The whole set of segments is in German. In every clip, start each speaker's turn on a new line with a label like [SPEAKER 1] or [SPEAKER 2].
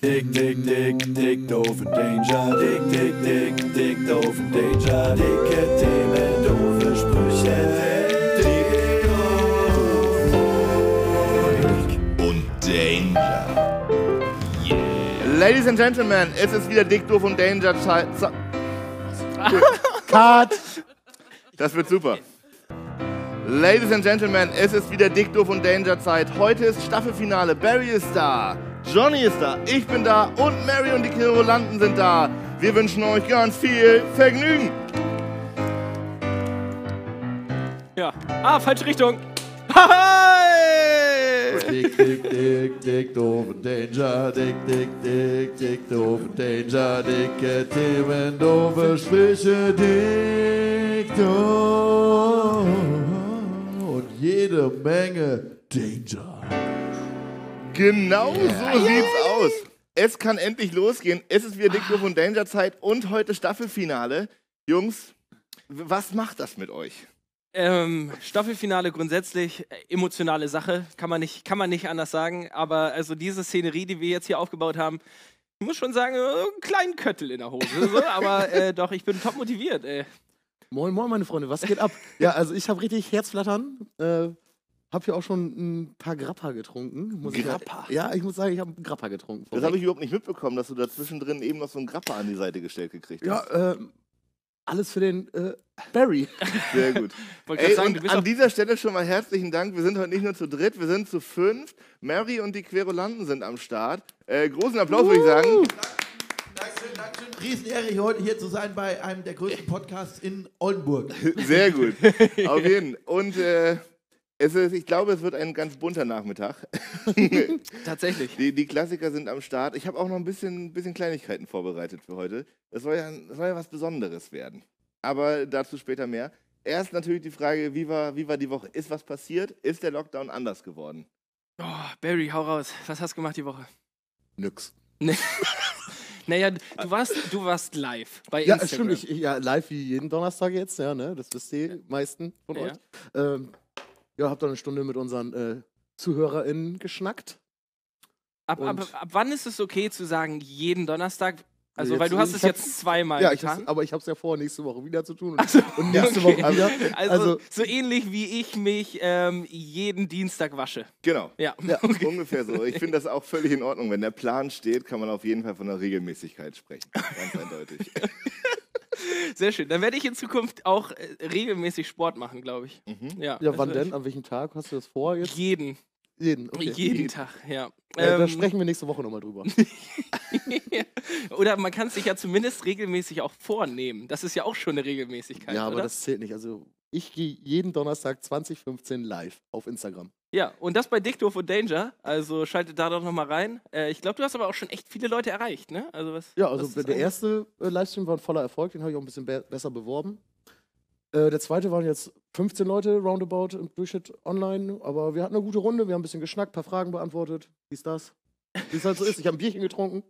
[SPEAKER 1] Dick, dick, dick, dick, doofe Danger. Dick, dick, dick, dick, doofe Danger. Dicke Themen, doofe Sprüche. Dick, doof, dick.
[SPEAKER 2] und Danger.
[SPEAKER 3] Ladies and Gentlemen, es ist wieder Dick, Doof und Danger Zeit. Cut! Das wird super. Ladies and Gentlemen, es ist wieder Dick, Doof und Danger Zeit. Heute ist Staffelfinale. Barry ist da, Johnny ist da, ich bin da und Mary und die Kirolanten sind da. Wir wünschen euch ganz viel Vergnügen.
[SPEAKER 4] Ja. Ah, falsche Richtung. Hi!
[SPEAKER 1] Dick, dick, dick, dick, doofe Danger. Dick, dick, dick, dick, doofe Danger. Dicke Themen, doofe Sprüche. Dick, doof. Und jede Menge Danger.
[SPEAKER 3] Genau so sieht's aus. Es kann endlich losgehen. Es ist wieder Dick, Doof und Danger Zeit und heute Staffelfinale. Jungs, w- was macht das mit euch?
[SPEAKER 4] Ähm, Staffelfinale grundsätzlich, äh, emotionale Sache, kann man, nicht, kann man nicht anders sagen. Aber also diese Szenerie, die wir jetzt hier aufgebaut haben, ich muss schon sagen, äh, einen kleinen Köttel in der Hose. So, aber äh, doch, ich bin top motiviert. Ey.
[SPEAKER 5] Moin, moin, meine Freunde, was geht ab? ja, also ich habe richtig Herzflattern. Äh, hab hier auch schon ein paar Grappa getrunken. Muss
[SPEAKER 3] Grappa?
[SPEAKER 5] Ich ja, ja, ich muss sagen, ich habe Grappa getrunken.
[SPEAKER 3] Das habe
[SPEAKER 5] vorweg.
[SPEAKER 3] ich überhaupt nicht mitbekommen, dass du da zwischendrin eben noch so einen Grapper an die Seite gestellt gekriegt hast.
[SPEAKER 5] Ja, äh, alles für den äh, Barry.
[SPEAKER 3] Sehr gut.
[SPEAKER 4] Wollte grad
[SPEAKER 3] Ey,
[SPEAKER 4] sagen, du
[SPEAKER 3] und
[SPEAKER 4] bist
[SPEAKER 3] an
[SPEAKER 4] auf,
[SPEAKER 3] dieser Stelle schon mal herzlichen Dank. Wir sind heute nicht nur zu dritt, wir sind zu fünft. Mary und die Querulanten sind am Start. Äh, großen Applaus, würde ich sagen.
[SPEAKER 6] Dankeschön, Dankeschön. Riesenehre, hier heute hier zu sein bei einem der größten Podcasts in Oldenburg.
[SPEAKER 3] Sehr gut. Auf jeden Und äh, es ist, ich glaube, es wird ein ganz bunter Nachmittag.
[SPEAKER 4] tatsächlich.
[SPEAKER 3] Die, die Klassiker sind am Start. Ich habe auch noch ein bisschen, bisschen Kleinigkeiten vorbereitet für heute. Das soll, ja, das soll ja was Besonderes werden. Aber dazu später mehr. Erst natürlich die Frage, wie war, wie war die Woche? Ist was passiert? Ist der Lockdown anders geworden?
[SPEAKER 4] Oh, Barry, hau raus. Was hast du gemacht die Woche?
[SPEAKER 5] Nix.
[SPEAKER 4] Naja, du warst, du warst live bei
[SPEAKER 5] Ja,
[SPEAKER 4] Instagram.
[SPEAKER 5] stimmt. Ich, ich, ja, live wie jeden Donnerstag jetzt, ja, ne? Das wisst ihr meisten von
[SPEAKER 4] Ja.
[SPEAKER 5] euch. Ähm, ja, hab dann eine Stunde mit unseren äh, ZuhörerInnen geschnackt.
[SPEAKER 4] Ab, ab,
[SPEAKER 5] Und-
[SPEAKER 4] ab wann ist es okay zu sagen, jeden Donnerstag? Also,
[SPEAKER 5] Jetzt-
[SPEAKER 4] weil du hast
[SPEAKER 5] ich
[SPEAKER 4] es
[SPEAKER 5] hab's-
[SPEAKER 4] jetzt zweimal
[SPEAKER 5] ja, ich hab's,
[SPEAKER 4] getan.
[SPEAKER 5] aber ich hab's ja vor, nächste Woche wieder zu tun. Und,
[SPEAKER 4] Ach so,
[SPEAKER 5] und nächste
[SPEAKER 4] okay.
[SPEAKER 5] Woche wieder.
[SPEAKER 4] Also,
[SPEAKER 5] also-
[SPEAKER 4] so ähnlich wie ich mich ähm, jeden Dienstag wasche.
[SPEAKER 3] Genau.
[SPEAKER 4] Ja.
[SPEAKER 3] Ungefähr so. Ich finde das auch völlig in Ordnung. Wenn der Plan steht, kann man auf jeden Fall von einer Regelmäßigkeit sprechen. Ganz eindeutig.
[SPEAKER 4] Sehr schön. Dann werde ich in Zukunft auch äh, regelmäßig Sport machen, glaube ich. Ja,
[SPEAKER 5] Mhm. Ja,
[SPEAKER 4] das
[SPEAKER 5] wann
[SPEAKER 4] werd
[SPEAKER 5] denn? An welchem Tag hast du das vor
[SPEAKER 4] ich-
[SPEAKER 5] jetzt?
[SPEAKER 4] Jeden.
[SPEAKER 5] Jeden, okay.
[SPEAKER 4] Jeden Tag, ja.
[SPEAKER 5] Äh, da
[SPEAKER 4] Ähm,
[SPEAKER 5] sprechen wir nächste Woche nochmal drüber.
[SPEAKER 4] oder man kann es sich ja zumindest regelmäßig auch vornehmen. Das ist ja auch schon eine Regelmäßigkeit.
[SPEAKER 5] Ja, aber
[SPEAKER 4] oder?
[SPEAKER 5] das zählt nicht. Also ich gehe jeden Donnerstag 2015 live auf Instagram.
[SPEAKER 4] Ja, und das bei Dick, Doof und Danger. Also schaltet da doch nochmal rein. Äh, ich glaube, du hast aber auch schon echt viele Leute erreicht, ne? Also was?
[SPEAKER 5] Ja, also
[SPEAKER 4] was das
[SPEAKER 5] der
[SPEAKER 4] angeht.
[SPEAKER 5] erste äh, Livestream war ein voller Erfolg, den habe ich auch ein bisschen be besser beworben. Äh, der zweite waren jetzt 15 Leute roundabout im Durchschnitt online, aber wir hatten eine gute Runde, wir haben ein bisschen geschnackt, ein paar Fragen beantwortet, dies, das. Wie es halt so ist, ich habe ein Bierchen getrunken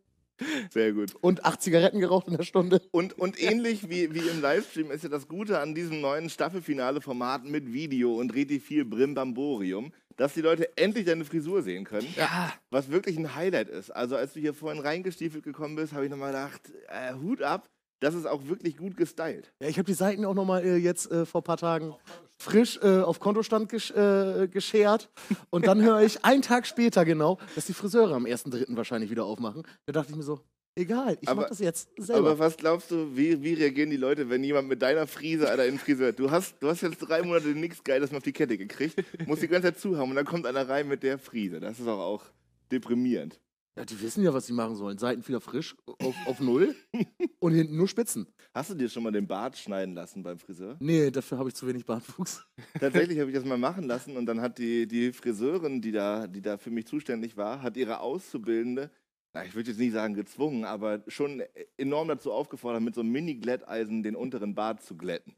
[SPEAKER 3] Sehr gut.
[SPEAKER 5] und acht Zigaretten geraucht in der Stunde.
[SPEAKER 3] Und, und ähnlich wie, wie im Livestream ist ja das Gute an diesem neuen Staffelfinale-Format mit Video und richtig viel Brimbamborium, dass die Leute endlich deine Frisur sehen können,
[SPEAKER 4] Ja,
[SPEAKER 3] was wirklich ein Highlight ist. Also als du hier vorhin reingestiefelt gekommen bist, habe ich nochmal gedacht, äh, Hut ab, das ist auch wirklich gut gestylt.
[SPEAKER 5] Ja, ich habe die Seiten auch nochmal äh, jetzt äh, vor ein paar Tagen frisch äh, auf Kontostand gesch äh, geschert. Und dann höre ich einen Tag später genau, dass die Friseure am 1.3. wahrscheinlich wieder aufmachen. Da dachte ich mir so, egal, ich
[SPEAKER 3] Aber-
[SPEAKER 5] mache das jetzt
[SPEAKER 3] Aber
[SPEAKER 5] selber.
[SPEAKER 3] was glaubst du, wie, wie reagieren die Leute, wenn jemand mit deiner Frise, Alter, in den Friseur, du hast, du hast jetzt drei Monate nichts Geiles mehr auf die Kette gekriegt, musst die ganze Zeit zuhaben und dann kommt einer rein mit der Frise. Das ist auch, auch deprimierend.
[SPEAKER 5] Ja, die wissen ja, was sie machen sollen. Seiten wieder frisch auf, auf Null und hinten nur Spitzen.
[SPEAKER 3] Hast du dir schon mal den Bart schneiden lassen beim Friseur?
[SPEAKER 5] Nee, dafür habe ich zu wenig Bartwuchs.
[SPEAKER 3] Tatsächlich habe ich das mal machen lassen und dann hat die, die Friseurin, die da, die da für mich zuständig war, hat ihre Auszubildende, na, ich würde jetzt nicht sagen gezwungen, aber schon enorm dazu aufgefordert, mit so einem Mini-Glätteisen den unteren Bart zu glätten.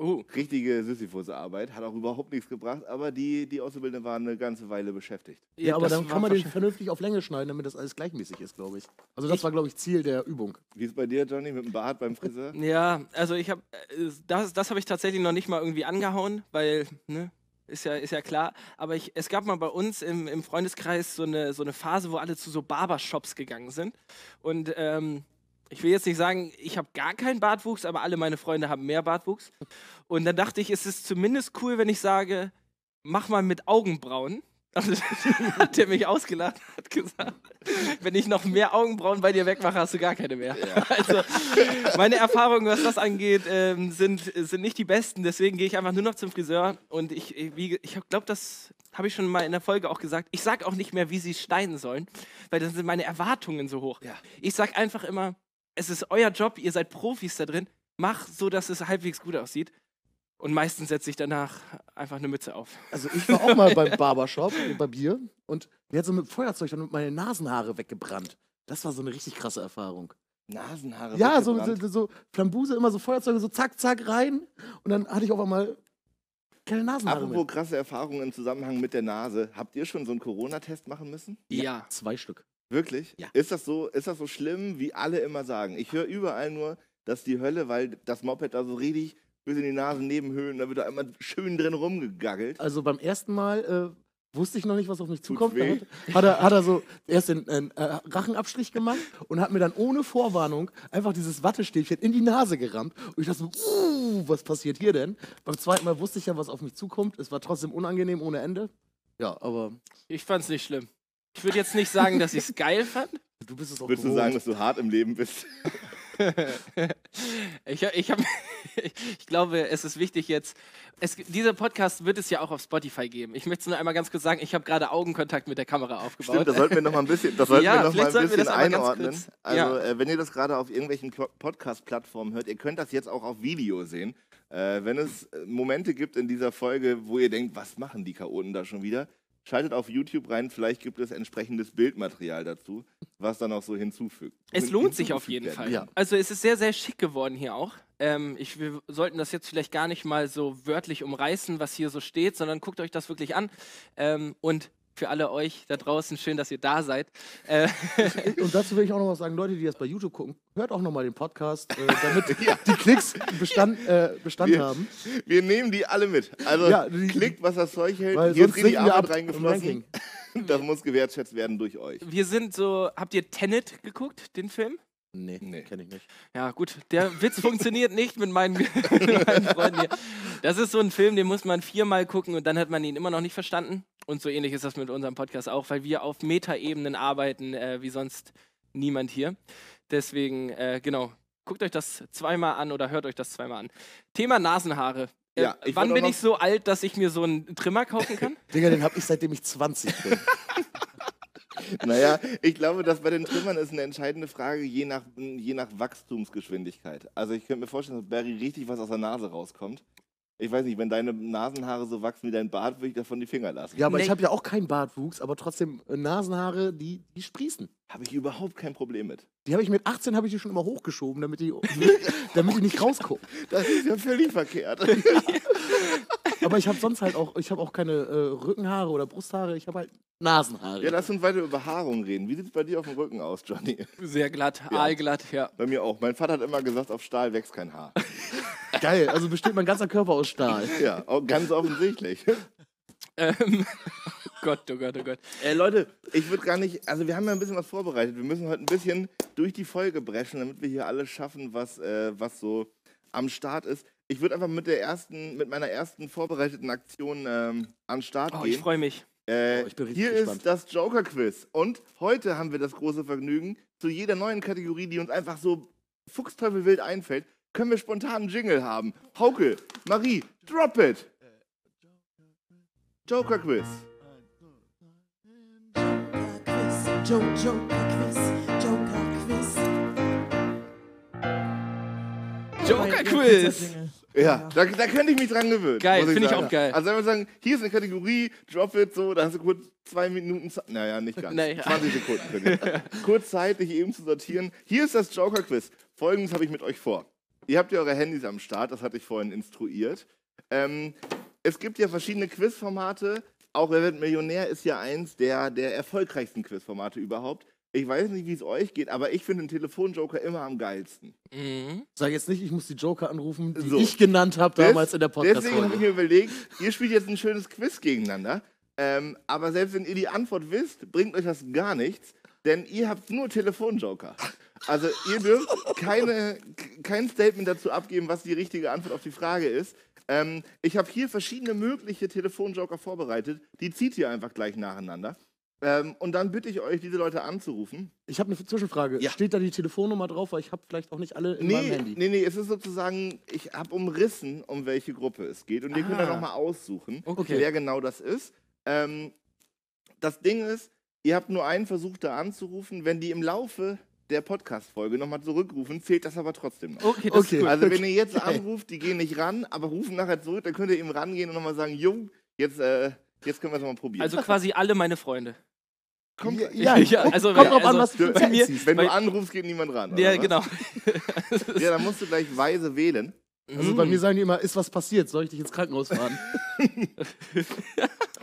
[SPEAKER 4] oh,
[SPEAKER 3] Richtige Sisyphus-Arbeit, hat auch überhaupt nichts gebracht, aber die, die Auszubildende war eine ganze Weile beschäftigt.
[SPEAKER 5] Ja, aber
[SPEAKER 4] das
[SPEAKER 5] dann
[SPEAKER 4] war
[SPEAKER 5] kann man den
[SPEAKER 4] wahrscheinlich-
[SPEAKER 5] vernünftig auf Länge schneiden, damit das alles gleichmäßig ist, glaube ich. Also das war, glaube ich, Ziel der Übung.
[SPEAKER 3] Wie ist bei dir, Johnny, mit dem Bart beim Friseur?
[SPEAKER 4] äh, Ja, also ich habe das, das habe ich tatsächlich noch nicht mal irgendwie angehauen, weil ne, Ist ja, ist ja klar. Aber ich, es gab mal bei uns im, im Freundeskreis so eine, so eine Phase, wo alle zu so Barbershops gegangen sind. Und ähm, ich will jetzt nicht sagen, ich habe gar keinen Bartwuchs, aber alle meine Freunde haben mehr Bartwuchs. Und dann dachte ich, es ist zumindest cool, wenn ich sage, mach mal mit Augenbrauen. Also, hat er mich ausgelacht, hat gesagt, wenn ich noch mehr Augenbrauen bei dir wegmache, hast du gar keine mehr. Also, meine Erfahrungen, was das angeht, ähm, sind, sind nicht die besten. Deswegen gehe ich einfach nur noch zum Friseur. Und ich, ich, wie- ich glaube, das habe ich schon mal in der Folge auch gesagt. Ich sage auch nicht mehr, wie sie schneiden sollen, weil dann sind meine Erwartungen so hoch. Ich sage einfach immer, es ist euer Job, ihr seid Profis da drin. Mach so, dass es halbwegs gut aussieht. Und meistens setze ich danach einfach eine Mütze auf.
[SPEAKER 5] Also ich war auch mal beim Barbershop, äh, bei Bier, und der hat so mit Feuerzeug dann meine Nasenhaare weggebrannt. Das war so eine richtig krasse Erfahrung.
[SPEAKER 3] Nasenhaare.
[SPEAKER 5] Ja, so,
[SPEAKER 3] weggebrannt.
[SPEAKER 5] so, so Flambuse, immer so Feuerzeuge, so zack, zack rein. Und dann hatte ich auf einmal keine Nasenhaare
[SPEAKER 3] Apropos
[SPEAKER 5] mehr.
[SPEAKER 3] krasse Erfahrungen im Zusammenhang mit der Nase. Habt ihr schon so einen Corona-Test machen müssen?
[SPEAKER 4] Ja.
[SPEAKER 5] Zwei Stück.
[SPEAKER 3] Wirklich?
[SPEAKER 4] Ja.
[SPEAKER 3] Ist das so, ist das so schlimm, wie alle immer sagen? Ich höre überall nur, dass die Hölle, weil das Moped da so richtig bis in die Nasennebenhöhlen, da wird da einmal schön drin rumgegaggelt.
[SPEAKER 5] Also beim ersten Mal äh, wusste ich noch nicht, was auf mich zukommt. Da
[SPEAKER 3] weh?
[SPEAKER 5] Hat, hat, er, hat er so erst den äh, äh, Rachenabstrich gemacht und hat mir dann ohne Vorwarnung einfach dieses Wattestäbchen in die Nase gerammt. Und ich dachte so, uh, was passiert hier denn? Beim zweiten Mal wusste ich ja, was auf mich zukommt. Es war trotzdem unangenehm ohne Ende. Ja, aber
[SPEAKER 4] Ich fand's nicht schlimm. Ich würde jetzt nicht sagen, dass ich's geil fand.
[SPEAKER 5] du bist es auch
[SPEAKER 3] Würdest du
[SPEAKER 5] gewohnt.
[SPEAKER 3] sagen, dass du hart im Leben bist?
[SPEAKER 4] Ich, ich, hab, ich glaube, es ist wichtig jetzt. Es, dieser Podcast wird es ja auch auf Spotify geben. Ich möchte es nur einmal ganz kurz sagen. Ich habe gerade Augenkontakt mit der Kamera aufgebaut.
[SPEAKER 3] Stimmt, das sollten wir noch mal ein bisschen, das sollten
[SPEAKER 4] Ja,
[SPEAKER 3] wir noch mal
[SPEAKER 4] vielleicht
[SPEAKER 3] ein
[SPEAKER 4] sollten wir
[SPEAKER 3] bisschen
[SPEAKER 4] das aber ganz
[SPEAKER 3] einordnen.
[SPEAKER 4] kurz-
[SPEAKER 3] Also,
[SPEAKER 4] ja.
[SPEAKER 3] äh, wenn ihr das gerade auf irgendwelchen Pro- Podcast-Plattformen hört, ihr könnt das jetzt auch auf Video sehen. Äh, wenn es äh, Momente gibt in dieser Folge, wo ihr denkt, was machen die Chaoten da schon wieder, schaltet auf YouTube rein. Vielleicht gibt es entsprechendes Bildmaterial dazu, was dann auch so hinzufügt.
[SPEAKER 4] es
[SPEAKER 3] hin-
[SPEAKER 4] lohnt sich auf
[SPEAKER 3] hinzugefügt
[SPEAKER 4] jeden
[SPEAKER 3] werden
[SPEAKER 4] Fall.
[SPEAKER 5] Ja.
[SPEAKER 4] Also es ist sehr, sehr schick geworden hier auch. Ähm, ich, wir sollten das jetzt vielleicht gar nicht mal so wörtlich umreißen, was hier so steht, sondern guckt euch das wirklich an. Ähm, und für alle euch da draußen, schön, dass ihr da seid. Äh,
[SPEAKER 5] Und dazu will ich auch noch was sagen, Leute, die das bei YouTube gucken, hört auch noch mal den Podcast, äh, damit die Klicks Bestand, äh, Bestand
[SPEAKER 3] Wir-
[SPEAKER 5] haben.
[SPEAKER 3] Wir nehmen die alle mit. Also
[SPEAKER 5] Ja, die-
[SPEAKER 3] klickt, was das Zeug hält.
[SPEAKER 5] Weil
[SPEAKER 3] Hier ist
[SPEAKER 5] sonst
[SPEAKER 3] richtig
[SPEAKER 5] sinken wir
[SPEAKER 3] Arbeit
[SPEAKER 5] ab im
[SPEAKER 3] reingeflossen.
[SPEAKER 5] Ranking.
[SPEAKER 3] Das muss gewertschätzt werden durch euch.
[SPEAKER 4] wir sind so, habt ihr Tenet geguckt, den Film?
[SPEAKER 5] Nee,
[SPEAKER 3] Nee.
[SPEAKER 5] kenne ich nicht.
[SPEAKER 4] Ja, gut, der Witz funktioniert nicht mit meinen, mit meinen Freunden hier. Das ist so ein Film, den muss man viermal gucken und dann hat man ihn immer noch nicht verstanden. Und so ähnlich ist das mit unserem Podcast auch, weil wir auf Metaebenen arbeiten, äh, wie sonst niemand hier. Deswegen, äh, genau, guckt euch das zweimal an oder hört euch das zweimal an. Thema Nasenhaare. Äh,
[SPEAKER 3] Ja, ich
[SPEAKER 4] wann
[SPEAKER 3] wollt auch
[SPEAKER 4] bin
[SPEAKER 3] noch-
[SPEAKER 4] ich so alt, dass ich mir so einen Trimmer kaufen kann?
[SPEAKER 5] Digga, den habe ich seitdem ich 20 bin.
[SPEAKER 3] Naja, ich glaube, dass bei den Trümmern ist eine entscheidende Frage, je nach, je nach Wachstumsgeschwindigkeit. Also ich könnte mir vorstellen, dass Barry richtig was aus der Nase rauskommt. Ich weiß nicht, wenn deine Nasenhaare so wachsen wie dein Bart, würde ich davon die Finger lassen.
[SPEAKER 5] Ja, aber
[SPEAKER 4] Nee.
[SPEAKER 5] ich habe ja auch keinen Bartwuchs, aber trotzdem äh, Nasenhaare, die, die sprießen.
[SPEAKER 3] Habe ich überhaupt kein Problem mit.
[SPEAKER 5] Die habe ich mit 18 habe ich die schon immer hochgeschoben, damit die, damit die nicht rausgucken.
[SPEAKER 3] Das ist ja völlig verkehrt.
[SPEAKER 5] Aber ich habe sonst halt auch, ich habe auch keine äh, Rückenhaare oder Brusthaare, ich habe halt Nasenhaare.
[SPEAKER 3] Ja, lass uns weiter über Haarung reden. Wie sieht es bei dir auf dem Rücken aus, Johnny?
[SPEAKER 4] Sehr glatt, aalglatt, ja.
[SPEAKER 3] Bei mir auch. Mein Vater hat immer gesagt, auf Stahl wächst kein Haar.
[SPEAKER 5] Geil, also besteht mein ganzer Körper aus Stahl.
[SPEAKER 3] Ja, auch ganz offensichtlich.
[SPEAKER 4] Ähm, Gott, oh Gott, oh Gott.
[SPEAKER 3] Äh, Leute, ich würde gar nicht. Also, wir haben ja ein bisschen was vorbereitet. Wir müssen heute ein bisschen durch die Folge brechen, damit wir hier alles schaffen, was, äh, was so am Start ist. Ich würde einfach mit, der ersten, mit meiner ersten vorbereiteten Aktion ähm, an den Start
[SPEAKER 4] Oh, ich
[SPEAKER 3] gehen.
[SPEAKER 4] freue mich.
[SPEAKER 3] Äh,
[SPEAKER 5] Oh, ich bin richtig
[SPEAKER 3] hier ist
[SPEAKER 5] gespannt.
[SPEAKER 3] das Joker-Quiz. Und heute haben wir das große Vergnügen, zu jeder neuen Kategorie, die uns einfach so fuchsteufelwild einfällt, können wir spontan einen Jingle haben. Hauke, Marie, drop it! Joker-Quiz.
[SPEAKER 7] Quiz, Joe, Joker Quiz, Joker Quiz.
[SPEAKER 4] Joker-Quiz!
[SPEAKER 3] Ja, da, da könnte ich mich dran gewöhnen.
[SPEAKER 4] Geil,
[SPEAKER 3] muss
[SPEAKER 4] finde ich
[SPEAKER 3] sagen.
[SPEAKER 4] auch geil.
[SPEAKER 3] Also, wenn wir sagen, hier ist eine Kategorie, drop it, so, da hast du kurz zwei Minuten Zeit. Naja, nicht ganz.
[SPEAKER 4] Naja.
[SPEAKER 3] 20 Sekunden. circa. kurz Zeit, dich eben zu sortieren. Hier ist das Joker-Quiz. Folgendes habe ich mit euch vor. Ihr habt ja eure Handys am Start, das hatte ich vorhin instruiert. Ähm, es gibt ja verschiedene Quizformate. Auch Wer wird Millionär ist ja eins der, der erfolgreichsten Quizformate überhaupt. Ich weiß nicht, wie es euch geht, aber ich finde einen Telefonjoker immer am geilsten.
[SPEAKER 4] Mhm.
[SPEAKER 5] Sag jetzt nicht, ich muss die Joker anrufen, die
[SPEAKER 3] So.
[SPEAKER 5] ich genannt habe damals
[SPEAKER 3] Des-
[SPEAKER 5] in der
[SPEAKER 3] Deswegen habe ich
[SPEAKER 5] Podcast-Folge.
[SPEAKER 3] mir überlegt, ihr spielt jetzt ein schönes Quiz gegeneinander. Ähm, aber selbst wenn ihr die Antwort wisst, bringt euch das gar nichts, denn ihr habt nur Telefonjoker. Also ihr dürft keine, k- kein Statement dazu abgeben, was die richtige Antwort auf die Frage ist. Ähm, ich habe hier verschiedene mögliche Telefonjoker vorbereitet. Die zieht ihr einfach gleich nacheinander. Ähm, und dann bitte ich euch, diese Leute anzurufen.
[SPEAKER 5] Ich habe eine Zwischenfrage.
[SPEAKER 3] Ja.
[SPEAKER 5] Steht da die Telefonnummer drauf, weil ich habe vielleicht auch nicht alle in meinem
[SPEAKER 3] Nee,
[SPEAKER 5] Handy.
[SPEAKER 3] nee, nee, es ist sozusagen, ich habe umrissen, um welche Gruppe es geht. Und ihr könnt dann
[SPEAKER 4] Ah.
[SPEAKER 3] nochmal aussuchen,
[SPEAKER 4] Okay.
[SPEAKER 3] wer genau das ist. Ähm, das Ding ist, ihr habt nur einen Versuch da anzurufen. Wenn die im Laufe der Podcast-Folge nochmal zurückrufen, zählt das aber trotzdem noch.
[SPEAKER 4] Okay, das
[SPEAKER 5] Okay.
[SPEAKER 4] ist Oh, gut.
[SPEAKER 3] Also wenn ihr jetzt anruft, die gehen nicht ran, aber rufen nachher zurück, dann könnt ihr eben rangehen und nochmal sagen, jo, jetzt, äh, jetzt können wir es mal probieren.
[SPEAKER 4] Also quasi alle meine Freunde.
[SPEAKER 3] Komm,
[SPEAKER 5] Ja,
[SPEAKER 4] Ich-
[SPEAKER 5] ja,
[SPEAKER 4] ja,
[SPEAKER 5] guck-
[SPEAKER 4] also-
[SPEAKER 5] kommt drauf
[SPEAKER 4] also-
[SPEAKER 5] an, was du
[SPEAKER 3] bei
[SPEAKER 5] für Zeit
[SPEAKER 4] mir-
[SPEAKER 5] ziehst.
[SPEAKER 3] wenn
[SPEAKER 4] weil-
[SPEAKER 3] du anrufst, geht niemand ran.
[SPEAKER 4] Ja,
[SPEAKER 3] oder was?
[SPEAKER 4] genau.
[SPEAKER 3] Ja, dann musst du gleich weise wählen.
[SPEAKER 5] Also bei mir sagen die immer, ist was passiert, soll ich dich ins Krankenhaus fahren?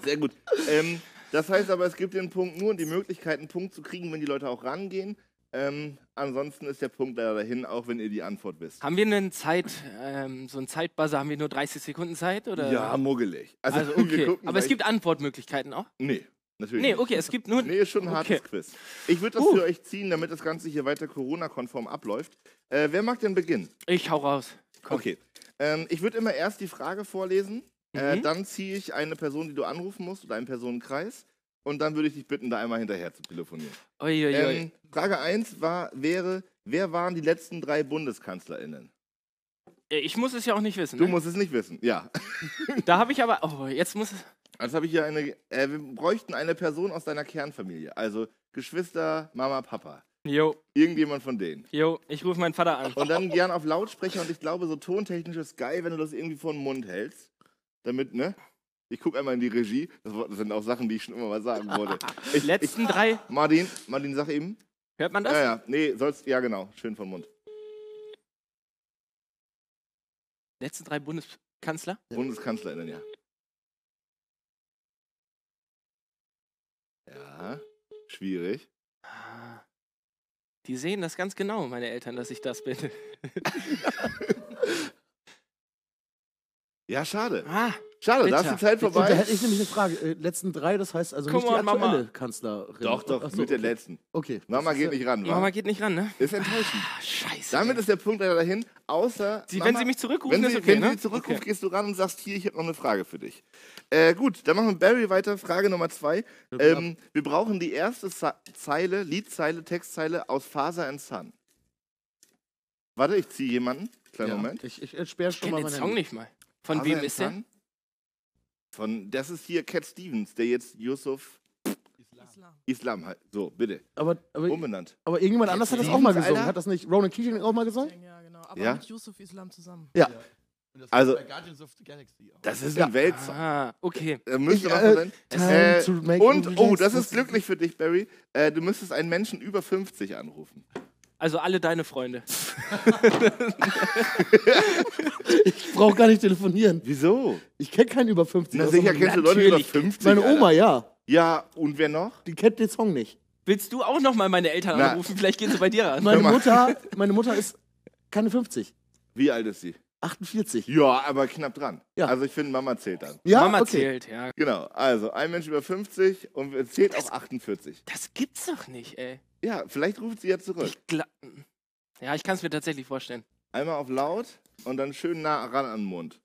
[SPEAKER 3] Sehr gut. Ähm, das heißt aber, es gibt den Punkt nur und die Möglichkeit, einen Punkt zu kriegen, wenn die Leute auch rangehen. Ähm, ansonsten ist der Punkt leider dahin, auch wenn ihr die Antwort wisst.
[SPEAKER 4] Haben wir einen Zeit, ähm, so einen Zeitbuzzer, haben wir nur 30 Sekunden Zeit? Oder?
[SPEAKER 3] Ja, muggelig. Also,
[SPEAKER 4] äh, Also
[SPEAKER 3] wir
[SPEAKER 4] okay.
[SPEAKER 3] gucken
[SPEAKER 4] Aber es
[SPEAKER 3] gleich-
[SPEAKER 4] gibt Antwortmöglichkeiten auch.
[SPEAKER 3] Nee, natürlich.
[SPEAKER 4] Nee,
[SPEAKER 3] nicht.
[SPEAKER 4] okay, es gibt nur.
[SPEAKER 3] Nee, ist schon ein hartes
[SPEAKER 4] Okay.
[SPEAKER 3] Quiz. Ich würde das
[SPEAKER 4] Uh.
[SPEAKER 3] für euch ziehen, damit das Ganze hier weiter Corona-konform abläuft. Äh, wer mag denn beginnen?
[SPEAKER 4] Ich hau raus. Komm.
[SPEAKER 3] Okay. Ähm, ich würde immer erst die Frage vorlesen,
[SPEAKER 4] Mhm.
[SPEAKER 3] äh, dann ziehe ich eine Person, die du anrufen musst, oder einen Personenkreis. Und dann würde ich dich bitten, da einmal hinterher zu telefonieren.
[SPEAKER 4] Uiuiui.
[SPEAKER 3] Ähm, Frage 1 war, wäre, wer waren die letzten drei BundeskanzlerInnen?
[SPEAKER 4] Äh, ich muss es ja auch nicht wissen.
[SPEAKER 3] Du
[SPEAKER 4] ne?
[SPEAKER 3] musst es nicht wissen, ja.
[SPEAKER 4] Da habe ich aber. Oh, jetzt muss.
[SPEAKER 3] Also habe ich hier eine, äh, wir bräuchten eine Person aus deiner Kernfamilie, also Geschwister, Mama, Papa,
[SPEAKER 4] Jo,
[SPEAKER 3] irgendjemand von denen.
[SPEAKER 4] jo, ich rufe meinen Vater an.
[SPEAKER 3] Und dann gern auf Lautsprecher und ich glaube, so tontechnisch ist geil, wenn du das irgendwie vor den Mund hältst, damit, ne? Ich gucke einmal in die Regie, das war- das sind auch Sachen, die ich schon immer mal sagen wollte. Ich, ich,
[SPEAKER 4] Letzten drei.
[SPEAKER 3] Martin, Martin, sag eben.
[SPEAKER 4] Hört man das?
[SPEAKER 3] Ja, ja, nee, sollst, ja genau, schön von Mund.
[SPEAKER 4] Letzten drei Bundeskanzler?
[SPEAKER 3] Bundeskanzlerin, ja. Ja, schwierig.
[SPEAKER 4] Ah. Die sehen das ganz genau, meine Eltern, dass ich das bin.
[SPEAKER 3] Ja, schade.
[SPEAKER 4] Ah,
[SPEAKER 3] Schade, da ist
[SPEAKER 4] Bitter.
[SPEAKER 3] die Zeit
[SPEAKER 5] Und da
[SPEAKER 3] vorbei.
[SPEAKER 5] hätte ich nämlich eine Frage. Äh, letzten drei, das heißt also
[SPEAKER 4] Come
[SPEAKER 5] nicht die
[SPEAKER 4] on, Mama.
[SPEAKER 5] aktuelle Kanzlerin.
[SPEAKER 3] Doch, doch,
[SPEAKER 5] Ach so,
[SPEAKER 3] mit der
[SPEAKER 5] okay.
[SPEAKER 3] letzten.
[SPEAKER 5] Okay.
[SPEAKER 3] Mama
[SPEAKER 5] Das ist
[SPEAKER 3] geht
[SPEAKER 5] ja-
[SPEAKER 3] nicht ran,
[SPEAKER 4] Mama
[SPEAKER 3] wa?
[SPEAKER 4] geht nicht ran, ne?
[SPEAKER 3] Ist enttäuschend.
[SPEAKER 4] Ah, scheiße.
[SPEAKER 3] Damit ist der Punkt leider dahin, außer.
[SPEAKER 4] Sie-
[SPEAKER 3] Mama,
[SPEAKER 4] wenn sie mich zurückrufen,
[SPEAKER 3] wenn
[SPEAKER 4] ist
[SPEAKER 3] sie,
[SPEAKER 4] okay,
[SPEAKER 3] Wenn
[SPEAKER 4] ne?
[SPEAKER 3] sie zurückruft,
[SPEAKER 4] Okay.
[SPEAKER 3] gehst du ran und sagst: Hier, ich habe noch eine Frage für dich. Äh, gut, dann machen wir Barry weiter. Frage Nummer zwei. Ähm, wir brauchen die erste Sa Zeile, Liedzeile, Textzeile aus Faser and Sun. Warte, ich ziehe jemanden. Kleinen
[SPEAKER 5] Ja,
[SPEAKER 3] Moment.
[SPEAKER 5] Ich, ich entsperre
[SPEAKER 4] ich
[SPEAKER 5] schon mal
[SPEAKER 4] kenne
[SPEAKER 5] mein
[SPEAKER 4] den Song
[SPEAKER 5] Handy.
[SPEAKER 4] nicht mal. Von
[SPEAKER 3] Fabian
[SPEAKER 4] wem ist der?
[SPEAKER 3] Tan? Von, das ist hier Cat Stevens, der jetzt Yusuf Islam halt. So, bitte.
[SPEAKER 5] Aber, aber,
[SPEAKER 3] Umbenannt.
[SPEAKER 5] aber irgendjemand anders hat das auch mal gesungen.
[SPEAKER 3] Um Alter.
[SPEAKER 5] Hat das nicht Ronan Keating auch mal gesungen?
[SPEAKER 7] Ja, genau. Aber
[SPEAKER 3] Ja.
[SPEAKER 7] mit Yusuf Islam zusammen.
[SPEAKER 5] Ja.
[SPEAKER 6] Und das
[SPEAKER 3] Also-
[SPEAKER 6] bei Guardians of the Galaxy auch.
[SPEAKER 3] Das ist
[SPEAKER 5] Ja.
[SPEAKER 3] ein Weltsong.
[SPEAKER 4] Ah, okay.
[SPEAKER 3] Da müsste
[SPEAKER 5] Ich,
[SPEAKER 3] was
[SPEAKER 5] äh,
[SPEAKER 3] sein.
[SPEAKER 5] time
[SPEAKER 3] Äh,
[SPEAKER 5] to make
[SPEAKER 3] und, oh,
[SPEAKER 5] mistakes.
[SPEAKER 3] das ist glücklich für dich, Barry. Äh, du müsstest einen Menschen über 50 anrufen.
[SPEAKER 4] Also alle deine Freunde.
[SPEAKER 5] Ich brauche gar nicht telefonieren.
[SPEAKER 3] Wieso?
[SPEAKER 5] Ich kenne keinen über 50.
[SPEAKER 3] Na,
[SPEAKER 5] Das
[SPEAKER 3] sicher
[SPEAKER 5] ist
[SPEAKER 3] kennst du Leute über
[SPEAKER 4] natürlich.
[SPEAKER 3] 50.
[SPEAKER 5] aber- Meine
[SPEAKER 3] Alter.
[SPEAKER 5] Oma, ja.
[SPEAKER 3] Ja, und wer noch?
[SPEAKER 5] Die kennt den Song nicht.
[SPEAKER 4] Willst du auch nochmal meine Eltern
[SPEAKER 3] Na.
[SPEAKER 4] anrufen? Vielleicht gehen sie bei dir ran.
[SPEAKER 5] Meine
[SPEAKER 3] mal.
[SPEAKER 5] Mutter, meine Mutter ist keine 50.
[SPEAKER 3] Wie alt ist sie?
[SPEAKER 5] 48.
[SPEAKER 3] Ja, aber knapp dran.
[SPEAKER 5] Ja.
[SPEAKER 3] Also ich finde, Mama zählt dann.
[SPEAKER 5] Ja,
[SPEAKER 4] Mama
[SPEAKER 5] okay.
[SPEAKER 4] zählt, ja.
[SPEAKER 3] Genau, also ein Mensch über 50 und es zählt auch 48.
[SPEAKER 4] Das gibt's doch nicht, ey.
[SPEAKER 3] Ja, vielleicht ruft sie ja zurück.
[SPEAKER 4] Ich gla ja, ich kann es mir tatsächlich vorstellen.
[SPEAKER 3] Einmal auf laut und dann schön nah ran an den Mund.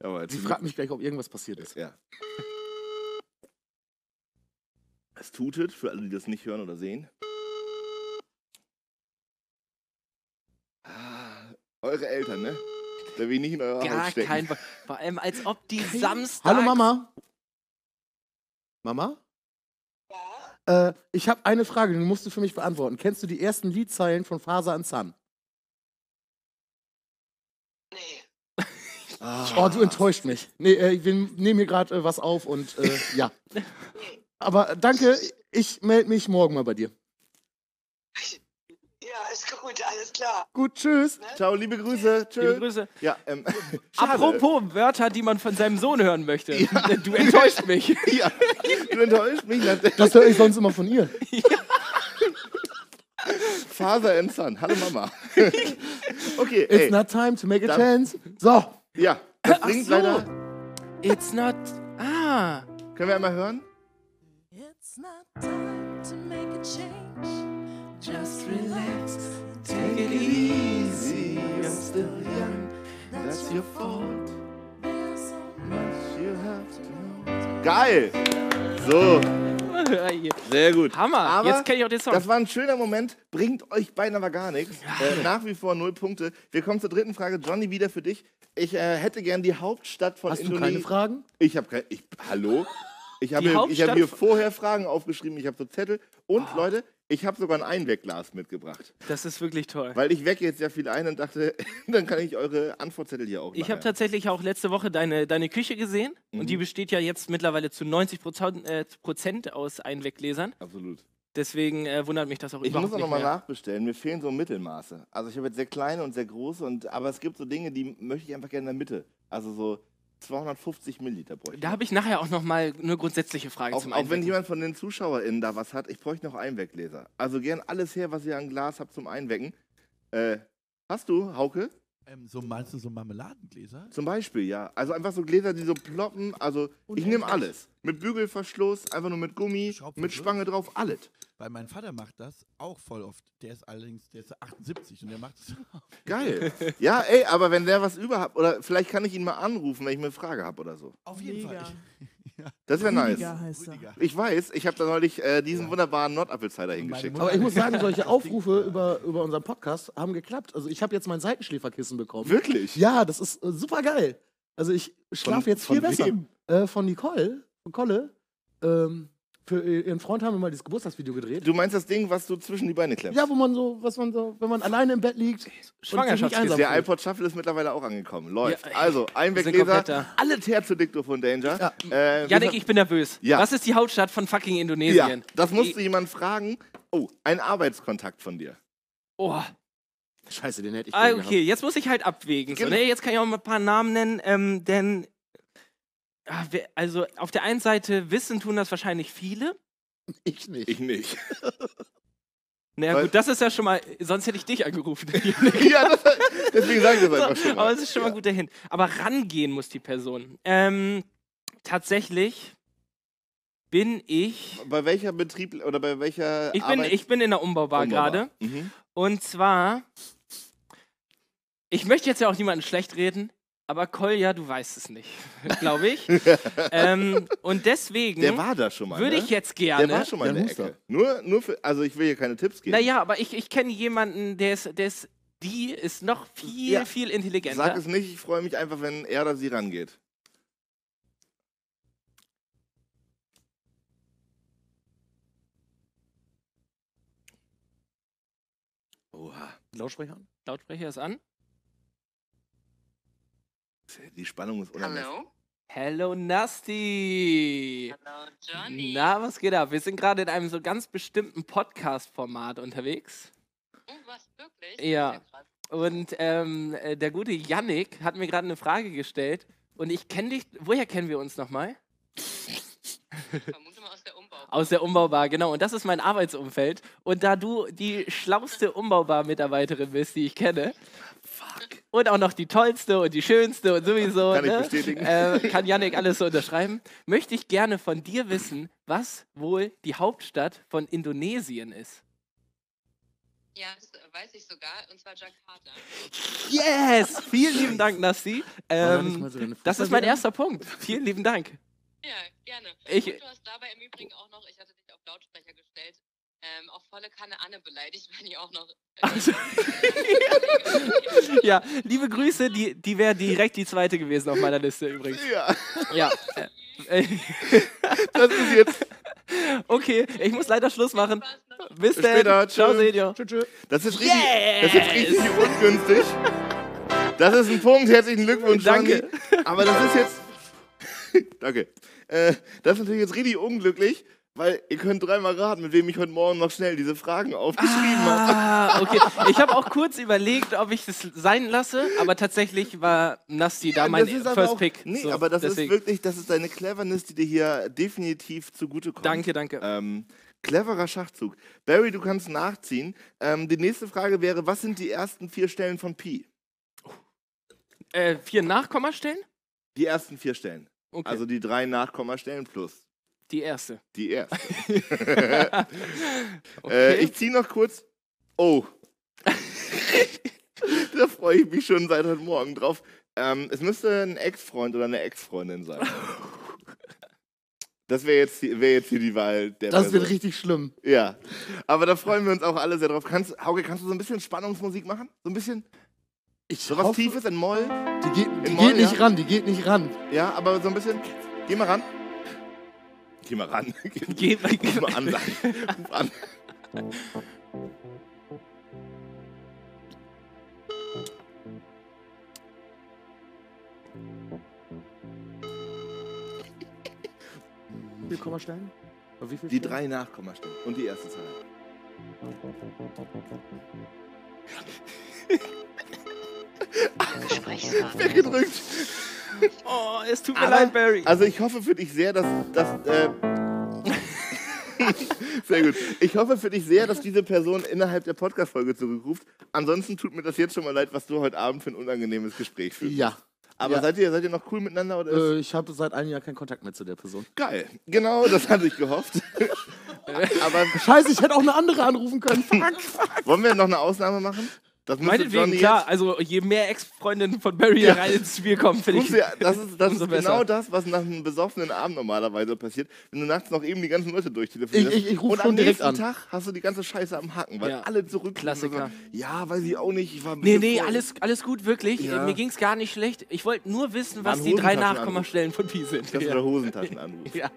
[SPEAKER 3] Jawohl,
[SPEAKER 5] Sie
[SPEAKER 3] zum-
[SPEAKER 5] fragt mich gleich, ob irgendwas passiert ist.
[SPEAKER 3] Ja. Es tutet, für alle, die das nicht hören oder sehen. Ah, eure Eltern, ne? Da will ich nicht in eurer Haut
[SPEAKER 4] Gar
[SPEAKER 3] stecken.
[SPEAKER 4] kein. Bo- Vor allem, als ob die Samstag.
[SPEAKER 5] Hallo Mama. Mama? Ja. Äh, ich habe eine Frage, die musst du für mich beantworten. Kennst du die ersten Liedzeilen von Faser an Sun? Nee. Oh, du enttäuscht mich. Nee, äh, wir nehmen hier gerade äh, was auf und äh, ja. äh, Aber danke, ich melde mich morgen mal bei dir.
[SPEAKER 8] Ja, ist Alles gut, alles klar.
[SPEAKER 5] Gut, tschüss.
[SPEAKER 3] Ciao, liebe Grüße. Tschö.
[SPEAKER 4] Liebe Grüße.
[SPEAKER 5] Äh,
[SPEAKER 3] Ja, ähm, schade.
[SPEAKER 4] Apropos Wörter, die man von seinem Sohn hören möchte. Du enttäuscht mich.
[SPEAKER 3] Ja, du enttäuscht mich.
[SPEAKER 5] Das höre ich sonst immer von ihr.
[SPEAKER 3] Father and Son. Hallo Mama. Okay,
[SPEAKER 5] It's
[SPEAKER 3] ey.
[SPEAKER 5] not time to make a
[SPEAKER 3] Dann-
[SPEAKER 5] chance. So,
[SPEAKER 3] Ja, das bringt
[SPEAKER 4] so.
[SPEAKER 3] leider.
[SPEAKER 4] It's not. Ah.
[SPEAKER 3] Können wir einmal hören?
[SPEAKER 7] It's not time to make a change. Just relax.
[SPEAKER 4] Take it easy, you're still young.
[SPEAKER 7] That's your fault. There's so much
[SPEAKER 3] Geil. So, sehr gut.
[SPEAKER 4] Hammer.
[SPEAKER 3] Aber
[SPEAKER 4] Jetzt kenn ich auch den Song.
[SPEAKER 3] Das war ein schöner Moment. Bringt euch beinahe gar nichts. Äh, nach wie vor null Punkte. Wir kommen zur dritten Frage. Johnny, wieder für dich. Ich äh, hätte gern die Hauptstadt von
[SPEAKER 5] hast du
[SPEAKER 3] Indonesien.
[SPEAKER 5] keine Fragen?
[SPEAKER 3] Ich habe keine. Ich, hallo? Ich habe
[SPEAKER 4] Die
[SPEAKER 3] mir, ich hab
[SPEAKER 4] Hauptstadt
[SPEAKER 3] mir
[SPEAKER 4] von- Ah.
[SPEAKER 3] vorher Fragen aufgeschrieben. Ich habe so Zettel. Und Leute, ich habe sogar ein Einwegglas mitgebracht.
[SPEAKER 4] Das ist wirklich toll.
[SPEAKER 3] Weil ich wecke jetzt sehr viel ein und dachte, dann kann ich eure Antwortzettel hier auch
[SPEAKER 4] Ich habe
[SPEAKER 3] nachher.
[SPEAKER 4] tatsächlich auch letzte Woche deine, deine Küche gesehen und die
[SPEAKER 3] Mhm.
[SPEAKER 4] besteht ja jetzt mittlerweile zu 90 Prozent, äh, Prozent aus Einweggläsern.
[SPEAKER 3] Absolut.
[SPEAKER 4] Deswegen äh, wundert mich das auch
[SPEAKER 3] Ich muss
[SPEAKER 4] überhaupt
[SPEAKER 3] auch
[SPEAKER 4] nicht
[SPEAKER 3] nochmal
[SPEAKER 4] mehr.
[SPEAKER 3] nachbestellen. Mir fehlen so Mittelmaße. Also ich habe jetzt sehr kleine und sehr große, und, aber es gibt so Dinge, die möchte ich einfach gerne in der Mitte. Also so 250 Milliliter bräuchte ich.
[SPEAKER 4] Da habe ich nachher auch nochmal eine grundsätzliche Frage
[SPEAKER 3] Auch,
[SPEAKER 4] zum
[SPEAKER 3] auch wenn
[SPEAKER 4] Einwecken.
[SPEAKER 3] jemand von den ZuschauerInnen da was hat, ich bräuchte noch Einweggläser. Also gern alles her, was ihr an Glas habt zum Einwecken. Äh, hast du, Hauke?
[SPEAKER 6] Ähm, so meinst du so Marmeladengläser?
[SPEAKER 3] Zum Beispiel, ja. Also einfach so Gläser, die so ploppen. Also ich nehme alles. Mit Bügelverschluss, einfach nur mit Gummi, mit
[SPEAKER 4] ne?
[SPEAKER 6] Schraubverschluss?
[SPEAKER 3] Spange drauf, alles.
[SPEAKER 6] Weil mein Vater macht das auch voll oft. Der ist allerdings, der ist 78 und der macht es auch.
[SPEAKER 3] Geil. ja, ey, aber wenn der was über hat, oder vielleicht kann ich ihn mal anrufen, wenn ich eine Frage habe oder so.
[SPEAKER 6] Auf jeden
[SPEAKER 7] Mega.
[SPEAKER 6] Fall.
[SPEAKER 3] Das wäre nice.
[SPEAKER 7] Rüdiger heißt er.
[SPEAKER 6] Rüdiger.
[SPEAKER 3] Ich weiß, ich habe da neulich äh, diesen wunderbaren
[SPEAKER 5] Oh
[SPEAKER 3] Nordapfelzider hingeschickt.
[SPEAKER 6] Mutter-
[SPEAKER 5] Aber ich muss sagen, solche
[SPEAKER 6] äh,
[SPEAKER 5] Aufrufe über, über unseren Podcast haben geklappt. Also ich habe jetzt mein Seitenschläferkissen bekommen.
[SPEAKER 3] Wirklich?
[SPEAKER 5] Ja, das ist äh, super geil. Also ich
[SPEAKER 3] Von-
[SPEAKER 5] schlafe jetzt
[SPEAKER 3] von
[SPEAKER 5] viel besser.
[SPEAKER 3] wem?
[SPEAKER 5] Äh, von Nicole, von Kolle. Ähm, für ihren Freund haben wir mal dieses Geburtstagsvideo gedreht.
[SPEAKER 3] Du meinst das Ding, was du zwischen die Beine klemmst?
[SPEAKER 5] Ja, wo man so, was man so, wenn man alleine im Bett liegt. und sich nicht
[SPEAKER 4] Schwangerschaftsgesetz.
[SPEAKER 5] einsam
[SPEAKER 3] Der
[SPEAKER 5] fühlt.
[SPEAKER 3] iPod Shuffle ist mittlerweile auch angekommen. Läuft.
[SPEAKER 4] Ja, ey,
[SPEAKER 3] also,
[SPEAKER 4] sind komplett
[SPEAKER 3] Einweggläser,
[SPEAKER 4] da.
[SPEAKER 3] alles her zu Dicto von Danger. Ja, äh, wir
[SPEAKER 4] Janik,
[SPEAKER 3] ver-
[SPEAKER 4] ich bin nervös.
[SPEAKER 3] Ja.
[SPEAKER 4] Was ist die Hauptstadt von fucking
[SPEAKER 3] ja
[SPEAKER 4] Indonesien?
[SPEAKER 3] das musst du jemand fragen. Oh, ein Arbeitskontakt von dir.
[SPEAKER 4] Oh.
[SPEAKER 5] Scheiße, den hätte ich
[SPEAKER 4] Ah,
[SPEAKER 5] gern
[SPEAKER 4] okay, jetzt muss ich halt abwägen. So,
[SPEAKER 3] Genau.
[SPEAKER 4] ne? Jetzt kann ich auch mal ein paar Namen nennen, ähm, denn ah, wer- also auf der einen Seite wissen tun das wahrscheinlich viele.
[SPEAKER 5] gehabt. Ich nicht.
[SPEAKER 4] Ähm,
[SPEAKER 3] Ich nicht.
[SPEAKER 4] Naja,
[SPEAKER 3] Weil-
[SPEAKER 4] gut, das ist ja schon mal, sonst hätte ich dich angerufen.
[SPEAKER 3] ja, das, deswegen sage ich das einfach
[SPEAKER 4] so,
[SPEAKER 3] schon
[SPEAKER 4] aber
[SPEAKER 3] mal.
[SPEAKER 4] es ist schon mal gut dahin. Aber rangehen muss die Person. Ähm, tatsächlich bin ich.
[SPEAKER 3] Bei welcher Betrieb oder bei welcher
[SPEAKER 4] Ich bin,
[SPEAKER 3] Arbeit-
[SPEAKER 4] ich bin in der Umbaubar
[SPEAKER 3] Wunderbar.
[SPEAKER 4] gerade.
[SPEAKER 3] Mhm.
[SPEAKER 4] Und zwar. Ich möchte jetzt ja auch niemanden schlecht reden, aber Kolja, du weißt es nicht, glaube ich. ähm, und deswegen
[SPEAKER 3] Der war da schon mal.
[SPEAKER 4] würde
[SPEAKER 3] ne?
[SPEAKER 4] ich jetzt
[SPEAKER 3] Der
[SPEAKER 4] gerne.
[SPEAKER 3] war schon mal in
[SPEAKER 5] Der
[SPEAKER 3] der
[SPEAKER 5] muss da.
[SPEAKER 3] Ecke. Nur, nur für, also ich will hier keine Tipps geben.
[SPEAKER 4] naja, aber ich, ich kenne jemanden, der ist, der ist. Die ist noch viel,
[SPEAKER 3] Ja.
[SPEAKER 4] viel intelligenter.
[SPEAKER 3] Sag es nicht, ich freue mich einfach, wenn er oder sie rangeht. Oha,
[SPEAKER 5] Lautsprecher an?
[SPEAKER 4] Lautsprecher ist an.
[SPEAKER 3] Äh, die Spannung ist unermesslich.
[SPEAKER 8] Hallo?
[SPEAKER 4] Hello Nasty!
[SPEAKER 8] Hallo,
[SPEAKER 7] Ah,
[SPEAKER 8] Johnny.
[SPEAKER 4] Na, was geht ab? Wir sind gerade in einem so ganz bestimmten Podcast-Format unterwegs.
[SPEAKER 8] Oh, was, wirklich?
[SPEAKER 4] Ja.
[SPEAKER 8] krass.
[SPEAKER 4] Und ähm, äh, der gute Yannick hat mir gerade eine Frage gestellt. Und ich kenne dich. Woher kennen wir uns nochmal?
[SPEAKER 8] Ich Vermute mal aus der Umbau.
[SPEAKER 4] Aus der Umbaubar, genau. Und das ist mein Arbeitsumfeld. Und da du die schlauste Umbaubar-Mitarbeiterin bist, die ich kenne, und auch noch die tollste und die schönste und sowieso,
[SPEAKER 3] Kann ich
[SPEAKER 4] ne?
[SPEAKER 3] bestätigen.
[SPEAKER 4] Äh, kann Yannick alles so unterschreiben, möchte ich gerne von dir wissen, was wohl die Hauptstadt von Indonesien ist.
[SPEAKER 8] Ja, das äh, weiß ich sogar, und zwar Jakarta.
[SPEAKER 4] Yes! Vielen lieben Dank, Nasti.
[SPEAKER 5] War da nicht
[SPEAKER 4] Ähm,
[SPEAKER 5] mal so deine
[SPEAKER 4] das
[SPEAKER 5] Futter
[SPEAKER 4] ist mein
[SPEAKER 5] drin?
[SPEAKER 4] erster Punkt. Vielen lieben Dank.
[SPEAKER 8] Ja, gerne.
[SPEAKER 4] Ich-
[SPEAKER 8] und du hast dabei im Übrigen auch noch, ich hatte dich auf Lautsprecher gestellt, ähm, auf volle Kanne Anne beleidigt, weil die auch noch. äh,
[SPEAKER 4] Also, ja, liebe Grüße, die, die wäre direkt die zweite gewesen auf meiner Liste übrigens.
[SPEAKER 3] Ja,
[SPEAKER 4] Ja. Äh,
[SPEAKER 3] das ist jetzt.
[SPEAKER 4] okay, ich muss leider Schluss machen. Bis
[SPEAKER 3] Bis
[SPEAKER 4] dann.
[SPEAKER 3] später,
[SPEAKER 4] Ciao,
[SPEAKER 3] tschö.
[SPEAKER 4] Senior.
[SPEAKER 5] Tschö, tschö.
[SPEAKER 3] Das ist richtig, das ist richtig ungünstig. Das ist ein Punkt. Herzlichen Glückwunsch,
[SPEAKER 4] Danke.
[SPEAKER 3] Johnny. Aber das ist jetzt. Danke. Äh, das ist natürlich jetzt richtig unglücklich, Weil ihr könnt dreimal raten, mit wem ich heute Morgen noch schnell diese Fragen aufgeschrieben habe.
[SPEAKER 4] Ah, okay. Ich habe auch kurz überlegt, ob ich das sein lasse, aber tatsächlich war Nasti da mein
[SPEAKER 3] Das ist aber
[SPEAKER 4] First
[SPEAKER 3] auch-
[SPEAKER 4] Pick.
[SPEAKER 3] Nee,
[SPEAKER 4] So,
[SPEAKER 3] aber das
[SPEAKER 4] deswegen-
[SPEAKER 3] ist wirklich, das ist deine Cleverness, die dir hier definitiv zugutekommt.
[SPEAKER 4] Danke, danke.
[SPEAKER 3] Ähm, cleverer Schachzug. Barry, du kannst nachziehen. Ähm, die nächste Frage wäre, was sind die ersten vier Stellen von Pi?
[SPEAKER 4] Äh, vier Nachkommastellen?
[SPEAKER 3] Die ersten vier Stellen.
[SPEAKER 4] Okay,
[SPEAKER 3] Also die drei Nachkommastellen plus
[SPEAKER 4] die erste.
[SPEAKER 3] die erste.
[SPEAKER 4] Okay.
[SPEAKER 3] Äh, ich ziehe noch kurz. Oh. da freue ich mich schon seit heute Morgen drauf. Ähm, es müsste ein Ex-Freund oder eine Ex-Freundin sein. Das wäre jetzt, die- wär jetzt hier die Wahl der
[SPEAKER 5] Das wird
[SPEAKER 3] Person.
[SPEAKER 5] richtig schlimm.
[SPEAKER 3] Ja, aber da freuen wir uns auch alle sehr drauf. Kannst, Hauke, kannst du so ein bisschen Spannungsmusik machen? So ein bisschen?
[SPEAKER 5] Ich
[SPEAKER 3] So was
[SPEAKER 5] hoffe-
[SPEAKER 3] Tiefes in Moll?
[SPEAKER 5] Die, geht, die
[SPEAKER 3] Im Moll,
[SPEAKER 5] geht nicht
[SPEAKER 3] ja.
[SPEAKER 5] ran, die geht nicht ran.
[SPEAKER 3] Ja, aber so ein bisschen. Geh mal ran. Geh mal ran. Geh
[SPEAKER 4] Geht-
[SPEAKER 3] Ruf mal an, sag ich. Ruf an.
[SPEAKER 5] Wie viel Kommastellen? Wie viel
[SPEAKER 3] Die drei Nachkommastellen und die erste Zahl. Weggedrückt.
[SPEAKER 4] Oh, es tut mir
[SPEAKER 3] Aber-
[SPEAKER 4] leid, Barry.
[SPEAKER 3] Also ich hoffe für dich sehr, dass, dass äh, sehr gut. Ich hoffe für dich sehr, dass diese Person innerhalb der Podcast-Folge zurückruft. Ansonsten tut mir das jetzt schon mal leid, was du heute Abend für ein unangenehmes Gespräch führst.
[SPEAKER 5] Ja.
[SPEAKER 3] Aber
[SPEAKER 5] Ja.
[SPEAKER 3] seid, ihr, seid ihr noch cool miteinander oder ist
[SPEAKER 5] Äh, ich habe seit einem Jahr keinen Kontakt mehr zu der Person.
[SPEAKER 3] geil? Genau, das hatte ich gehofft. Aber
[SPEAKER 5] Scheiße, ich hätte auch eine andere anrufen können. Fuck.
[SPEAKER 3] wollen wir noch eine Ausnahme machen? Das müsste
[SPEAKER 4] Meinetwegen,
[SPEAKER 3] Johnny
[SPEAKER 4] klar. Also, je mehr Ex-Freundinnen von Barry
[SPEAKER 3] Ja.
[SPEAKER 4] rein ins Spiel kommen, finde
[SPEAKER 3] Guckst du
[SPEAKER 4] ich.
[SPEAKER 3] ja, das ist, das ist
[SPEAKER 4] Umso
[SPEAKER 3] genau
[SPEAKER 4] besser.
[SPEAKER 3] das, was nach einem besoffenen Abend normalerweise passiert, wenn du nachts noch eben die ganzen Leute durchtelefonierst.
[SPEAKER 5] Ich- ich- ich ruf
[SPEAKER 3] Und am
[SPEAKER 5] schon direkt
[SPEAKER 3] nächsten
[SPEAKER 5] an.
[SPEAKER 3] Tag hast du die ganze Scheiße am Hacken, weil
[SPEAKER 4] Ja.
[SPEAKER 3] alle zurück.
[SPEAKER 4] Klassiker.
[SPEAKER 3] Ja, weiß ich auch nicht. Ich war ein
[SPEAKER 4] Nee,
[SPEAKER 3] bisschen
[SPEAKER 4] nee,
[SPEAKER 3] voll.
[SPEAKER 4] alles, alles gut, wirklich.
[SPEAKER 3] Ja.
[SPEAKER 4] Äh, Mir ging's gar nicht schlecht. Ich wollte nur wissen, was
[SPEAKER 3] Waren
[SPEAKER 4] die drei
[SPEAKER 3] Hosentaschen
[SPEAKER 4] Nachkommastellen von Pi sind.
[SPEAKER 3] Das ist
[SPEAKER 4] Ja.
[SPEAKER 3] der Hosentaschenanruf.
[SPEAKER 4] Ja.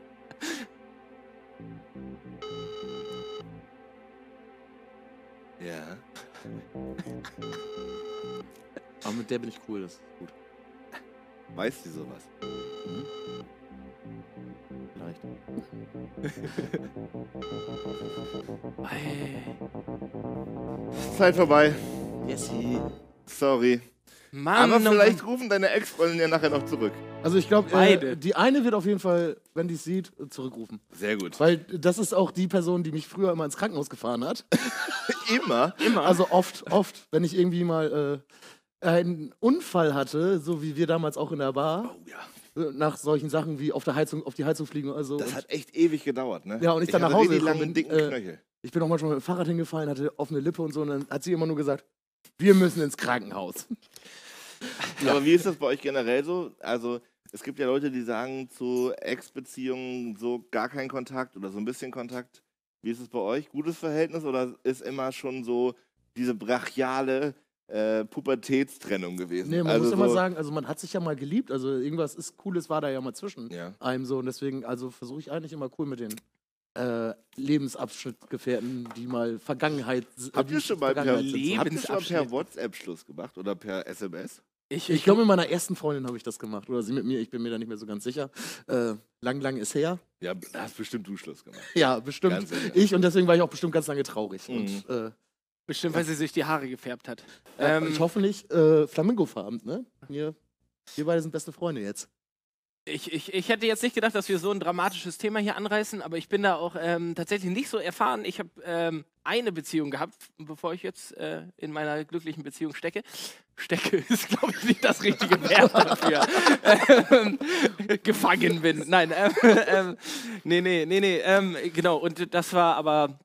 [SPEAKER 3] Ja.
[SPEAKER 5] Aber mit der bin ich cool, das ist gut.
[SPEAKER 3] Weißt du sowas?
[SPEAKER 5] Vielleicht.
[SPEAKER 4] Ey,
[SPEAKER 3] Zeit vorbei.
[SPEAKER 5] Jessie.
[SPEAKER 3] Sorry.
[SPEAKER 4] Mann,
[SPEAKER 3] Aber
[SPEAKER 4] oh
[SPEAKER 3] vielleicht
[SPEAKER 4] Mann.
[SPEAKER 3] rufen deine Ex-Freundin ja nachher noch zurück.
[SPEAKER 5] Also ich glaube, äh,
[SPEAKER 4] Beide.
[SPEAKER 5] die eine wird auf jeden Fall, wenn die es sieht, zurückrufen.
[SPEAKER 3] Sehr gut.
[SPEAKER 5] Weil das ist auch die Person, die mich früher immer ins Krankenhaus gefahren hat.
[SPEAKER 3] Immer.
[SPEAKER 5] Also oft, oft, wenn ich irgendwie mal äh, einen Unfall hatte, so wie wir damals auch in der Bar,
[SPEAKER 3] Oh ja.
[SPEAKER 5] äh, nach solchen Sachen wie auf der Heizung, auf die Heizung fliegen oder so.
[SPEAKER 3] Das
[SPEAKER 5] Und
[SPEAKER 3] hat echt ewig gedauert, ne?
[SPEAKER 5] Ja, und ich dann
[SPEAKER 3] hatte
[SPEAKER 5] nach Hause
[SPEAKER 3] richtig lange
[SPEAKER 5] gekommen bin,
[SPEAKER 3] dicken
[SPEAKER 5] äh,
[SPEAKER 3] Knöchel.
[SPEAKER 5] ich bin auch manchmal mit dem Fahrrad hingefallen, hatte offene Lippe und so, und dann hat sie immer nur gesagt, wir müssen ins Krankenhaus.
[SPEAKER 3] Aber wie ist das bei euch generell so? Also, es gibt ja Leute, die sagen zu Ex-Beziehungen so gar keinen Kontakt oder so ein bisschen Kontakt. Wie ist es bei euch? Gutes Verhältnis oder ist immer schon so diese brachiale äh, Pubertätstrennung gewesen?
[SPEAKER 5] Nee, man
[SPEAKER 3] also
[SPEAKER 5] muss immer
[SPEAKER 3] so,
[SPEAKER 5] sagen, also man hat sich ja mal geliebt, also irgendwas ist Cooles war da ja mal zwischen
[SPEAKER 3] Ja.
[SPEAKER 5] einem so. Und deswegen, also versuche ich eigentlich immer cool mit den äh, Lebensabschnittgefährten, die mal Vergangenheit
[SPEAKER 3] Habt ihr schon mal per,
[SPEAKER 5] Vergangenheit sind.
[SPEAKER 4] Leben-
[SPEAKER 3] habt ihr schon mal per
[SPEAKER 4] Lebensabschnitt.
[SPEAKER 3] WhatsApp Schluss gemacht oder per SMS?
[SPEAKER 4] Ich,
[SPEAKER 5] Ich glaube, mit meiner ersten Freundin habe ich das gemacht. Oder sie mit mir, ich bin mir da nicht mehr so ganz sicher. Äh, lang, lang ist her.
[SPEAKER 3] Ja, da hast bestimmt du Schluss gemacht.
[SPEAKER 5] Ja, bestimmt.
[SPEAKER 3] Ganz sicher.
[SPEAKER 5] ich und deswegen war ich auch bestimmt ganz lange traurig.
[SPEAKER 4] Mhm.
[SPEAKER 5] Und, äh,
[SPEAKER 4] bestimmt, weil sie sich die Haare gefärbt hat. Ähm,
[SPEAKER 5] ich hoffe nicht, äh, Flamingo-Farben, ne? Wir, wir beide sind beste Freunde jetzt.
[SPEAKER 4] Ich, ich, ich hätte jetzt nicht gedacht, dass wir so ein dramatisches Thema hier anreißen, aber ich bin da auch ähm, tatsächlich nicht so erfahren. Ich habe ähm, eine Beziehung gehabt, bevor ich jetzt äh, in meiner glücklichen Beziehung stecke. Stecke ist, glaube ich, nicht das richtige Wort dafür. ähm, gefangen bin. Nein, ähm, ähm, nee, nee, nee, nee. Ähm, genau, und das war aber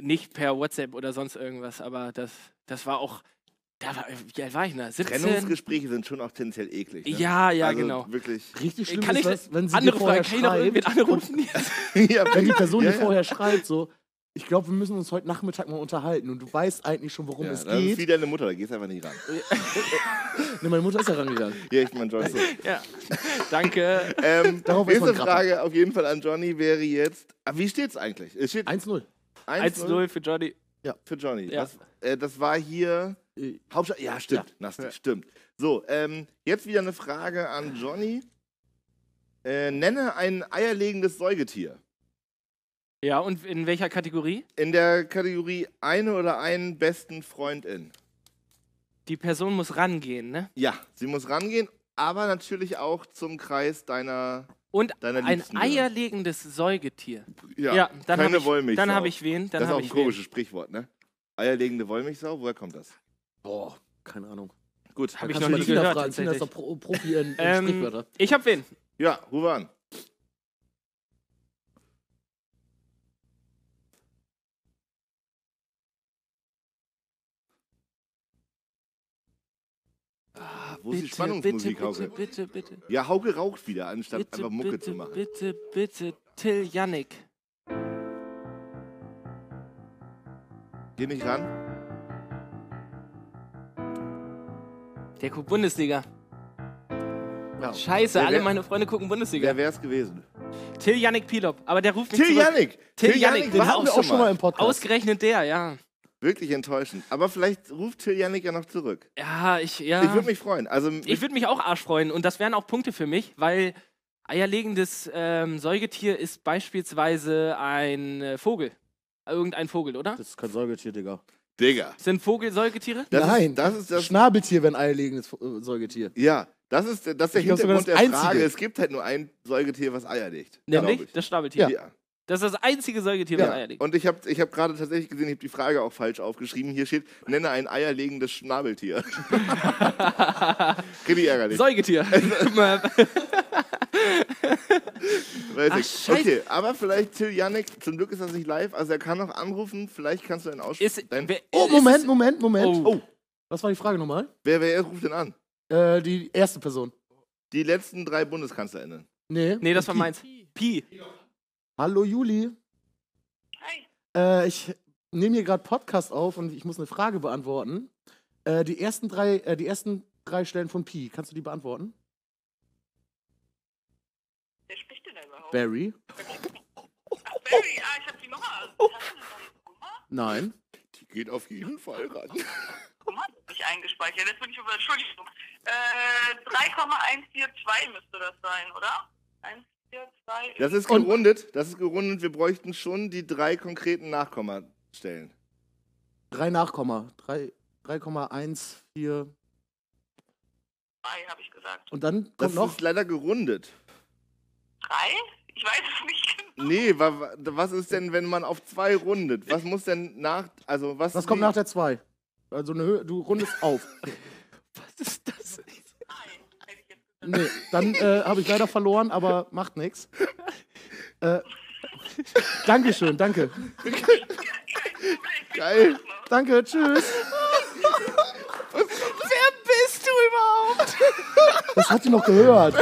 [SPEAKER 4] nicht per WhatsApp oder sonst irgendwas, aber das, das war auch. Da war, wie alt war ich denn da? 17?
[SPEAKER 3] Trennungsgespräche sind schon auch tendenziell eklig. Ne?
[SPEAKER 4] Ja, ja,
[SPEAKER 3] also
[SPEAKER 4] genau.
[SPEAKER 3] Wirklich.
[SPEAKER 5] Richtig schlimm
[SPEAKER 4] Kann
[SPEAKER 5] ist
[SPEAKER 4] ich
[SPEAKER 5] das, wenn sie
[SPEAKER 4] Andere
[SPEAKER 5] dir vorher
[SPEAKER 4] Frage, kann ich noch
[SPEAKER 5] schreibt
[SPEAKER 4] irgendwen anrufen?
[SPEAKER 3] ja,
[SPEAKER 5] wenn die Person
[SPEAKER 3] ja,
[SPEAKER 5] dir
[SPEAKER 3] ja.
[SPEAKER 5] vorher schreibt, so, ich glaube, wir müssen uns heute Nachmittag mal unterhalten und du weißt eigentlich schon, worum
[SPEAKER 3] ja,
[SPEAKER 5] es
[SPEAKER 3] das ist
[SPEAKER 5] geht.
[SPEAKER 3] wie deine Mutter, da gehst einfach nicht ran.
[SPEAKER 5] Nee, meine Mutter ist ja rangegangen.
[SPEAKER 3] Ja, ich meine, Johnson.
[SPEAKER 4] Ja, danke.
[SPEAKER 3] Ähm,
[SPEAKER 5] Also, Darauf ist
[SPEAKER 3] nächste
[SPEAKER 5] man gerade.
[SPEAKER 3] Frage auf jeden Fall an Johnny wäre jetzt. Ah, wie steht's eigentlich? Es steht
[SPEAKER 5] 1-0.
[SPEAKER 3] 1-0
[SPEAKER 4] 1-0 für Johnny.
[SPEAKER 3] für Johnny.
[SPEAKER 4] Ja.
[SPEAKER 3] Das, äh, das war hier.
[SPEAKER 5] Äh,
[SPEAKER 3] Hauptstadt. Ja, stimmt. Nasti, stimmt. So, ähm, jetzt wieder eine Frage an Johnny. Äh, nenne ein eierlegendes Säugetier.
[SPEAKER 4] Ja, und in welcher Kategorie?
[SPEAKER 3] In der Kategorie eine oder einen besten Freundin.
[SPEAKER 4] Die Person muss rangehen, ne?
[SPEAKER 3] Ja, sie muss rangehen, aber natürlich auch zum Kreis deiner.
[SPEAKER 4] Und
[SPEAKER 3] Deiner
[SPEAKER 4] ein
[SPEAKER 3] Liebsten, ja.
[SPEAKER 4] eierlegendes Säugetier.
[SPEAKER 3] Ja,
[SPEAKER 4] dann
[SPEAKER 3] keine
[SPEAKER 4] hab ich,
[SPEAKER 3] Wollmilchsau.
[SPEAKER 4] Dann habe ich wen? Dann
[SPEAKER 3] das ist auch
[SPEAKER 4] habe
[SPEAKER 3] ein
[SPEAKER 4] ich wen.
[SPEAKER 3] komisches Sprichwort, ne? Eierlegende Wollmilchsau, woher kommt das?
[SPEAKER 5] Boah, keine Ahnung.
[SPEAKER 3] Gut,
[SPEAKER 4] Hab ich
[SPEAKER 5] Kannst
[SPEAKER 4] noch
[SPEAKER 5] du mal
[SPEAKER 4] nie
[SPEAKER 5] Tina
[SPEAKER 4] gehört,
[SPEAKER 5] fragen. Tina ist doch
[SPEAKER 4] tatsächlich.
[SPEAKER 5] Pro Profi in, in
[SPEAKER 4] Ähm,
[SPEAKER 5] Sprichwörter.
[SPEAKER 4] ich habe wen.
[SPEAKER 3] ja, rufe an. Ah, wo ist die Spannungsmusik,
[SPEAKER 4] bitte,
[SPEAKER 3] Hauke?
[SPEAKER 4] bitte, bitte.
[SPEAKER 3] Ja, Hauke raucht wieder, anstatt
[SPEAKER 4] Bitte,
[SPEAKER 3] einfach Mucke
[SPEAKER 4] bitte,
[SPEAKER 3] zu machen.
[SPEAKER 4] bitte, bitte, Till Yannick.
[SPEAKER 3] Geh nicht ran.
[SPEAKER 4] Der guckt Bundesliga.
[SPEAKER 3] Ja.
[SPEAKER 4] Scheiße,
[SPEAKER 3] Wer
[SPEAKER 4] alle
[SPEAKER 3] wär-
[SPEAKER 4] meine Freunde gucken Bundesliga.
[SPEAKER 3] Wer wär's gewesen?
[SPEAKER 4] Till Yannick Pilop, aber der ruft mich
[SPEAKER 3] Till
[SPEAKER 4] zurück.
[SPEAKER 3] Yannick!
[SPEAKER 4] Till Yannick, den
[SPEAKER 3] war
[SPEAKER 5] Hatten wir auch schon mal im Podcast.
[SPEAKER 4] Ausgerechnet der, ja.
[SPEAKER 3] Wirklich enttäuschend. Aber vielleicht ruft Till Yannick ja noch zurück.
[SPEAKER 4] Ja, ich, ja.
[SPEAKER 3] Ich würde mich freuen. Also,
[SPEAKER 4] Ich würde mich auch Arsch freuen und das wären auch Punkte für mich, weil eierlegendes ähm, Säugetier ist beispielsweise ein äh, Vogel. Irgendein Vogel, oder?
[SPEAKER 5] Das ist kein Säugetier, Digga.
[SPEAKER 3] Digga.
[SPEAKER 4] Sind Vogel Säugetiere?
[SPEAKER 3] Das
[SPEAKER 5] Nein.
[SPEAKER 3] Ist, das ist das.
[SPEAKER 5] Schnabeltier wäre ein eierlegendes äh, Säugetier.
[SPEAKER 3] Ja, das ist, das ist der
[SPEAKER 5] Ich glaub sogar
[SPEAKER 3] Hintergrund der
[SPEAKER 5] das
[SPEAKER 3] Frage.
[SPEAKER 5] Einzige.
[SPEAKER 3] Es gibt halt nur ein Säugetier, was Eier legt. glaub
[SPEAKER 4] Nämlich
[SPEAKER 3] ich.
[SPEAKER 4] das Schnabeltier.
[SPEAKER 3] Ja.
[SPEAKER 4] Das ist das einzige Säugetier, was Eier
[SPEAKER 5] Oh,
[SPEAKER 4] legt.
[SPEAKER 3] Und ich habe ich hab gerade tatsächlich gesehen, ich habe die Frage auch falsch aufgeschrieben. Hier steht, nenne ein eierlegendes Schnabeltier. Richtig ärgerlich.
[SPEAKER 4] Säugetier.
[SPEAKER 3] Weiß
[SPEAKER 4] Ach,
[SPEAKER 3] ich.
[SPEAKER 4] scheiße.
[SPEAKER 3] Okay, aber vielleicht Till Yannick, zum Glück ist das nicht live, also er kann noch anrufen, vielleicht kannst du ihn aussprechen.
[SPEAKER 4] Ist-
[SPEAKER 3] Dein,
[SPEAKER 4] wer-
[SPEAKER 5] Oh,
[SPEAKER 4] ist-
[SPEAKER 5] Moment, Moment, Moment.
[SPEAKER 4] Oh.
[SPEAKER 5] Was war die Frage nochmal?
[SPEAKER 3] wer, wer ruft denn an?
[SPEAKER 5] Äh, die erste Person.
[SPEAKER 3] Die letzten drei BundeskanzlerInnen.
[SPEAKER 5] Nee.
[SPEAKER 4] Nee, das war meins. Pi.
[SPEAKER 5] Hallo Juli.
[SPEAKER 8] Hi.
[SPEAKER 5] Äh, ich nehme hier gerade Podcast auf und ich muss eine Frage beantworten. Äh, die, ersten drei, äh, die ersten drei Stellen von Pi, kannst du die beantworten?
[SPEAKER 8] Wer spricht denn da überhaupt?
[SPEAKER 5] Barry?
[SPEAKER 8] Barry, ah, ich hab die Nummer. Hast du eine neue Nummer?
[SPEAKER 5] Nein.
[SPEAKER 3] Die geht auf jeden Fall ran.
[SPEAKER 8] Nummer ist nicht eingespeichert. Jetzt bin ich über Entschuldigung. Äh, 3,142 müsste das sein, oder? 142.
[SPEAKER 3] Das ist
[SPEAKER 5] Und-
[SPEAKER 3] gerundet, das ist gerundet. Wir bräuchten schon die drei konkreten Nachkommastellen.
[SPEAKER 5] Drei Nachkomma. Drei- 3,14.
[SPEAKER 8] Drei, habe ich gesagt.
[SPEAKER 5] Und dann kommt
[SPEAKER 3] Das
[SPEAKER 5] noch.
[SPEAKER 3] ist leider gerundet.
[SPEAKER 8] Drei? Ich weiß es nicht genau.
[SPEAKER 3] Nee, wa wa- was ist denn, wenn man auf zwei rundet? Was muss denn nach, also was...
[SPEAKER 5] Was kommt
[SPEAKER 3] wie-
[SPEAKER 5] nach der 2? Also eine Höhe, du rundest auf.
[SPEAKER 4] Was ist das?
[SPEAKER 5] Nee, dann äh, habe ich leider verloren, aber macht nichts. Äh, Dankeschön, danke.
[SPEAKER 3] Geil.
[SPEAKER 5] Danke, tschüss.
[SPEAKER 4] Wer bist du überhaupt?
[SPEAKER 5] Das hat sie noch gehört.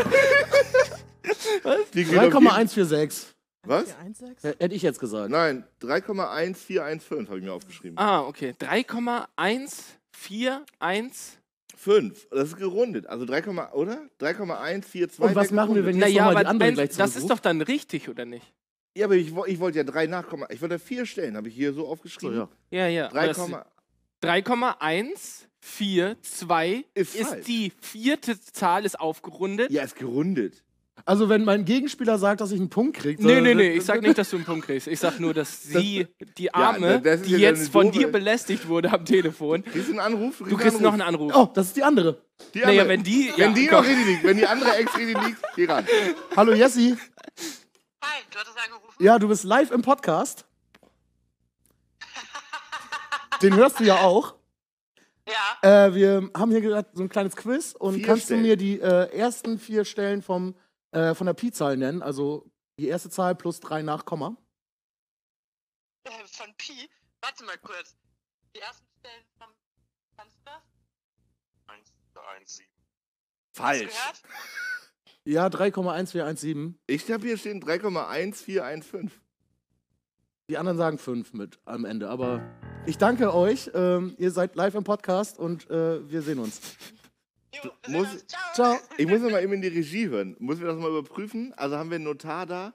[SPEAKER 3] Die geht auf jeden-
[SPEAKER 5] 3,146.
[SPEAKER 3] Was?
[SPEAKER 5] Äh, Hätte ich jetzt gesagt.
[SPEAKER 3] Nein, 3,1415 habe ich mir aufgeschrieben.
[SPEAKER 4] Ah, okay. 3,141.
[SPEAKER 3] Fünf. Das ist gerundet. Also 3, oder? 3,142.
[SPEAKER 5] Und was
[SPEAKER 3] wäre
[SPEAKER 5] machen wir, wenn
[SPEAKER 3] gerundet.
[SPEAKER 5] jetzt
[SPEAKER 4] Naja,
[SPEAKER 5] nochmal
[SPEAKER 4] aber
[SPEAKER 5] die anderen
[SPEAKER 4] eins-
[SPEAKER 5] gleich
[SPEAKER 4] das ist doch dann richtig, oder nicht?
[SPEAKER 3] Ja, aber ich, wo- ich wollte ja drei nachkommen. Ich wollte ja vier stellen, habe ich hier so aufgeschrieben.
[SPEAKER 5] So,
[SPEAKER 4] Ja,
[SPEAKER 5] ja.
[SPEAKER 4] ja. aber
[SPEAKER 3] 3,
[SPEAKER 4] das- 3,142
[SPEAKER 3] Ist
[SPEAKER 4] ist,
[SPEAKER 3] falsch.
[SPEAKER 4] die vierte Zahl, ist aufgerundet.
[SPEAKER 3] ja, ist gerundet.
[SPEAKER 5] Also, wenn mein Gegenspieler sagt, dass ich einen Punkt kriege.
[SPEAKER 4] Nee, nee, nee, ich sag nicht, dass du einen Punkt kriegst. Ich sag nur, dass sie, die Arme,
[SPEAKER 3] da- das ist
[SPEAKER 4] die
[SPEAKER 3] ja dann
[SPEAKER 4] jetzt
[SPEAKER 3] eine
[SPEAKER 4] von
[SPEAKER 3] doofe-
[SPEAKER 4] dir belästigt wurde am Telefon,
[SPEAKER 3] Kriegst du einen Anruf?
[SPEAKER 4] du kriegst noch einen Anruf.
[SPEAKER 5] Oh, das ist die andere.
[SPEAKER 3] Die
[SPEAKER 4] naja,
[SPEAKER 3] andere-
[SPEAKER 4] wenn die.
[SPEAKER 3] wenn die
[SPEAKER 4] komm.
[SPEAKER 3] noch in die liegt, wenn die andere ex in die liegt, geh ran.
[SPEAKER 5] Hallo, Jessi.
[SPEAKER 8] Hi, du hattest angerufen.
[SPEAKER 5] Ja, du bist live im Podcast. Den hörst du ja auch.
[SPEAKER 8] Ja.
[SPEAKER 5] Äh, wir haben hier gerade so ein kleines Quiz und
[SPEAKER 3] Vier
[SPEAKER 5] kannst
[SPEAKER 3] Stellen.
[SPEAKER 5] du mir die äh, ersten vier Stellen vom, äh, von der Pi-Zahl nennen? Also die erste Zahl plus drei nach Komma.
[SPEAKER 8] Äh, von Pi. Warte mal kurz. Die ersten Stellen von. Kannst du das?
[SPEAKER 2] 1, 1, 7.
[SPEAKER 8] Hast du
[SPEAKER 3] Falsch.
[SPEAKER 8] gehört?
[SPEAKER 5] Ja, 3,1417.
[SPEAKER 3] Ich habe hier stehen 3,1415.
[SPEAKER 5] Die anderen sagen fünf mit am Ende. Aber ich danke euch. Ähm, ihr seid live im Podcast und äh, wir sehen uns.
[SPEAKER 8] Jo, wir sehen
[SPEAKER 3] Muss-
[SPEAKER 8] uns. Ciao.
[SPEAKER 5] Ciao.
[SPEAKER 3] Ich muss noch mal eben in die Regie hören. Müssen wir das mal überprüfen? Also haben wir einen Notar da?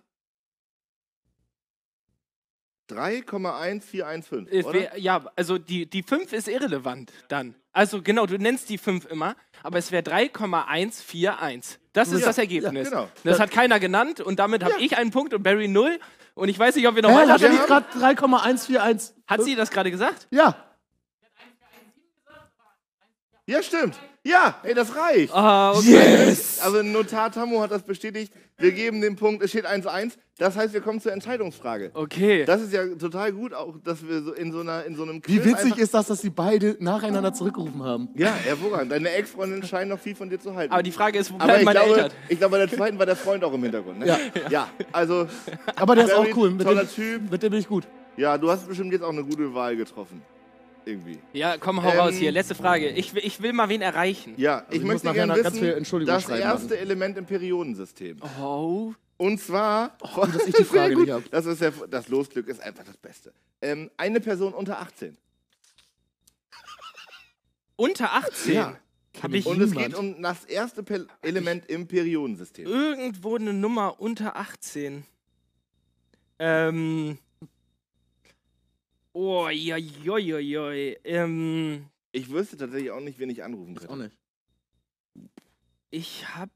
[SPEAKER 3] 3,1415.
[SPEAKER 4] Äh,
[SPEAKER 3] oder?
[SPEAKER 4] wär, ja, also die, die 5 ist irrelevant dann. Also genau, du nennst die 5 immer, aber es wäre 3,141. Das ist das Ergebnis.
[SPEAKER 3] genau.
[SPEAKER 4] Das hat keiner genannt und damit habe ich einen Punkt und Barry 0 Und ich weiß nicht, ob wir noch
[SPEAKER 5] Hä,
[SPEAKER 4] weiter.
[SPEAKER 5] hat
[SPEAKER 3] wir
[SPEAKER 5] er nicht
[SPEAKER 3] haben-
[SPEAKER 5] gerade 3,141?
[SPEAKER 4] Hat sie das gerade gesagt?
[SPEAKER 5] Ja.
[SPEAKER 3] Ja, stimmt. Ja, ey, das reicht.
[SPEAKER 4] Ah, okay.
[SPEAKER 5] Yes!
[SPEAKER 3] Also Notar Tammo hat das bestätigt. Wir geben den Punkt, es steht 1-1. Das heißt, wir kommen zur Entscheidungsfrage.
[SPEAKER 4] Okay.
[SPEAKER 3] Das ist ja total gut, auch dass wir so in so, einer, in so einem
[SPEAKER 5] Wie
[SPEAKER 3] Quiz
[SPEAKER 5] witzig
[SPEAKER 3] einfach-
[SPEAKER 5] ist das, dass die beide nacheinander zurückgerufen haben?
[SPEAKER 3] Ja, hervorragend. Deine Ex-Freundin scheint noch viel von dir zu halten.
[SPEAKER 4] Aber die Frage ist, wo
[SPEAKER 3] Aber
[SPEAKER 4] bleiben
[SPEAKER 3] ich
[SPEAKER 4] meine
[SPEAKER 3] glaube,
[SPEAKER 4] Eltern?
[SPEAKER 3] ich glaube, bei der zweiten war der Freund auch im Hintergrund. Ne?
[SPEAKER 5] Ja.
[SPEAKER 3] ja, also.
[SPEAKER 5] Aber der ist auch
[SPEAKER 3] Barry,
[SPEAKER 5] cool. Mit
[SPEAKER 3] toller
[SPEAKER 5] dem,
[SPEAKER 3] Typ.
[SPEAKER 5] mit dem bin ich gut.
[SPEAKER 3] Ja, du hast bestimmt jetzt auch eine gute Wahl getroffen. Irgendwie.
[SPEAKER 4] Ja, komm, hau
[SPEAKER 3] Ähm,
[SPEAKER 4] raus hier. Letzte Frage. Ich, will- ich will mal wen erreichen.
[SPEAKER 3] Ja, ich,
[SPEAKER 5] Also ich muss
[SPEAKER 3] möchte
[SPEAKER 5] nachher
[SPEAKER 3] gerne
[SPEAKER 5] noch
[SPEAKER 3] wissen,
[SPEAKER 5] ganz viel Entschuldigung
[SPEAKER 3] das
[SPEAKER 5] schreiben
[SPEAKER 3] erste
[SPEAKER 5] lassen.
[SPEAKER 3] Element im Periodensystem.
[SPEAKER 4] Oh.
[SPEAKER 3] Und zwar.
[SPEAKER 5] Oh, dass ich die
[SPEAKER 3] Sehr
[SPEAKER 5] Frage
[SPEAKER 3] gut.
[SPEAKER 5] nicht hab.
[SPEAKER 3] Das, ist ja, das Losglück ist einfach das Beste. Ähm, eine Person unter 18.
[SPEAKER 4] Unter 18?
[SPEAKER 3] Ja.
[SPEAKER 4] Hab ich
[SPEAKER 3] Und es geht
[SPEAKER 5] Niemand.
[SPEAKER 3] um das erste Pe Element im Periodensystem.
[SPEAKER 4] irgendwo eine Nummer unter 18? Ähm. Oh, joi, joi, joi, joi. Ähm,
[SPEAKER 3] Ich wüsste tatsächlich auch nicht, wen ich anrufen
[SPEAKER 5] Auch
[SPEAKER 3] könnte.
[SPEAKER 5] nicht.
[SPEAKER 4] ich hab.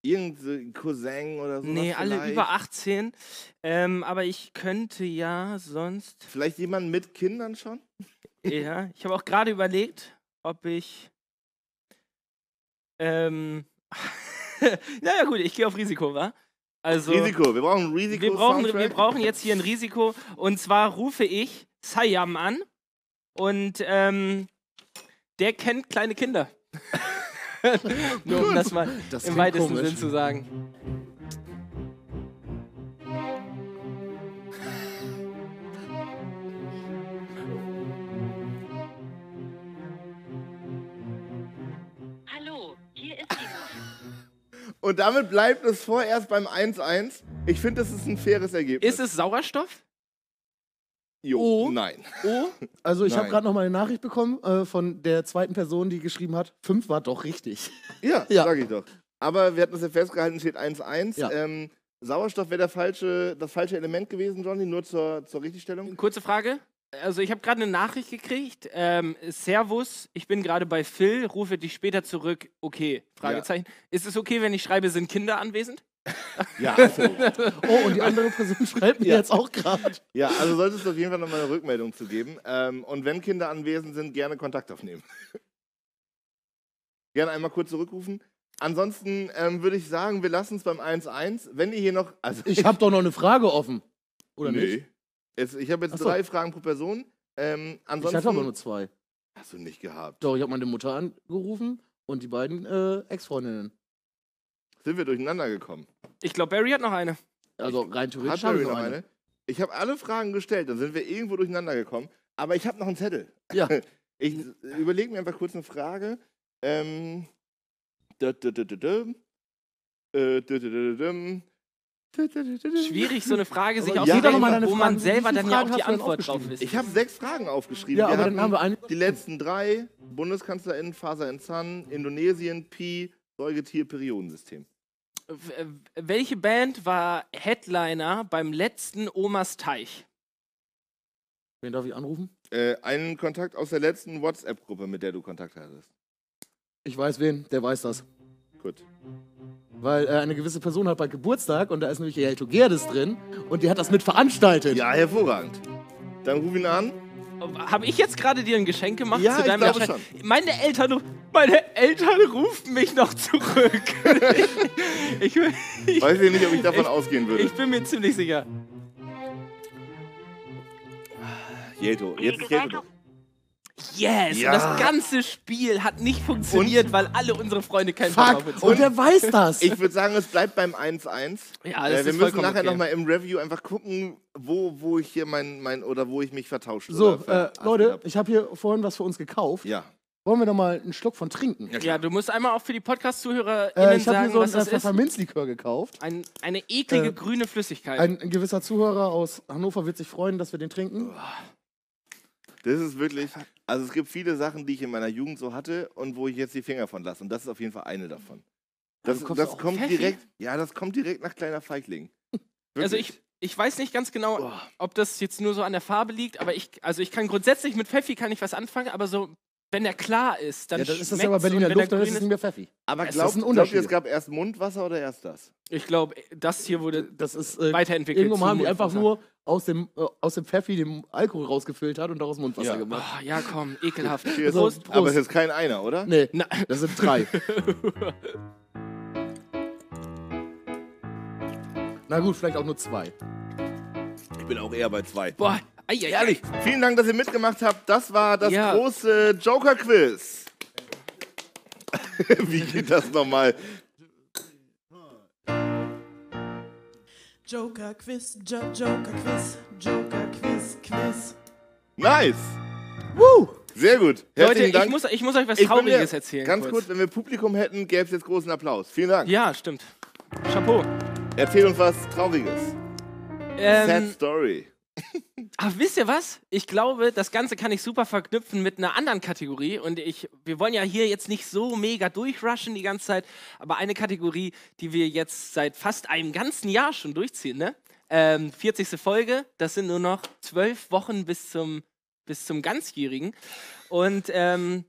[SPEAKER 3] Irgendein Cousin oder so.
[SPEAKER 4] Nee, alle
[SPEAKER 3] Also vielleicht.
[SPEAKER 4] über 18. Ähm, aber ich könnte ja sonst.
[SPEAKER 3] Vielleicht jemand mit Kindern schon?
[SPEAKER 4] Ja, ich habe auch gerade überlegt, ob ich. Ähm. naja, gut, ich gehe auf Risiko, wa? Also,
[SPEAKER 3] Risiko, wir brauchen ein Risiko.
[SPEAKER 4] wir, brauchen, wir
[SPEAKER 3] Soundtrack.
[SPEAKER 4] brauchen jetzt hier ein Risiko. Und zwar rufe ich Sayam an. Und ähm, der kennt kleine Kinder. Nur um das mal
[SPEAKER 5] Das
[SPEAKER 4] im
[SPEAKER 5] klingt
[SPEAKER 4] weitesten
[SPEAKER 5] komisch.
[SPEAKER 4] Sinn zu sagen.
[SPEAKER 9] Hallo, hier ist die.
[SPEAKER 3] Und damit bleibt es vorerst beim 1-1. Ich finde, das ist ein faires Ergebnis.
[SPEAKER 4] Ist es Sauerstoff?
[SPEAKER 3] Jo,
[SPEAKER 4] Oh.
[SPEAKER 3] nein.
[SPEAKER 4] Oh,
[SPEAKER 5] Also ich habe
[SPEAKER 3] Nein.
[SPEAKER 5] gerade noch mal eine Nachricht bekommen äh, von der zweiten Person, die geschrieben hat, fünf war doch richtig.
[SPEAKER 3] Ja,
[SPEAKER 5] Ja.
[SPEAKER 3] sag ich doch. Aber wir hatten es ja festgehalten, steht 1-1.
[SPEAKER 5] Ja.
[SPEAKER 3] Ähm, Sauerstoff wäre der falsche, das falsche Element gewesen, Johnny, nur zur, zur Richtigstellung.
[SPEAKER 4] kurze Frage. Also, ich habe gerade eine Nachricht gekriegt. Ähm, Servus, ich bin gerade bei Phil, rufe dich später zurück. Okay, Fragezeichen. Ist es okay, wenn ich schreibe, sind Kinder anwesend?
[SPEAKER 3] Ja, also,
[SPEAKER 5] Oh, und die andere Person schreibt mir
[SPEAKER 3] Ja.
[SPEAKER 5] jetzt auch gerade.
[SPEAKER 3] ja, also solltest du auf jeden Fall nochmal eine Rückmeldung zu geben. Ähm, und wenn Kinder anwesend sind, gerne Kontakt aufnehmen. gerne einmal kurz zurückrufen. Ansonsten ähm, würde ich sagen, wir lassen es beim 1-1. Wenn ihr hier noch. Also,
[SPEAKER 5] Ich habe doch noch eine Frage offen. Oder
[SPEAKER 3] nee.
[SPEAKER 5] nicht?
[SPEAKER 3] Es, ich habe jetzt
[SPEAKER 5] Ach so.
[SPEAKER 3] drei Fragen pro Person. Ähm,
[SPEAKER 5] Ich
[SPEAKER 3] ansonsten
[SPEAKER 5] hatte aber nur zwei.
[SPEAKER 3] hast du nicht gehabt.
[SPEAKER 5] Doch, ich habe meine Mutter angerufen und die beiden äh, Ex-Freundinnen.
[SPEAKER 3] Sind wir durcheinander gekommen?
[SPEAKER 4] Ich glaube, Barry hat noch eine.
[SPEAKER 5] Also rein
[SPEAKER 3] Hat
[SPEAKER 5] theoretisch habe
[SPEAKER 3] Barry
[SPEAKER 5] ich noch
[SPEAKER 3] noch
[SPEAKER 5] eine.
[SPEAKER 3] eine? Ich habe alle Fragen gestellt, dann sind wir irgendwo durcheinander gekommen. Aber ich habe noch einen Zettel.
[SPEAKER 5] Ja.
[SPEAKER 3] Ich überlege mir einfach kurz eine Frage. Ähm. dö, dö, dö, dö, dö. Äh, dö, dö, dö, dö, dö. Dö, dö, dö, dö, dö.
[SPEAKER 4] Schwierig, so eine Frage sich
[SPEAKER 3] Aber
[SPEAKER 5] jeder
[SPEAKER 4] auszudenken,
[SPEAKER 5] noch mal deine
[SPEAKER 4] wo man
[SPEAKER 5] Fragen.
[SPEAKER 4] selber
[SPEAKER 5] Wie viele
[SPEAKER 4] dann ja auch
[SPEAKER 5] Fragen
[SPEAKER 4] die
[SPEAKER 5] hast du denn
[SPEAKER 4] Antwort drauf
[SPEAKER 5] aufgeschrieben?
[SPEAKER 4] ist.
[SPEAKER 3] Ich habe sechs Fragen aufgeschrieben.
[SPEAKER 5] Ja,
[SPEAKER 3] Wir
[SPEAKER 5] aber dann
[SPEAKER 3] hatten-
[SPEAKER 5] haben wir eine.
[SPEAKER 3] Die letzten drei: BundeskanzlerInnen, Faser in Sun, Indonesien, Pi, Säugetier-Periodensystem.
[SPEAKER 4] W- äh, Welche Band war Headliner beim letzten Omas Teich?
[SPEAKER 5] Wen darf ich anrufen?
[SPEAKER 3] Äh, einen Kontakt aus der letzten WhatsApp-Gruppe, mit der du Kontakt hattest.
[SPEAKER 5] Ich weiß wen, der weiß das.
[SPEAKER 3] Gut.
[SPEAKER 5] Weil äh, eine gewisse Person hat bald Geburtstag und da ist nämlich Jelto Gerdes drin und die hat das mit veranstaltet.
[SPEAKER 3] Ja, hervorragend. Dann ruf ihn an.
[SPEAKER 4] Habe ich jetzt gerade dir ein Geschenk gemacht
[SPEAKER 3] Ja,
[SPEAKER 4] zu
[SPEAKER 3] ich
[SPEAKER 4] deinem
[SPEAKER 3] glaube
[SPEAKER 4] Erschein- Meine Eltern, ru- meine Eltern rufen mich noch zurück. ich, ich, ich,
[SPEAKER 3] Weiß ich nicht, ob ich davon
[SPEAKER 4] Ich-
[SPEAKER 3] ausgehen würde.
[SPEAKER 4] ich bin mir ziemlich sicher.
[SPEAKER 3] Jeto,
[SPEAKER 9] Wie
[SPEAKER 3] jetzt ist
[SPEAKER 9] gesagt,
[SPEAKER 3] Jeto.
[SPEAKER 4] Yes,
[SPEAKER 3] Ja.
[SPEAKER 4] und das ganze Spiel hat nicht funktioniert, weil alle unsere Freunde keinen Bock
[SPEAKER 5] Fuck,
[SPEAKER 4] drauf
[SPEAKER 5] und der weiß das.
[SPEAKER 3] Ich würde sagen, es bleibt beim 1-1.
[SPEAKER 4] Ja,
[SPEAKER 3] Äh, wir
[SPEAKER 4] das ist
[SPEAKER 3] müssen
[SPEAKER 4] vollkommen
[SPEAKER 3] nachher
[SPEAKER 4] okay.
[SPEAKER 3] nochmal im Review einfach gucken, wo, wo ich hier mein, mein oder wo ich mich vertauscht
[SPEAKER 5] so,
[SPEAKER 3] oder
[SPEAKER 5] äh,
[SPEAKER 3] verarscht
[SPEAKER 5] Leute,
[SPEAKER 3] hab.
[SPEAKER 5] ich habe hier vorhin was für uns gekauft.
[SPEAKER 3] Ja.
[SPEAKER 5] Wollen wir noch mal einen Schluck von trinken?
[SPEAKER 4] Ja, du musst einmal auch für die Podcast-ZuhörerInnen
[SPEAKER 5] Äh, ich habe
[SPEAKER 4] sagen,
[SPEAKER 5] hier so
[SPEAKER 4] was
[SPEAKER 5] einen äh,
[SPEAKER 4] das ist.
[SPEAKER 5] Pfefferminzlikör gekauft.
[SPEAKER 4] Ein, eine eklige
[SPEAKER 5] Äh,
[SPEAKER 4] grüne Flüssigkeit.
[SPEAKER 5] Ein, ein gewisser Zuhörer aus Hannover wird sich freuen, dass wir den trinken.
[SPEAKER 3] Das ist wirklich. Also es gibt viele Sachen, die ich in meiner Jugend so hatte und wo ich jetzt die Finger von lasse. Und das ist auf jeden Fall eine davon. Das,
[SPEAKER 5] du kommst auch
[SPEAKER 3] das
[SPEAKER 5] auf
[SPEAKER 3] kommt
[SPEAKER 4] Pfeffi?
[SPEAKER 3] direkt. Ja, das kommt direkt nach kleiner Feigling.
[SPEAKER 4] Also ich, ich weiß nicht ganz genau, ob das jetzt nur so an der Farbe liegt, aber ich, also ich kann grundsätzlich mit Pfeffi kann ich was anfangen, aber so Wenn der klar ist, dann
[SPEAKER 5] Ja, dann ist das
[SPEAKER 4] schmeckt's
[SPEAKER 5] aber Berliner
[SPEAKER 4] und wenn
[SPEAKER 5] Luft,
[SPEAKER 4] der
[SPEAKER 5] dann ist es
[SPEAKER 4] grün
[SPEAKER 5] nicht mehr Pfeffi.
[SPEAKER 3] Aber
[SPEAKER 4] Es
[SPEAKER 3] glaubt,
[SPEAKER 5] ist ein
[SPEAKER 3] glaubt ihr, es
[SPEAKER 5] Unterschied.
[SPEAKER 3] gab erst Mundwasser oder erst das?
[SPEAKER 4] Ich glaube, das hier wurde
[SPEAKER 5] Das ist äh,
[SPEAKER 4] weiterentwickelt.
[SPEAKER 5] irgendwann
[SPEAKER 4] zu
[SPEAKER 5] haben die einfach
[SPEAKER 4] Mundwasser.
[SPEAKER 5] nur aus dem, äh, aus dem Pfeffi den Alkohol rausgefüllt hat und daraus Mundwasser
[SPEAKER 3] Ja.
[SPEAKER 5] gemacht.
[SPEAKER 4] Oh, ja, komm, ekelhaft.
[SPEAKER 3] Cheers.
[SPEAKER 4] Prost, Prost.
[SPEAKER 3] Aber es ist kein einer, oder?
[SPEAKER 5] Nee,
[SPEAKER 4] Na,
[SPEAKER 5] das sind drei. Na gut, vielleicht auch nur zwei.
[SPEAKER 3] Ich bin auch eher bei zwei.
[SPEAKER 4] boah, ei, ei,
[SPEAKER 3] Ehrlich, vielen Dank, dass ihr mitgemacht habt. Das war das
[SPEAKER 4] Ja.
[SPEAKER 3] große Joker-Quiz. Wie geht das nochmal?
[SPEAKER 7] Joker Quiz, jo Joker Quiz, Joker Quiz, Quiz.
[SPEAKER 3] Nice! Sehr gut.
[SPEAKER 4] Leute,
[SPEAKER 3] Herzlichen Dank.
[SPEAKER 4] ich muss, ich muss euch was
[SPEAKER 3] Ich bin
[SPEAKER 4] Trauriges
[SPEAKER 3] mir-
[SPEAKER 4] erzählen.
[SPEAKER 3] Ganz kurz. wenn wir Publikum hätten, gäbe es jetzt großen Applaus. Vielen Dank.
[SPEAKER 4] Ja, stimmt. Chapeau.
[SPEAKER 3] Erzähl uns was Trauriges. Sad
[SPEAKER 4] Ähm,
[SPEAKER 3] Story.
[SPEAKER 4] ach, wisst ihr was? Ich glaube, das Ganze kann ich super verknüpfen mit einer anderen Kategorie. Und ich, wir wollen ja hier jetzt nicht so mega durchrushen die ganze Zeit, aber eine Kategorie, die wir jetzt seit fast einem ganzen Jahr schon durchziehen, ne? Ähm, 40. Folge, das sind nur noch zwölf Wochen bis zum, bis zum Ganzjährigen. Und ähm,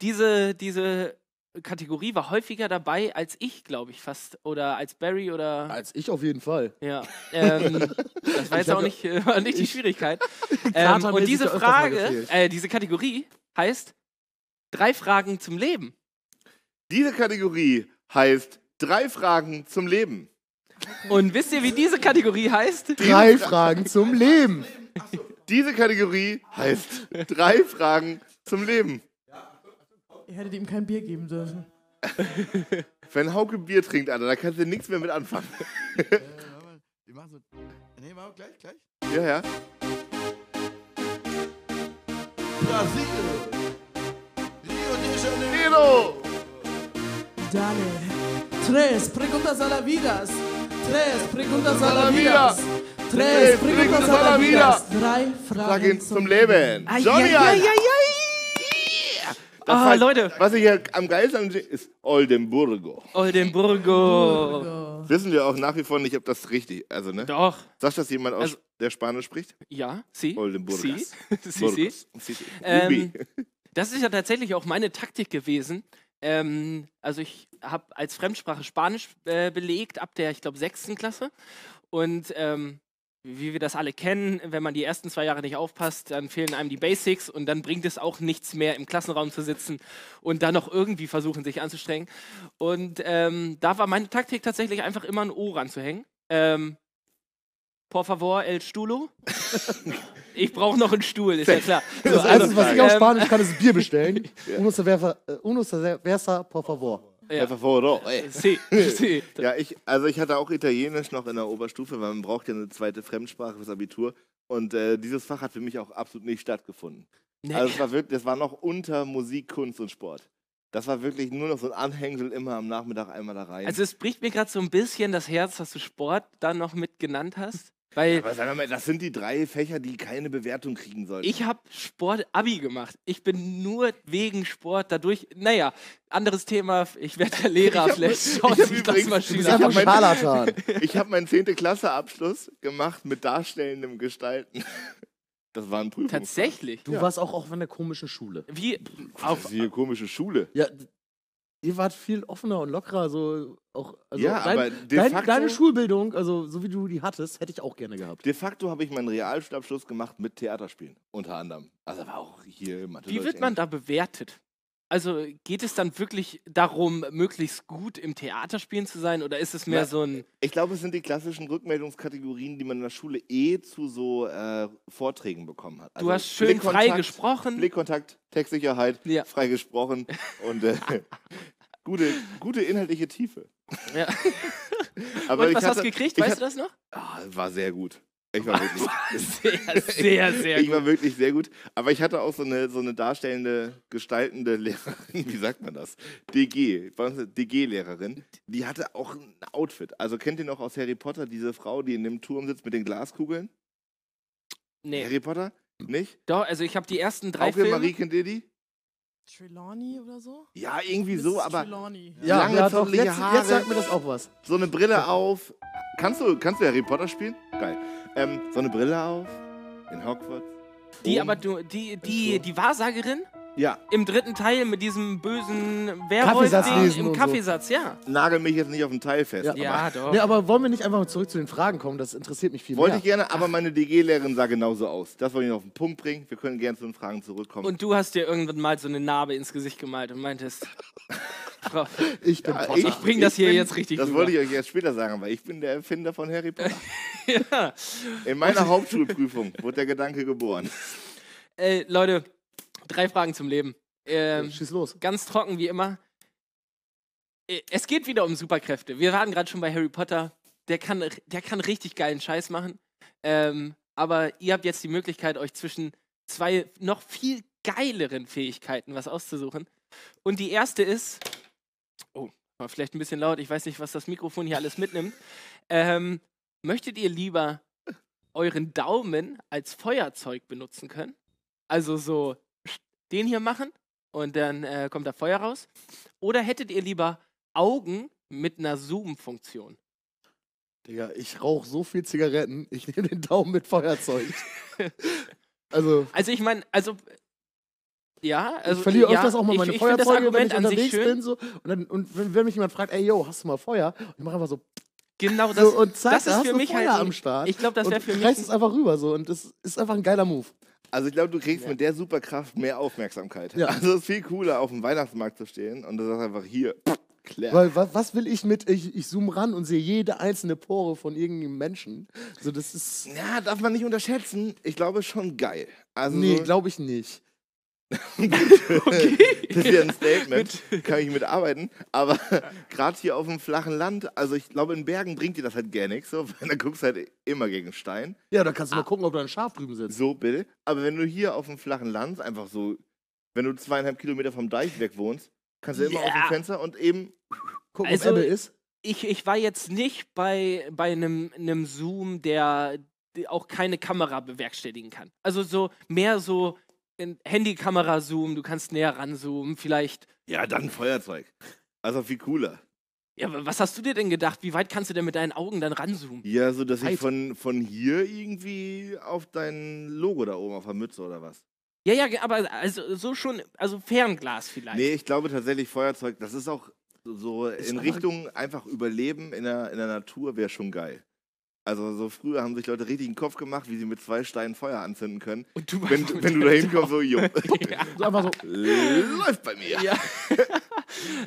[SPEAKER 4] diese, diese Kategorie war häufiger dabei als ich, glaube ich, fast. Oder als Barry oder.
[SPEAKER 5] Als ich auf jeden Fall.
[SPEAKER 4] Ja, ähm, das war jetzt
[SPEAKER 5] hab
[SPEAKER 4] auch
[SPEAKER 5] ja-
[SPEAKER 4] nicht, äh, war nicht die
[SPEAKER 5] ich-
[SPEAKER 4] Schwierigkeit. ähm,
[SPEAKER 5] Kater
[SPEAKER 4] und
[SPEAKER 5] mäßig
[SPEAKER 4] diese
[SPEAKER 5] öfters mal
[SPEAKER 4] Frage,
[SPEAKER 5] gefehlt.
[SPEAKER 4] äh, diese Kategorie heißt drei Fragen zum Leben.
[SPEAKER 3] Diese Kategorie heißt drei Fragen zum Leben.
[SPEAKER 4] Und wisst ihr, wie diese Kategorie heißt?
[SPEAKER 5] Drei Fragen zum Leben.
[SPEAKER 3] Diese Kategorie heißt drei Fragen zum Leben.
[SPEAKER 7] Ihr hättet ihm kein Bier geben dürfen.
[SPEAKER 3] Wenn Hauke Bier trinkt, Alter, da kannst du nichts mehr mit anfangen.
[SPEAKER 6] Wir machen so. Nee, machen wir gleich, gleich.
[SPEAKER 3] Ja, ja.
[SPEAKER 6] Brasilien. Rio de Janeiro.
[SPEAKER 3] Nino!
[SPEAKER 7] Dale. Tres preguntas a la vidas. Tres preguntas a la
[SPEAKER 3] la
[SPEAKER 7] vidas.
[SPEAKER 3] vida.
[SPEAKER 7] Tres
[SPEAKER 3] Tres
[SPEAKER 7] preguntas a la vidas. Drei
[SPEAKER 3] Fragen
[SPEAKER 7] Fragen
[SPEAKER 3] zum Leben.
[SPEAKER 4] Ai,
[SPEAKER 3] Johnny!
[SPEAKER 4] ai, ai,
[SPEAKER 3] Alter. Das
[SPEAKER 4] Ah,
[SPEAKER 3] halt-
[SPEAKER 4] Leute.
[SPEAKER 3] Was ich hier am geilsten sehe, ist Oldenburgo.
[SPEAKER 4] Oldenburgo.
[SPEAKER 3] Wissen wir auch nach wie vor nicht, ob das richtig Also, ne?
[SPEAKER 4] Doch,
[SPEAKER 3] Sagt das jemand aus,
[SPEAKER 4] Also-
[SPEAKER 3] der Spanisch spricht?
[SPEAKER 4] ja, sie. Sie,
[SPEAKER 3] Oldenburgas.
[SPEAKER 4] sie, sie.
[SPEAKER 3] Burgos. Sie, sie.
[SPEAKER 4] Ähm,
[SPEAKER 3] Ubi.
[SPEAKER 4] Das ist ja tatsächlich auch meine Taktik gewesen. Ähm, also ich habe als Fremdsprache Spanisch äh, belegt ab der, ich glaube, sechsten Klasse. Und ähm, wie wir das alle kennen, wenn man die ersten zwei Jahre nicht aufpasst, dann fehlen einem die Basics und dann bringt es auch nichts mehr, im Klassenraum zu sitzen und dann noch irgendwie versuchen, sich anzustrengen. Und ähm, da war meine Taktik tatsächlich einfach immer ein O ranzuhängen. Ähm, por favor, el Stulo. ich brauche noch einen Stuhl, ist ja klar. So,
[SPEAKER 5] Das Einzige, was ich
[SPEAKER 4] ähm,
[SPEAKER 5] auf Spanisch kann, ist ein Bier bestellen. Uno se verfa- äh, uno se versa, por favor.
[SPEAKER 4] ja.
[SPEAKER 3] Einfach vor, doch, ey.
[SPEAKER 4] Sí, sí.
[SPEAKER 3] Ja, ich, also ich hatte auch Italienisch noch in der Oberstufe, weil man braucht ja eine zweite Fremdsprache fürs Abitur. Und äh, dieses Fach hat für mich auch absolut nicht stattgefunden.
[SPEAKER 4] Nee.
[SPEAKER 3] Also es war wirklich, das war noch unter Musik, Kunst und Sport. Das war wirklich nur noch so ein Anhängsel immer am Nachmittag einmal da rein.
[SPEAKER 4] Also es bricht mir gerade so ein bisschen das Herz, dass du Sport da noch mit genannt hast, weil
[SPEAKER 3] Aber sagen wir mal, das sind die drei Fächer, die keine Bewertung kriegen sollten.
[SPEAKER 4] ich habe Sport Abi gemacht. Ich bin nur wegen Sport dadurch, naja, anderes Thema, ich werde der Lehrer,
[SPEAKER 3] Ich hab-
[SPEAKER 4] vielleicht
[SPEAKER 3] ich
[SPEAKER 4] schaut
[SPEAKER 3] hab
[SPEAKER 4] sich das
[SPEAKER 3] übrigens-
[SPEAKER 4] mal
[SPEAKER 5] Du
[SPEAKER 4] schief
[SPEAKER 5] bist
[SPEAKER 3] Ich hab
[SPEAKER 4] an.
[SPEAKER 5] einfach ein
[SPEAKER 3] mein-
[SPEAKER 5] Scharlatan.
[SPEAKER 3] Ich habe meinen 10. Klasse-Abschluss gemacht mit darstellendem Gestalten. Das war ein Prüfung.
[SPEAKER 4] Tatsächlich.
[SPEAKER 5] Du warst auch auf einer komischen Schule.
[SPEAKER 4] Wie
[SPEAKER 3] Das ist
[SPEAKER 4] auf
[SPEAKER 3] hier komische Schule.
[SPEAKER 5] Ja, d- ihr wart viel offener und lockerer, so auch. Also
[SPEAKER 3] ja,
[SPEAKER 5] dein,
[SPEAKER 3] aber de
[SPEAKER 5] dein,
[SPEAKER 3] facto,
[SPEAKER 5] deine Schulbildung, also so wie du die hattest, hätte ich auch gerne gehabt.
[SPEAKER 3] de facto habe ich meinen Realschulabschluss gemacht mit Theaterspielen, unter anderem. Also war auch hier Mathe.
[SPEAKER 4] wie
[SPEAKER 3] Deutsch,
[SPEAKER 4] wird man
[SPEAKER 3] Englisch.
[SPEAKER 4] da bewertet? Also geht es dann wirklich darum, möglichst gut im Theater spielen zu sein oder ist es mehr
[SPEAKER 3] Na,
[SPEAKER 4] so ein
[SPEAKER 3] Ich glaube, es sind die klassischen Rückmeldungskategorien, die man in der Schule eh zu so äh, Vorträgen bekommen hat.
[SPEAKER 4] du
[SPEAKER 3] Also
[SPEAKER 4] hast schön
[SPEAKER 3] Blickkontakt,
[SPEAKER 4] frei gesprochen?
[SPEAKER 3] Mhm. Blickkontakt, Textsicherheit,
[SPEAKER 4] Ja.
[SPEAKER 3] frei gesprochen und äh, gute, gute inhaltliche Tiefe.
[SPEAKER 4] Ja.
[SPEAKER 3] Aber
[SPEAKER 4] Und
[SPEAKER 3] ich
[SPEAKER 4] was hast du
[SPEAKER 3] hatte-
[SPEAKER 4] gekriegt,
[SPEAKER 3] ich hatte-
[SPEAKER 4] weißt du das noch?
[SPEAKER 3] Ah, war sehr gut. Ich war wirklich,
[SPEAKER 4] Sehr, sehr, sehr
[SPEAKER 3] ich
[SPEAKER 4] gut.
[SPEAKER 3] war wirklich sehr gut. Aber ich hatte auch so eine, so eine darstellende, gestaltende Lehrerin, wie sagt man das? DG, bei uns eine DG-Lehrerin, die hatte auch ein Outfit. Also kennt ihr noch aus Harry Potter diese Frau, die in dem Turm sitzt mit den Glaskugeln?
[SPEAKER 4] Nee.
[SPEAKER 3] Harry Potter? Nicht?
[SPEAKER 4] Doch, also ich habe die ersten drei
[SPEAKER 3] Hauke,
[SPEAKER 4] Filme.
[SPEAKER 3] Marie, kennt ihr die?
[SPEAKER 7] Trelawney oder so?
[SPEAKER 3] Ja, irgendwie so,
[SPEAKER 7] Mrs.
[SPEAKER 3] aber
[SPEAKER 7] Trelawney.
[SPEAKER 3] Ja, Lange,
[SPEAKER 5] der hat auch-
[SPEAKER 3] zottelige
[SPEAKER 5] jetzt,
[SPEAKER 3] Haare.
[SPEAKER 5] jetzt sagt mir das auch was.
[SPEAKER 3] so eine Brille auf. Kannst du, kannst du Harry Potter spielen? Geil. Ähm, so eine Brille auf in Hogwarts.
[SPEAKER 4] Die
[SPEAKER 3] Oben.
[SPEAKER 4] aber du, die, die, die Wahrsagerin,
[SPEAKER 3] Ja,
[SPEAKER 4] Im dritten Teil mit diesem bösen
[SPEAKER 5] Kaffeesatz
[SPEAKER 4] Werwolf-Ding
[SPEAKER 5] lesen
[SPEAKER 4] im
[SPEAKER 5] und so.
[SPEAKER 4] Kaffeesatz, ja.
[SPEAKER 3] nagel mich jetzt nicht auf den Teil fest.
[SPEAKER 5] Ja.
[SPEAKER 3] aber ne,
[SPEAKER 4] Ja, doch.
[SPEAKER 5] Nee, aber wollen wir nicht einfach mal zurück zu den Fragen kommen? Das interessiert mich viel
[SPEAKER 3] Wollte
[SPEAKER 5] mehr.
[SPEAKER 3] ich gerne, aber meine DG-Lehrerin sah genauso aus. Das wollte ich noch auf den Punkt bringen. Wir können gerne zu den Fragen zurückkommen.
[SPEAKER 4] Und du hast dir irgendwann mal so eine Narbe ins Gesicht gemalt und meintest, Frau,
[SPEAKER 5] ich bin
[SPEAKER 3] Ja,
[SPEAKER 5] Potter.
[SPEAKER 4] ich bring das hier
[SPEAKER 3] bin-
[SPEAKER 4] jetzt richtig
[SPEAKER 3] Das
[SPEAKER 4] rüber.
[SPEAKER 3] wollte ich euch erst später sagen, weil ich bin der Erfinder von Harry Potter.
[SPEAKER 4] ja.
[SPEAKER 3] In meiner Hauptschulprüfung wurde der Gedanke geboren.
[SPEAKER 4] äh, Leute, drei Fragen zum Leben. Ähm,
[SPEAKER 5] Schieß los.
[SPEAKER 4] ganz trocken wie immer. Äh, Es geht wieder um Superkräfte. Wir waren gerade schon bei Harry Potter. Der kann, der kann richtig geilen Scheiß machen. Ähm, aber ihr habt jetzt die Möglichkeit, euch zwischen zwei noch viel geileren Fähigkeiten was auszusuchen. Und die erste ist. Oh, war vielleicht ein bisschen laut. Ich weiß nicht, was das Mikrofon hier alles mitnimmt. Ähm, möchtet ihr lieber euren Daumen als Feuerzeug benutzen können? Also so den hier machen und dann äh, kommt da Feuer raus. Oder hättet ihr lieber Augen mit einer Zoom-Funktion?
[SPEAKER 5] Digga, ich rauche so viel Zigaretten, ich nehme den Daumen mit Feuerzeug. also,
[SPEAKER 4] Also ich meine, also ja, also
[SPEAKER 5] ich verliere
[SPEAKER 4] ja,
[SPEAKER 5] öfters auch mal
[SPEAKER 4] ich-
[SPEAKER 5] meine
[SPEAKER 4] ich find das
[SPEAKER 5] Feuerzeuge, wenn
[SPEAKER 4] Argument
[SPEAKER 5] ich
[SPEAKER 4] an sich
[SPEAKER 5] unterwegs
[SPEAKER 4] schön.
[SPEAKER 5] bin. So, und dann, und wenn, wenn mich jemand fragt, ey, yo, hast du mal Feuer? Ich mache einfach so,
[SPEAKER 4] Genau das.
[SPEAKER 5] so und zack,
[SPEAKER 4] das
[SPEAKER 5] da
[SPEAKER 4] ist
[SPEAKER 5] hast
[SPEAKER 4] für
[SPEAKER 5] du
[SPEAKER 4] mich
[SPEAKER 5] Feuer
[SPEAKER 4] halt ein-
[SPEAKER 5] am Start.
[SPEAKER 4] ich glaube, das
[SPEAKER 5] und
[SPEAKER 4] wäre für mich
[SPEAKER 5] reißt es
[SPEAKER 4] ein-
[SPEAKER 5] einfach rüber so und das ist einfach ein geiler Move.
[SPEAKER 3] Also ich glaube, du kriegst mit der Superkraft mehr Aufmerksamkeit.
[SPEAKER 5] Ja.
[SPEAKER 3] Also es ist viel cooler, auf dem Weihnachtsmarkt zu stehen und du sagst einfach hier, pff, Claire.
[SPEAKER 5] Weil was, was will ich mit, ich, ich zoome ran und sehe jede einzelne Pore von irgendeinem Menschen. So, das ist,
[SPEAKER 3] Ja, darf man nicht unterschätzen. Ich glaube, schon geil. Also
[SPEAKER 5] nee, glaube ich nicht.
[SPEAKER 3] Das ist ja ein Statement, kann ich mitarbeiten. Aber gerade hier auf dem flachen Land, also ich glaube, in Bergen bringt dir das halt gar nichts. So. weil Da guckst du halt immer gegen Stein.
[SPEAKER 5] Ja, da kannst du mal gucken, ob da ein Schaf drüben sitzt.
[SPEAKER 3] So, bitte. Aber wenn du hier auf dem flachen Land einfach so, wenn du zweieinhalb Kilometer vom Deich weg wohnst, kannst du immer aus
[SPEAKER 4] Ja.
[SPEAKER 3] dem Fenster und eben.
[SPEAKER 5] Gucken,
[SPEAKER 4] Also-
[SPEAKER 5] ob Ebbe ist.
[SPEAKER 4] ich, ich war jetzt nicht bei, bei einem, einem Zoom, der die auch keine Kamera bewerkstelligen kann. Also so mehr so ein Handykamera-Zoom, du kannst näher ranzoomen, vielleicht.
[SPEAKER 3] Ja, dann Feuerzeug. Also viel cooler.
[SPEAKER 4] Ja, aber was hast du dir denn gedacht? Wie weit kannst du denn mit deinen Augen dann ranzoomen?
[SPEAKER 3] Ja, so dass ich
[SPEAKER 5] Halt.
[SPEAKER 3] von, von hier irgendwie auf dein Logo da oben auf der Mütze oder was.
[SPEAKER 4] Ja, ja, ge- aber also so schon, also Fernglas vielleicht.
[SPEAKER 3] Nee, ich glaube tatsächlich Feuerzeug, das ist auch so in
[SPEAKER 5] aber-
[SPEAKER 3] Richtung einfach Überleben in der, in der Natur wäre schon geil. Also so früher haben sich Leute richtig einen Kopf gemacht, wie sie mit zwei Steinen Feuer anzünden können.
[SPEAKER 4] Und du
[SPEAKER 3] Wenn, wenn du da hinkommst, so, jo,
[SPEAKER 5] So einfach so,
[SPEAKER 3] läuft bei mir.
[SPEAKER 4] Ja.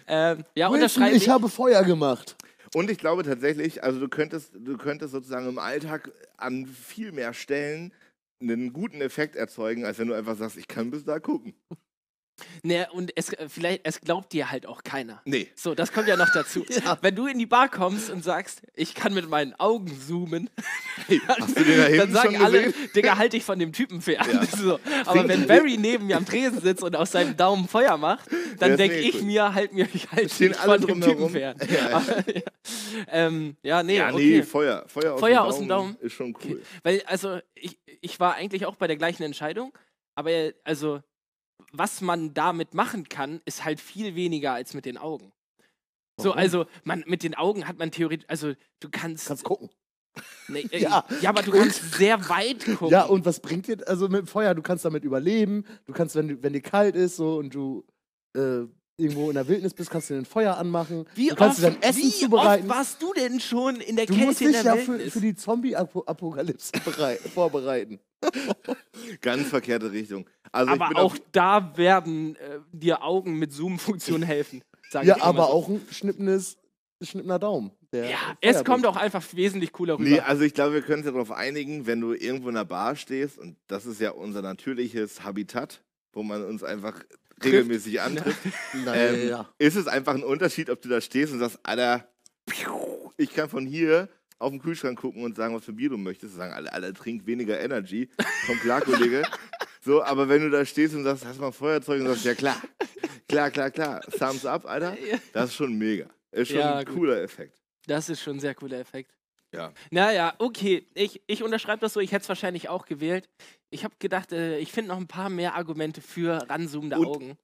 [SPEAKER 4] ähm, ja,
[SPEAKER 5] Wilson,
[SPEAKER 4] unterschreibe ich.
[SPEAKER 5] ich habe Feuer gemacht.
[SPEAKER 3] Und ich glaube tatsächlich, also du könntest, du könntest sozusagen im Alltag an viel mehr Stellen einen guten Effekt erzeugen, als wenn du einfach sagst, ich kann bis da gucken.
[SPEAKER 4] nee, und es, äh, vielleicht, es glaubt dir halt auch keiner.
[SPEAKER 3] Nee.
[SPEAKER 4] So, das kommt ja noch dazu. Wenn du in die Bar kommst und sagst, ich kann mit meinen Augen zoomen,
[SPEAKER 3] Hast du den da
[SPEAKER 4] dann
[SPEAKER 3] hinten
[SPEAKER 4] sagen
[SPEAKER 3] schon
[SPEAKER 4] alle,
[SPEAKER 3] gesehen?
[SPEAKER 4] Digga, halt dich von dem Typen fern.
[SPEAKER 3] Ja.
[SPEAKER 4] So. Aber wenn Barry neben mir am Tresen sitzt und aus seinem Daumen Feuer macht,
[SPEAKER 3] Wär's
[SPEAKER 4] dann denke
[SPEAKER 3] mega
[SPEAKER 4] ich
[SPEAKER 3] eh cool.
[SPEAKER 4] mir, halt mir, ich halte
[SPEAKER 3] Stehen
[SPEAKER 4] dich
[SPEAKER 3] alle
[SPEAKER 4] von dem Typen
[SPEAKER 3] drumherum.
[SPEAKER 4] fern.
[SPEAKER 3] Ja.
[SPEAKER 4] Aber,
[SPEAKER 5] Äh.
[SPEAKER 4] ja. Ähm, ja, nee,
[SPEAKER 3] Ja, nee,
[SPEAKER 4] okay.
[SPEAKER 3] Feuer. Feuer, aus,
[SPEAKER 4] Feuer
[SPEAKER 3] dem
[SPEAKER 4] aus dem Daumen.
[SPEAKER 3] ist schon cool.
[SPEAKER 4] Okay. Weil, also, ich, ich war eigentlich auch bei der gleichen Entscheidung, aber äh, also, was man damit machen kann, ist halt viel weniger als mit den Augen. So, also, man, mit den Augen hat man theoretisch, also, du kannst.
[SPEAKER 5] Kannst gucken.
[SPEAKER 4] nee, äh, ja.
[SPEAKER 5] Ja.
[SPEAKER 4] aber du kannst sehr weit gucken.
[SPEAKER 5] Ja, und was bringt dir, also mit Feuer, du kannst damit überleben, du kannst, wenn, du- wenn dir kalt ist so und du äh, irgendwo in der Wildnis bist, kannst du dir ein Feuer anmachen.
[SPEAKER 4] wie
[SPEAKER 5] du kannst dir
[SPEAKER 4] oft,
[SPEAKER 5] dann Essen
[SPEAKER 4] wie
[SPEAKER 5] zubereiten.
[SPEAKER 4] oft warst du denn schon in der
[SPEAKER 5] du
[SPEAKER 4] Kälte
[SPEAKER 5] musst
[SPEAKER 4] in
[SPEAKER 5] dich
[SPEAKER 4] der
[SPEAKER 5] ja für,
[SPEAKER 4] Wildnis?
[SPEAKER 5] für die Zombie-Apokalypse berei- vorbereiten.
[SPEAKER 3] Ganz verkehrte Richtung. Also ich
[SPEAKER 4] aber
[SPEAKER 3] bin
[SPEAKER 4] auch
[SPEAKER 3] auf-
[SPEAKER 4] da werden äh, dir Augen mit Zoom-Funktion helfen. sag
[SPEAKER 5] Ja,
[SPEAKER 4] ich immer
[SPEAKER 5] aber
[SPEAKER 4] so.
[SPEAKER 5] auch ein schnippendes, schnippender Daumen. der
[SPEAKER 4] Ja,
[SPEAKER 5] Feuer
[SPEAKER 4] es kommt
[SPEAKER 5] bringt.
[SPEAKER 4] auch einfach wesentlich cooler rüber.
[SPEAKER 3] Nee, also ich glaube, wir können uns ja darauf einigen, wenn du irgendwo in einer Bar stehst, und das ist ja unser natürliches Habitat, wo man uns einfach regelmäßig antrifft,
[SPEAKER 5] Naja,
[SPEAKER 3] ähm,
[SPEAKER 5] ja.
[SPEAKER 3] ist es einfach ein Unterschied, ob du da stehst und sagst, Alter, piu, ich kann von hier auf den Kühlschrank gucken und sagen, was für Bier du möchtest. Und sagen alle, alle trink weniger Energy. Komm klar, Kollege. So, aber wenn du da stehst und sagst, hast du mal Feuerzeug und sagst, ja klar, klar, klar, klar, thumbs up, Alter, das ist schon mega. Ist schon
[SPEAKER 4] Ja,
[SPEAKER 3] ein
[SPEAKER 4] gut.
[SPEAKER 3] cooler Effekt.
[SPEAKER 4] Das ist schon ein sehr cooler Effekt.
[SPEAKER 3] Ja.
[SPEAKER 4] Naja, okay. Ich, ich unterschreibe das so. Ich hätte es wahrscheinlich auch gewählt. Ich habe gedacht, äh, ich finde noch ein paar mehr Argumente für ranzoomende
[SPEAKER 3] Und-
[SPEAKER 4] Augen.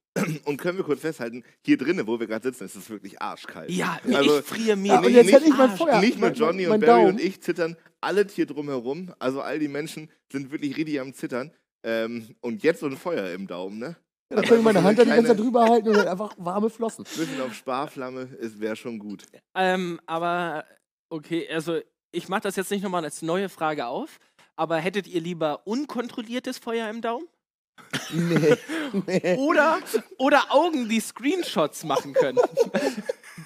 [SPEAKER 3] Und können wir kurz festhalten, hier drinnen, wo wir gerade sitzen, ist es wirklich arschkalt.
[SPEAKER 4] Ja,
[SPEAKER 3] also
[SPEAKER 4] ich friere mir.
[SPEAKER 5] Ja, und
[SPEAKER 3] nicht-
[SPEAKER 5] jetzt hätte
[SPEAKER 4] nicht
[SPEAKER 5] ich mein
[SPEAKER 4] Arsch.
[SPEAKER 5] Feuer.
[SPEAKER 3] nicht nur
[SPEAKER 5] mein-
[SPEAKER 3] Johnny
[SPEAKER 5] mein
[SPEAKER 3] und Barry
[SPEAKER 5] Daumen.
[SPEAKER 3] und ich zittern, alle hier drumherum, also all die Menschen sind wirklich richtig am Zittern. Ähm, und jetzt so ein Feuer im Daumen, ne?
[SPEAKER 5] Da kann ich meine Hand da die ganze Zeit
[SPEAKER 3] Kleine-
[SPEAKER 5] drüber halten und dann einfach warme Flossen.
[SPEAKER 3] Bisschen auf Sparflamme, es wäre schon gut.
[SPEAKER 4] Ähm, aber okay, also ich mache das jetzt nicht nochmal als neue Frage auf, aber hättet ihr lieber unkontrolliertes Feuer im Daumen?
[SPEAKER 5] Nee. nee.
[SPEAKER 4] Oder, oder Augen, die Screenshots machen können?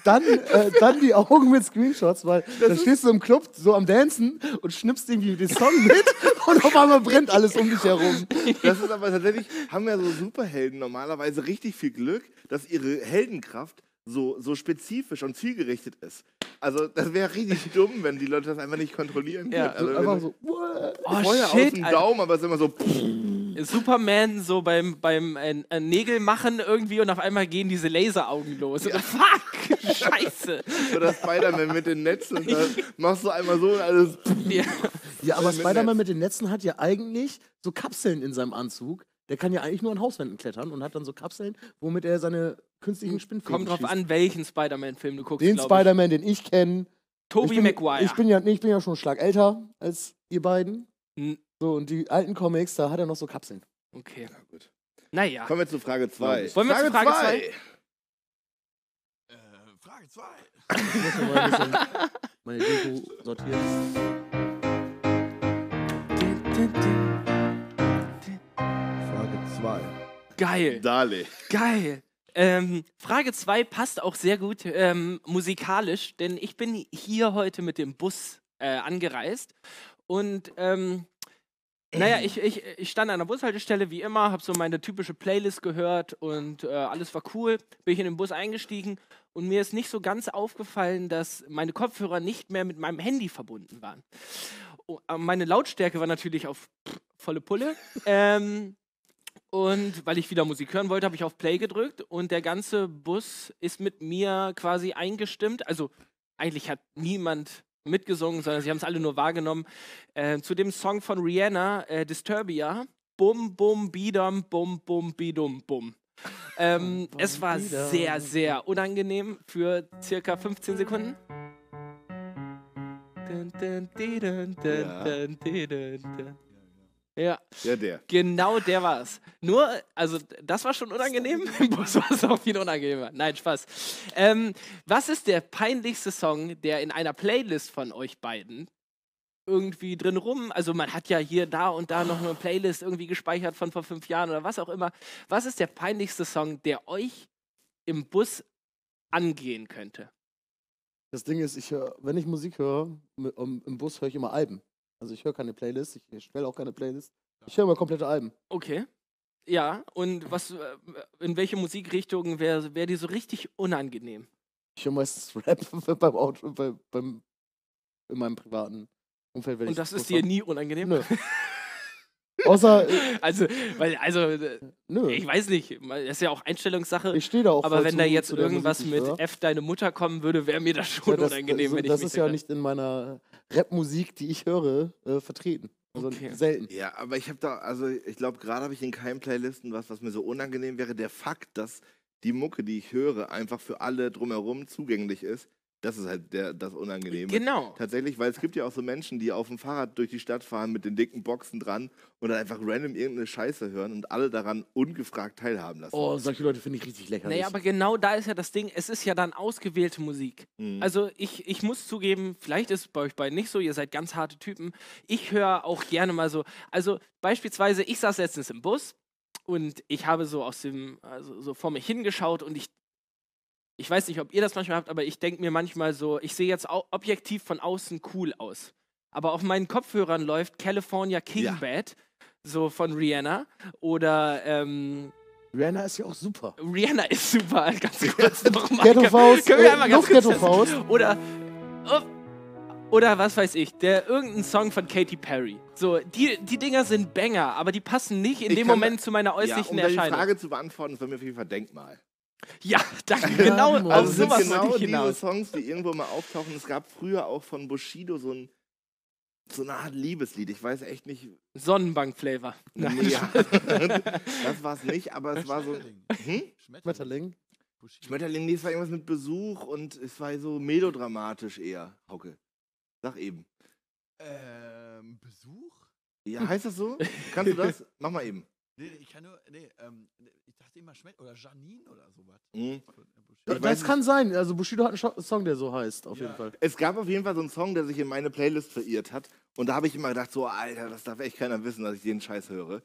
[SPEAKER 5] Dann, äh, dann die Augen mit Screenshots, weil dann stehst du im Club so am Dancen und schnippst irgendwie den Song mit und auf einmal brennt alles um dich herum.
[SPEAKER 3] Das ist aber tatsächlich, haben ja so Superhelden normalerweise richtig viel Glück, dass ihre Heldenkraft so, so spezifisch und zielgerichtet ist. Also das wäre richtig dumm, wenn die Leute das einfach nicht kontrollieren
[SPEAKER 4] Ja,
[SPEAKER 3] können. Also,
[SPEAKER 5] einfach
[SPEAKER 3] wenn
[SPEAKER 5] so.
[SPEAKER 4] Oh
[SPEAKER 3] Feuer aus dem
[SPEAKER 4] shit, Alter.
[SPEAKER 3] Daumen, aber es ist immer so.
[SPEAKER 4] Superman so beim, beim äh, äh, Nägel machen irgendwie und auf einmal gehen diese Laseraugen los. Und, fuck, scheiße.
[SPEAKER 3] Oder Spider-Man mit den Netzen. Da machst du einmal so und alles.
[SPEAKER 4] Ja.
[SPEAKER 5] Ja, aber
[SPEAKER 3] Mit
[SPEAKER 5] Spider-Man mit den Netzen hat ja eigentlich so Kapseln in seinem Anzug. Der kann ja eigentlich nur an Hauswänden klettern und hat dann so Kapseln, womit er seine künstlichen Spinnfäden
[SPEAKER 4] Hm, Kommt drauf
[SPEAKER 5] schießt.
[SPEAKER 4] an, welchen Spider-Man-Film du guckst.
[SPEAKER 5] Den
[SPEAKER 4] glaub ich.
[SPEAKER 5] Spider-Man, den ich kenne.
[SPEAKER 4] Tobey
[SPEAKER 5] ich bin,
[SPEAKER 4] Maguire.
[SPEAKER 5] Ich bin, ja, nee, ich bin ja schon einen Schlag älter als ihr beiden.
[SPEAKER 4] Hm.
[SPEAKER 5] So, und die alten Comics, da hat er noch so Kapseln.
[SPEAKER 4] okay. Naja.
[SPEAKER 3] Kommen wir zu Frage 2.
[SPEAKER 4] Wollen wir zu Frage
[SPEAKER 6] Äh, Frage 2.
[SPEAKER 5] Ich muss noch mal ein bisschen meine Deko sortieren.
[SPEAKER 6] Frage 2.
[SPEAKER 4] Geil.
[SPEAKER 3] Dale.
[SPEAKER 4] Geil. Ähm, Frage 2 passt auch sehr gut ähm, musikalisch, denn ich bin hier heute mit dem Bus äh, angereist und ähm, naja, ich, ich, ich stand an der Bushaltestelle wie immer, habe so meine typische Playlist gehört und äh, alles war cool. Bin ich in den Bus eingestiegen und mir ist nicht so ganz aufgefallen, dass meine Kopfhörer nicht mehr mit meinem Handy verbunden waren. Oh, aber meine Lautstärke war natürlich auf pff, volle Pulle. ähm, und weil ich wieder Musik hören wollte, habe ich auf Play gedrückt und der ganze Bus ist mit mir quasi eingestimmt. Also eigentlich hat niemand mitgesungen, sondern sie haben es alle nur wahrgenommen. Äh, zu dem Song von Rihanna, äh, Disturbia. Bum, bum, bidam, bum, bum, bidum, bum. Ähm, es war
[SPEAKER 5] bidam.
[SPEAKER 4] sehr, sehr unangenehm für circa 15 Sekunden. Dun, dun, di, dun, dun,
[SPEAKER 3] Ja.
[SPEAKER 4] dun, di, dun, dun. Ja.
[SPEAKER 3] Ja, der.
[SPEAKER 4] Genau der war es. Nur, also das war schon unangenehm. Im Bus war es auch viel unangenehmer. Nein, Spaß. Ähm, was ist der peinlichste Song, der in einer Playlist von euch beiden irgendwie drin rum? Also man hat ja hier, da und da noch eine Playlist irgendwie gespeichert von vor fünf Jahren oder was auch immer. Was ist der peinlichste Song, der euch im Bus angehen könnte?
[SPEAKER 5] Das Ding ist, ich hör, wenn ich Musik höre, mi- um, im Bus höre ich immer Alben. Also ich höre keine Playlist, ich erstelle auch keine Playlist. Ich höre immer komplette Alben.
[SPEAKER 4] Okay. Ja, und was, äh, in welche Musikrichtung wäre wär die so richtig unangenehm?
[SPEAKER 5] Ich höre meistens Rap beim Auto, bei, beim, in meinem privaten Umfeld. Wenn
[SPEAKER 4] Und
[SPEAKER 5] ich
[SPEAKER 4] das
[SPEAKER 5] Bus
[SPEAKER 4] ist dir
[SPEAKER 5] fahr.
[SPEAKER 4] nie unangenehm?
[SPEAKER 5] Nö. Außer, äh,
[SPEAKER 4] Also, weil, also, äh,
[SPEAKER 5] nö.
[SPEAKER 4] ich weiß nicht, mal- das ist ja auch Einstellungssache.
[SPEAKER 5] Ich stehe da auch
[SPEAKER 4] aber
[SPEAKER 5] voll
[SPEAKER 4] wenn da
[SPEAKER 5] zu-
[SPEAKER 4] jetzt
[SPEAKER 5] zu der Musik,
[SPEAKER 4] irgendwas
[SPEAKER 5] die ich
[SPEAKER 4] mit
[SPEAKER 5] höre.
[SPEAKER 4] F deine Mutter kommen würde, wäre mir das schon
[SPEAKER 5] Ja, das,
[SPEAKER 4] unangenehm,
[SPEAKER 5] das,
[SPEAKER 4] wenn ich
[SPEAKER 5] Das
[SPEAKER 4] mich
[SPEAKER 5] ist ja
[SPEAKER 4] denke.
[SPEAKER 5] nicht in meiner Rap-Musik, die ich höre, äh, vertreten. Also
[SPEAKER 4] Okay.
[SPEAKER 5] selten.
[SPEAKER 3] Ja, aber ich habe da, also ich glaube, gerade habe ich in keinen Playlisten was, was mir so unangenehm wäre. Der Fakt, dass die Mucke, die ich höre, einfach für alle drumherum zugänglich ist, das ist halt der, das Unangenehme.
[SPEAKER 4] Genau.
[SPEAKER 3] Tatsächlich, weil es gibt ja auch so Menschen, die auf dem Fahrrad durch die Stadt fahren mit den dicken Boxen dran und dann einfach random irgendeine Scheiße hören und alle daran ungefragt teilhaben lassen.
[SPEAKER 5] Oh, solche Leute finde ich richtig lächerlich.
[SPEAKER 4] Naja, aber genau da ist ja das Ding, es ist ja dann ausgewählte Musik.
[SPEAKER 3] Mhm.
[SPEAKER 4] Also ich, ich muss zugeben, vielleicht ist es bei euch beiden nicht so, ihr seid ganz harte Typen. Ich höre auch gerne mal so, also beispielsweise, ich saß letztens im Bus und ich habe so aus dem, also so vor mich hingeschaut und ich, ich weiß nicht, ob ihr das manchmal habt, aber ich denke mir manchmal so, ich sehe jetzt au- objektiv von außen cool aus. Aber auf meinen Kopfhörern läuft California King
[SPEAKER 3] Ja.
[SPEAKER 4] Bad, so von Rihanna. Oder ähm,
[SPEAKER 5] Rihanna ist ja auch super.
[SPEAKER 4] Rihanna ist super. Ganz kurz nochmal.
[SPEAKER 5] Ghetto Faust,
[SPEAKER 4] Können wir
[SPEAKER 5] äh,
[SPEAKER 4] einmal ganz kurz
[SPEAKER 5] Luftghetto Faust.
[SPEAKER 4] Oder, oh, oder was weiß ich, der irgendein Song von Katy Perry. So, die, die Dinger sind Banger, aber die passen nicht in
[SPEAKER 3] Ich
[SPEAKER 4] dem
[SPEAKER 3] kann
[SPEAKER 4] Moment zu meiner
[SPEAKER 3] ja, um
[SPEAKER 4] äußerlichen
[SPEAKER 3] da die
[SPEAKER 4] Erscheinung.
[SPEAKER 3] Frage zu beantworten, ist bei mir auf jeden Fall Denkmal.
[SPEAKER 4] ja, danke. Genau,
[SPEAKER 5] Mann.
[SPEAKER 4] auf
[SPEAKER 3] Also
[SPEAKER 5] Also
[SPEAKER 3] es sind
[SPEAKER 4] sowas
[SPEAKER 3] genau
[SPEAKER 4] wollte ich
[SPEAKER 3] diese
[SPEAKER 4] hinaus.
[SPEAKER 3] Songs, die irgendwo mal auftauchen. Es gab früher auch von Bushido so ein so eine Art Liebeslied. Ich weiß echt nicht.
[SPEAKER 4] Sonnenbank-Flavor. Nein.
[SPEAKER 3] Nee, ja. das war es nicht, aber es war so. Hm?
[SPEAKER 5] Schmetterling.
[SPEAKER 3] Schmetterling, nee, es war irgendwas mit Besuch und es war so melodramatisch eher. Hauke. Sag eben.
[SPEAKER 6] Ähm, Besuch?
[SPEAKER 3] Ja, heißt das so? Kannst du das? Mach mal eben.
[SPEAKER 6] Nee, nee, ich kann nur, nee, ähm, ich dachte immer Schmet oder Janine oder sowas.
[SPEAKER 3] Mhm.
[SPEAKER 5] Das,
[SPEAKER 3] weiß nicht.
[SPEAKER 5] kann sein. Also Bushido hat einen Scho- Song, der so heißt, auf
[SPEAKER 6] Ja.
[SPEAKER 5] jeden Fall.
[SPEAKER 3] Es gab auf jeden Fall so einen Song, der sich in meine Playlist verirrt hat. Und da habe ich immer gedacht, so, Alter, das darf echt keiner wissen, dass ich den Scheiß höre.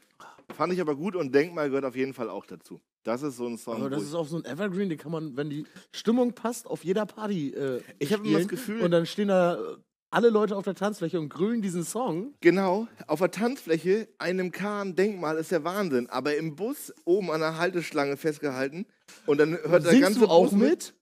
[SPEAKER 3] Fand ich aber gut und Denkmal gehört auf jeden Fall auch dazu. Das ist so ein Song.
[SPEAKER 5] Aber das
[SPEAKER 3] wo
[SPEAKER 5] ist auch so ein Evergreen, den kann man, wenn die Stimmung passt, auf jeder Party. Äh,
[SPEAKER 3] Ich hab immer das
[SPEAKER 5] spielen.
[SPEAKER 3] Gefühl-
[SPEAKER 5] Und dann stehen da äh, alle Leute auf der Tanzfläche und grölen diesen Song.
[SPEAKER 3] Genau, auf der Tanzfläche, einem Kahn-Denkmal ist der Wahnsinn, aber im Bus oben an der Halteschlange festgehalten und dann hört der
[SPEAKER 5] Singst
[SPEAKER 3] ganze
[SPEAKER 5] du auch
[SPEAKER 3] Bus
[SPEAKER 5] mit?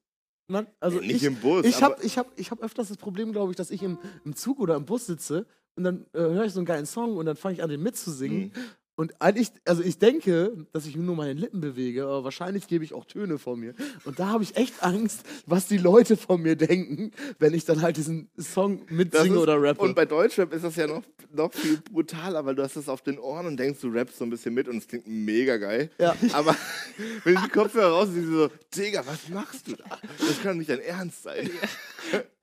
[SPEAKER 5] Man, also
[SPEAKER 3] Nee, nicht
[SPEAKER 5] ich,
[SPEAKER 3] im Bus,
[SPEAKER 5] Ich
[SPEAKER 3] aber-
[SPEAKER 5] habe ich hab, ich hab öfters das Problem, glaube ich, dass ich im, im Zug oder im Bus sitze und dann äh, höre ich so einen geilen Song und dann fange ich an, den
[SPEAKER 3] Mhm.
[SPEAKER 5] mitzusingen. Und eigentlich, also ich denke, dass ich nur meine Lippen bewege, aber wahrscheinlich gebe ich auch Töne von mir. Und da habe ich echt Angst, was die Leute von mir denken, wenn ich dann halt diesen Song
[SPEAKER 3] Das
[SPEAKER 5] mitsinge
[SPEAKER 3] ist-
[SPEAKER 5] oder rappe.
[SPEAKER 3] Und bei Deutschrap ist das ja noch, noch viel brutaler, weil du hast das auf den Ohren und denkst, du rappst so ein bisschen mit und es klingt mega geil.
[SPEAKER 5] Ja.
[SPEAKER 3] Aber wenn die Kopfhörer raus sind, so, Digga, was machst du da? Das kann doch nicht dein Ernst sein.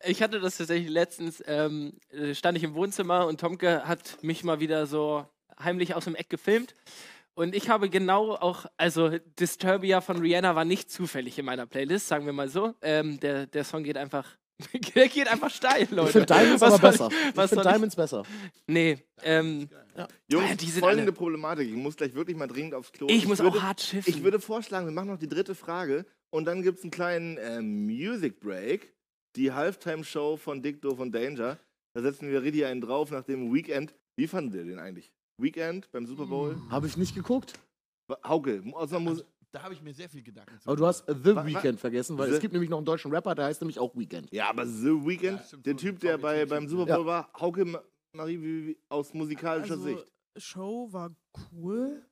[SPEAKER 4] Ich hatte das tatsächlich letztens, ähm, äh, stand ich im Wohnzimmer und Tomke hat mich mal wieder so heimlich aus dem Eck gefilmt. Und ich habe genau auch, also Disturbia von Rihanna war nicht zufällig in meiner Playlist, sagen wir mal so. Ähm, der, der Song geht einfach, der geht einfach steil, Leute.
[SPEAKER 5] ich finde Diamonds
[SPEAKER 4] Was
[SPEAKER 5] aber
[SPEAKER 4] soll
[SPEAKER 5] besser.
[SPEAKER 4] ich-
[SPEAKER 5] Ich,
[SPEAKER 4] was
[SPEAKER 5] finde
[SPEAKER 4] soll ich-
[SPEAKER 5] Diamonds besser.
[SPEAKER 4] Nee, ähm,
[SPEAKER 3] Jungs,
[SPEAKER 4] Ah, die sind
[SPEAKER 3] folgende
[SPEAKER 4] alle-
[SPEAKER 3] Problematik. Ich muss gleich wirklich mal dringend aufs Klo.
[SPEAKER 4] ich muss
[SPEAKER 3] würde,
[SPEAKER 4] auch hart schiffen.
[SPEAKER 3] Ich würde vorschlagen, wir machen noch die dritte Frage und dann gibt es einen kleinen ähm, Music Break. Die Halftime-Show von Dick Doof und Danger. Da setzen wir richtig einen drauf nach dem Weekend. Wie fandet ihr den eigentlich? Weekend beim Super Bowl?
[SPEAKER 4] Mm.
[SPEAKER 5] Habe ich nicht geguckt.
[SPEAKER 3] Hauke, also aus einer Mus
[SPEAKER 6] Da habe ich mir sehr viel Gedanken zu
[SPEAKER 5] Aber du
[SPEAKER 6] gemacht.
[SPEAKER 5] hast The
[SPEAKER 3] wa-
[SPEAKER 5] Weeknd vergessen, weil
[SPEAKER 3] The-
[SPEAKER 5] es gibt nämlich noch einen deutschen Rapper, der heißt nämlich auch Weekend.
[SPEAKER 3] Ja, aber The Weeknd,
[SPEAKER 6] Ja, stimmt,
[SPEAKER 3] der
[SPEAKER 6] so
[SPEAKER 3] Typ, der
[SPEAKER 6] Tommy
[SPEAKER 3] bei,
[SPEAKER 6] Typ.
[SPEAKER 3] beim Super
[SPEAKER 5] Ja.
[SPEAKER 3] Bowl war, Hauke Ma- Marie, wie, wie, aus musikalischer
[SPEAKER 4] Also,
[SPEAKER 3] Sicht.
[SPEAKER 7] Also, Show war cool,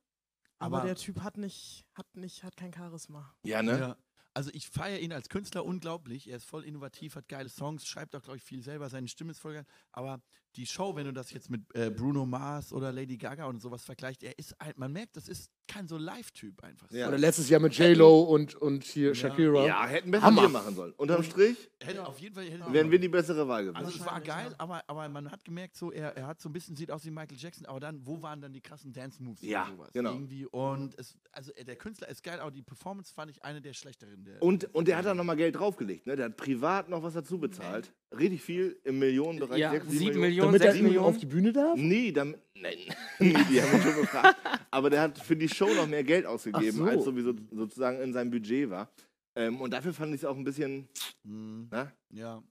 [SPEAKER 7] aber,
[SPEAKER 6] Aber-
[SPEAKER 7] der Typ hat nicht, hat nicht, hat kein Charisma.
[SPEAKER 3] Ja, ne?
[SPEAKER 6] Ja. Also ich feiere ihn als Künstler unglaublich. Er ist voll innovativ, hat geile Songs, schreibt auch, glaube ich, viel selber, seine Stimme ist voll geil. Aber die Show, wenn du das jetzt mit äh, Bruno Mars oder Lady Gaga und sowas vergleicht, er ist ein, man merkt, das ist kein so Live-Typ einfach.
[SPEAKER 3] Ja. Äh,
[SPEAKER 5] Oder letztes Jahr mit J-Lo und, und hier Shakira.
[SPEAKER 3] Ja, hätten besser
[SPEAKER 5] Hammer.
[SPEAKER 3] wir machen sollen. Unterm Strich
[SPEAKER 6] Hätte auf jeden Fall. Hätte
[SPEAKER 3] wären wir die bessere Wahl gewesen.
[SPEAKER 6] also es war
[SPEAKER 7] Wahrscheinlich,
[SPEAKER 6] geil,
[SPEAKER 7] ja.
[SPEAKER 6] aber, aber man hat gemerkt, so er, er hat so ein bisschen, sieht aus wie Michael Jackson, aber dann, wo waren dann die krassen Dance-Moves
[SPEAKER 3] Ja,
[SPEAKER 6] und sowas?
[SPEAKER 3] genau.
[SPEAKER 6] Irgendwie und es, also äh, der Künstler ist geil, aber die Performance fand ich eine der schlechteren. Der
[SPEAKER 3] und, und der hat da nochmal Geld draufgelegt, ne? Der hat privat noch was dazu bezahlt. Richtig viel im Millionenbereich.
[SPEAKER 4] ja,
[SPEAKER 3] sechs,
[SPEAKER 4] 7 Millionen,
[SPEAKER 5] Damit er
[SPEAKER 4] 6
[SPEAKER 5] irgendwie auf
[SPEAKER 4] Millionen.
[SPEAKER 5] die Bühne darf?
[SPEAKER 3] Nee, damit, nein, nee, die haben ihn schon gefragt. Aber der hat für die Show noch mehr Geld ausgegeben,
[SPEAKER 5] Ach so.
[SPEAKER 3] als sowieso sozusagen in seinem Budget war. Ähm, und dafür fand ich es auch ein bisschen,
[SPEAKER 6] Mhm.
[SPEAKER 3] ne?
[SPEAKER 6] Ja.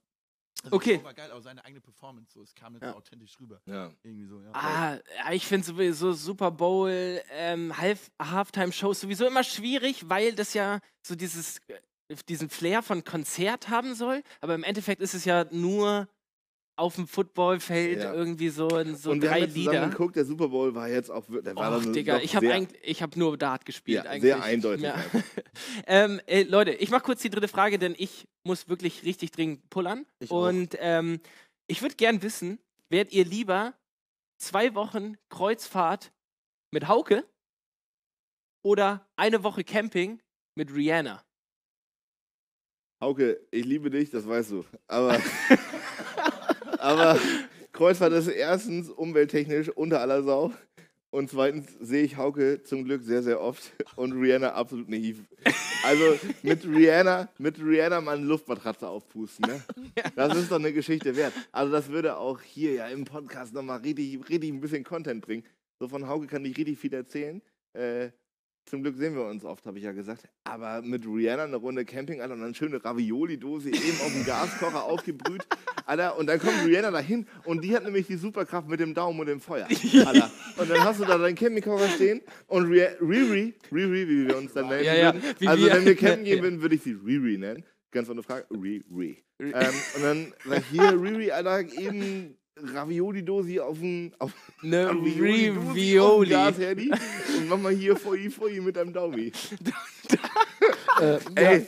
[SPEAKER 6] Also
[SPEAKER 4] Okay.
[SPEAKER 6] Die Show war geil, aber seine eigene Performance, so, es kam nicht so authentisch rüber.
[SPEAKER 3] Ja.
[SPEAKER 6] Irgendwie so, ja.
[SPEAKER 4] Ah, ja, ich finde sowieso Super Bowl, ähm, Half Halftime-Shows sowieso immer schwierig, weil das ja so dieses, äh, diesen Flair von Konzert haben soll. Aber im Endeffekt ist es ja nur auf dem Footballfeld
[SPEAKER 3] Ja.
[SPEAKER 4] irgendwie so in so
[SPEAKER 3] und wir
[SPEAKER 4] drei
[SPEAKER 3] haben jetzt zusammen
[SPEAKER 4] Lieder.
[SPEAKER 3] geguckt, der Super Bowl war jetzt auch wirklich. Der war
[SPEAKER 4] Och,
[SPEAKER 3] dann
[SPEAKER 4] Digga,
[SPEAKER 3] doch
[SPEAKER 4] ich habe
[SPEAKER 3] sehr-
[SPEAKER 4] hab nur Dart gespielt
[SPEAKER 3] Ja,
[SPEAKER 4] eigentlich.
[SPEAKER 3] sehr eindeutig
[SPEAKER 4] Ja.
[SPEAKER 3] einfach.
[SPEAKER 4] ähm, äh, Leute, ich mache kurz die dritte Frage, denn ich muss wirklich richtig dringend pullern.
[SPEAKER 5] Ich auch.
[SPEAKER 4] Und ähm, ich würde gern wissen, wärt ihr lieber zwei Wochen Kreuzfahrt mit Hauke oder eine Woche Camping mit Rihanna?
[SPEAKER 3] Hauke, ich liebe dich, das weißt du. Aber, aber Kreuzfahrt ist erstens umwelttechnisch unter aller Sau. Und zweitens sehe ich Hauke zum Glück sehr, sehr oft und Rihanna absolut naiv. Also mit Rihanna, mit Rihanna mal eine Luftmatratze aufpusten. Ne? Das ist doch eine Geschichte wert. Also das würde auch hier ja im Podcast nochmal richtig, richtig ein bisschen Content bringen. So von Hauke kann ich richtig viel erzählen. Äh, zum Glück sehen wir uns oft, habe ich ja gesagt. Aber mit Rihanna eine Runde Camping, Alter, und eine schöne Ravioli-Dose eben auf dem Gaskocher aufgebrüht. Alter, und dann kommt Rihanna dahin und die hat nämlich die Superkraft mit dem Daumen und dem Feuer. Alter. Und dann hast du da deinen Campingkocher stehen und Ria- Riri, Riri, wie wir uns dann nennen
[SPEAKER 4] Ja, ja,
[SPEAKER 3] würden.
[SPEAKER 4] wie
[SPEAKER 3] also
[SPEAKER 4] wir-
[SPEAKER 3] wenn wir campen gehen würden, würde ich sie Riri nennen. Ganz ohne Frage, Riri. Ähm, und dann sag ich, hier, Riri, Alter, eben Ravioli-Dosi auf dem auf
[SPEAKER 4] Ne,
[SPEAKER 3] Ravioli-Dosi auf dem
[SPEAKER 4] Rivioli.
[SPEAKER 3] um Gas, Herdi. Und mach mal hier Foi Foi mit deinem Daumi.
[SPEAKER 5] Äh,
[SPEAKER 3] Ey,
[SPEAKER 5] ja,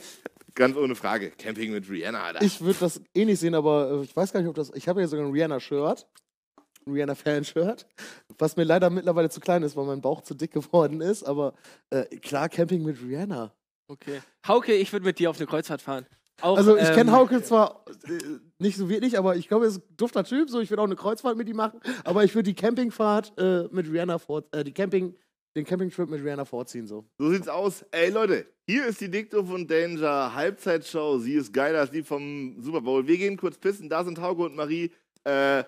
[SPEAKER 3] ganz ohne Frage. Camping mit Rihanna, Alter.
[SPEAKER 5] ich würde das eh nicht sehen, aber äh, ich weiß gar nicht, ob das. Ich habe ja sogar ein Rihanna-Shirt. ein Rihanna-Fan-Shirt. Was mir leider mittlerweile zu klein ist, weil mein Bauch zu dick geworden ist. Aber äh, klar, Camping mit Rihanna.
[SPEAKER 4] Okay. Hauke, ich würde mit dir auf eine Kreuzfahrt fahren. Auch,
[SPEAKER 5] Also, ich
[SPEAKER 4] ähm,
[SPEAKER 5] kenne Hauke zwar äh, nicht so wirklich, aber ich glaube, er ist ein dufter Typ. So, ich würde auch eine Kreuzfahrt mit ihm machen. Aber ich würde die Campingfahrt äh, mit Rihanna vor. Äh, die Camping. den Campingtrip mit Rihanna vorziehen. So.
[SPEAKER 3] So sieht's aus. Ey Leute, hier ist die Dikto von Danger Halbzeitshow. Sie ist geiler als die vom Super Bowl. Wir gehen kurz pissen. Da sind Hauke und Marie. Äh,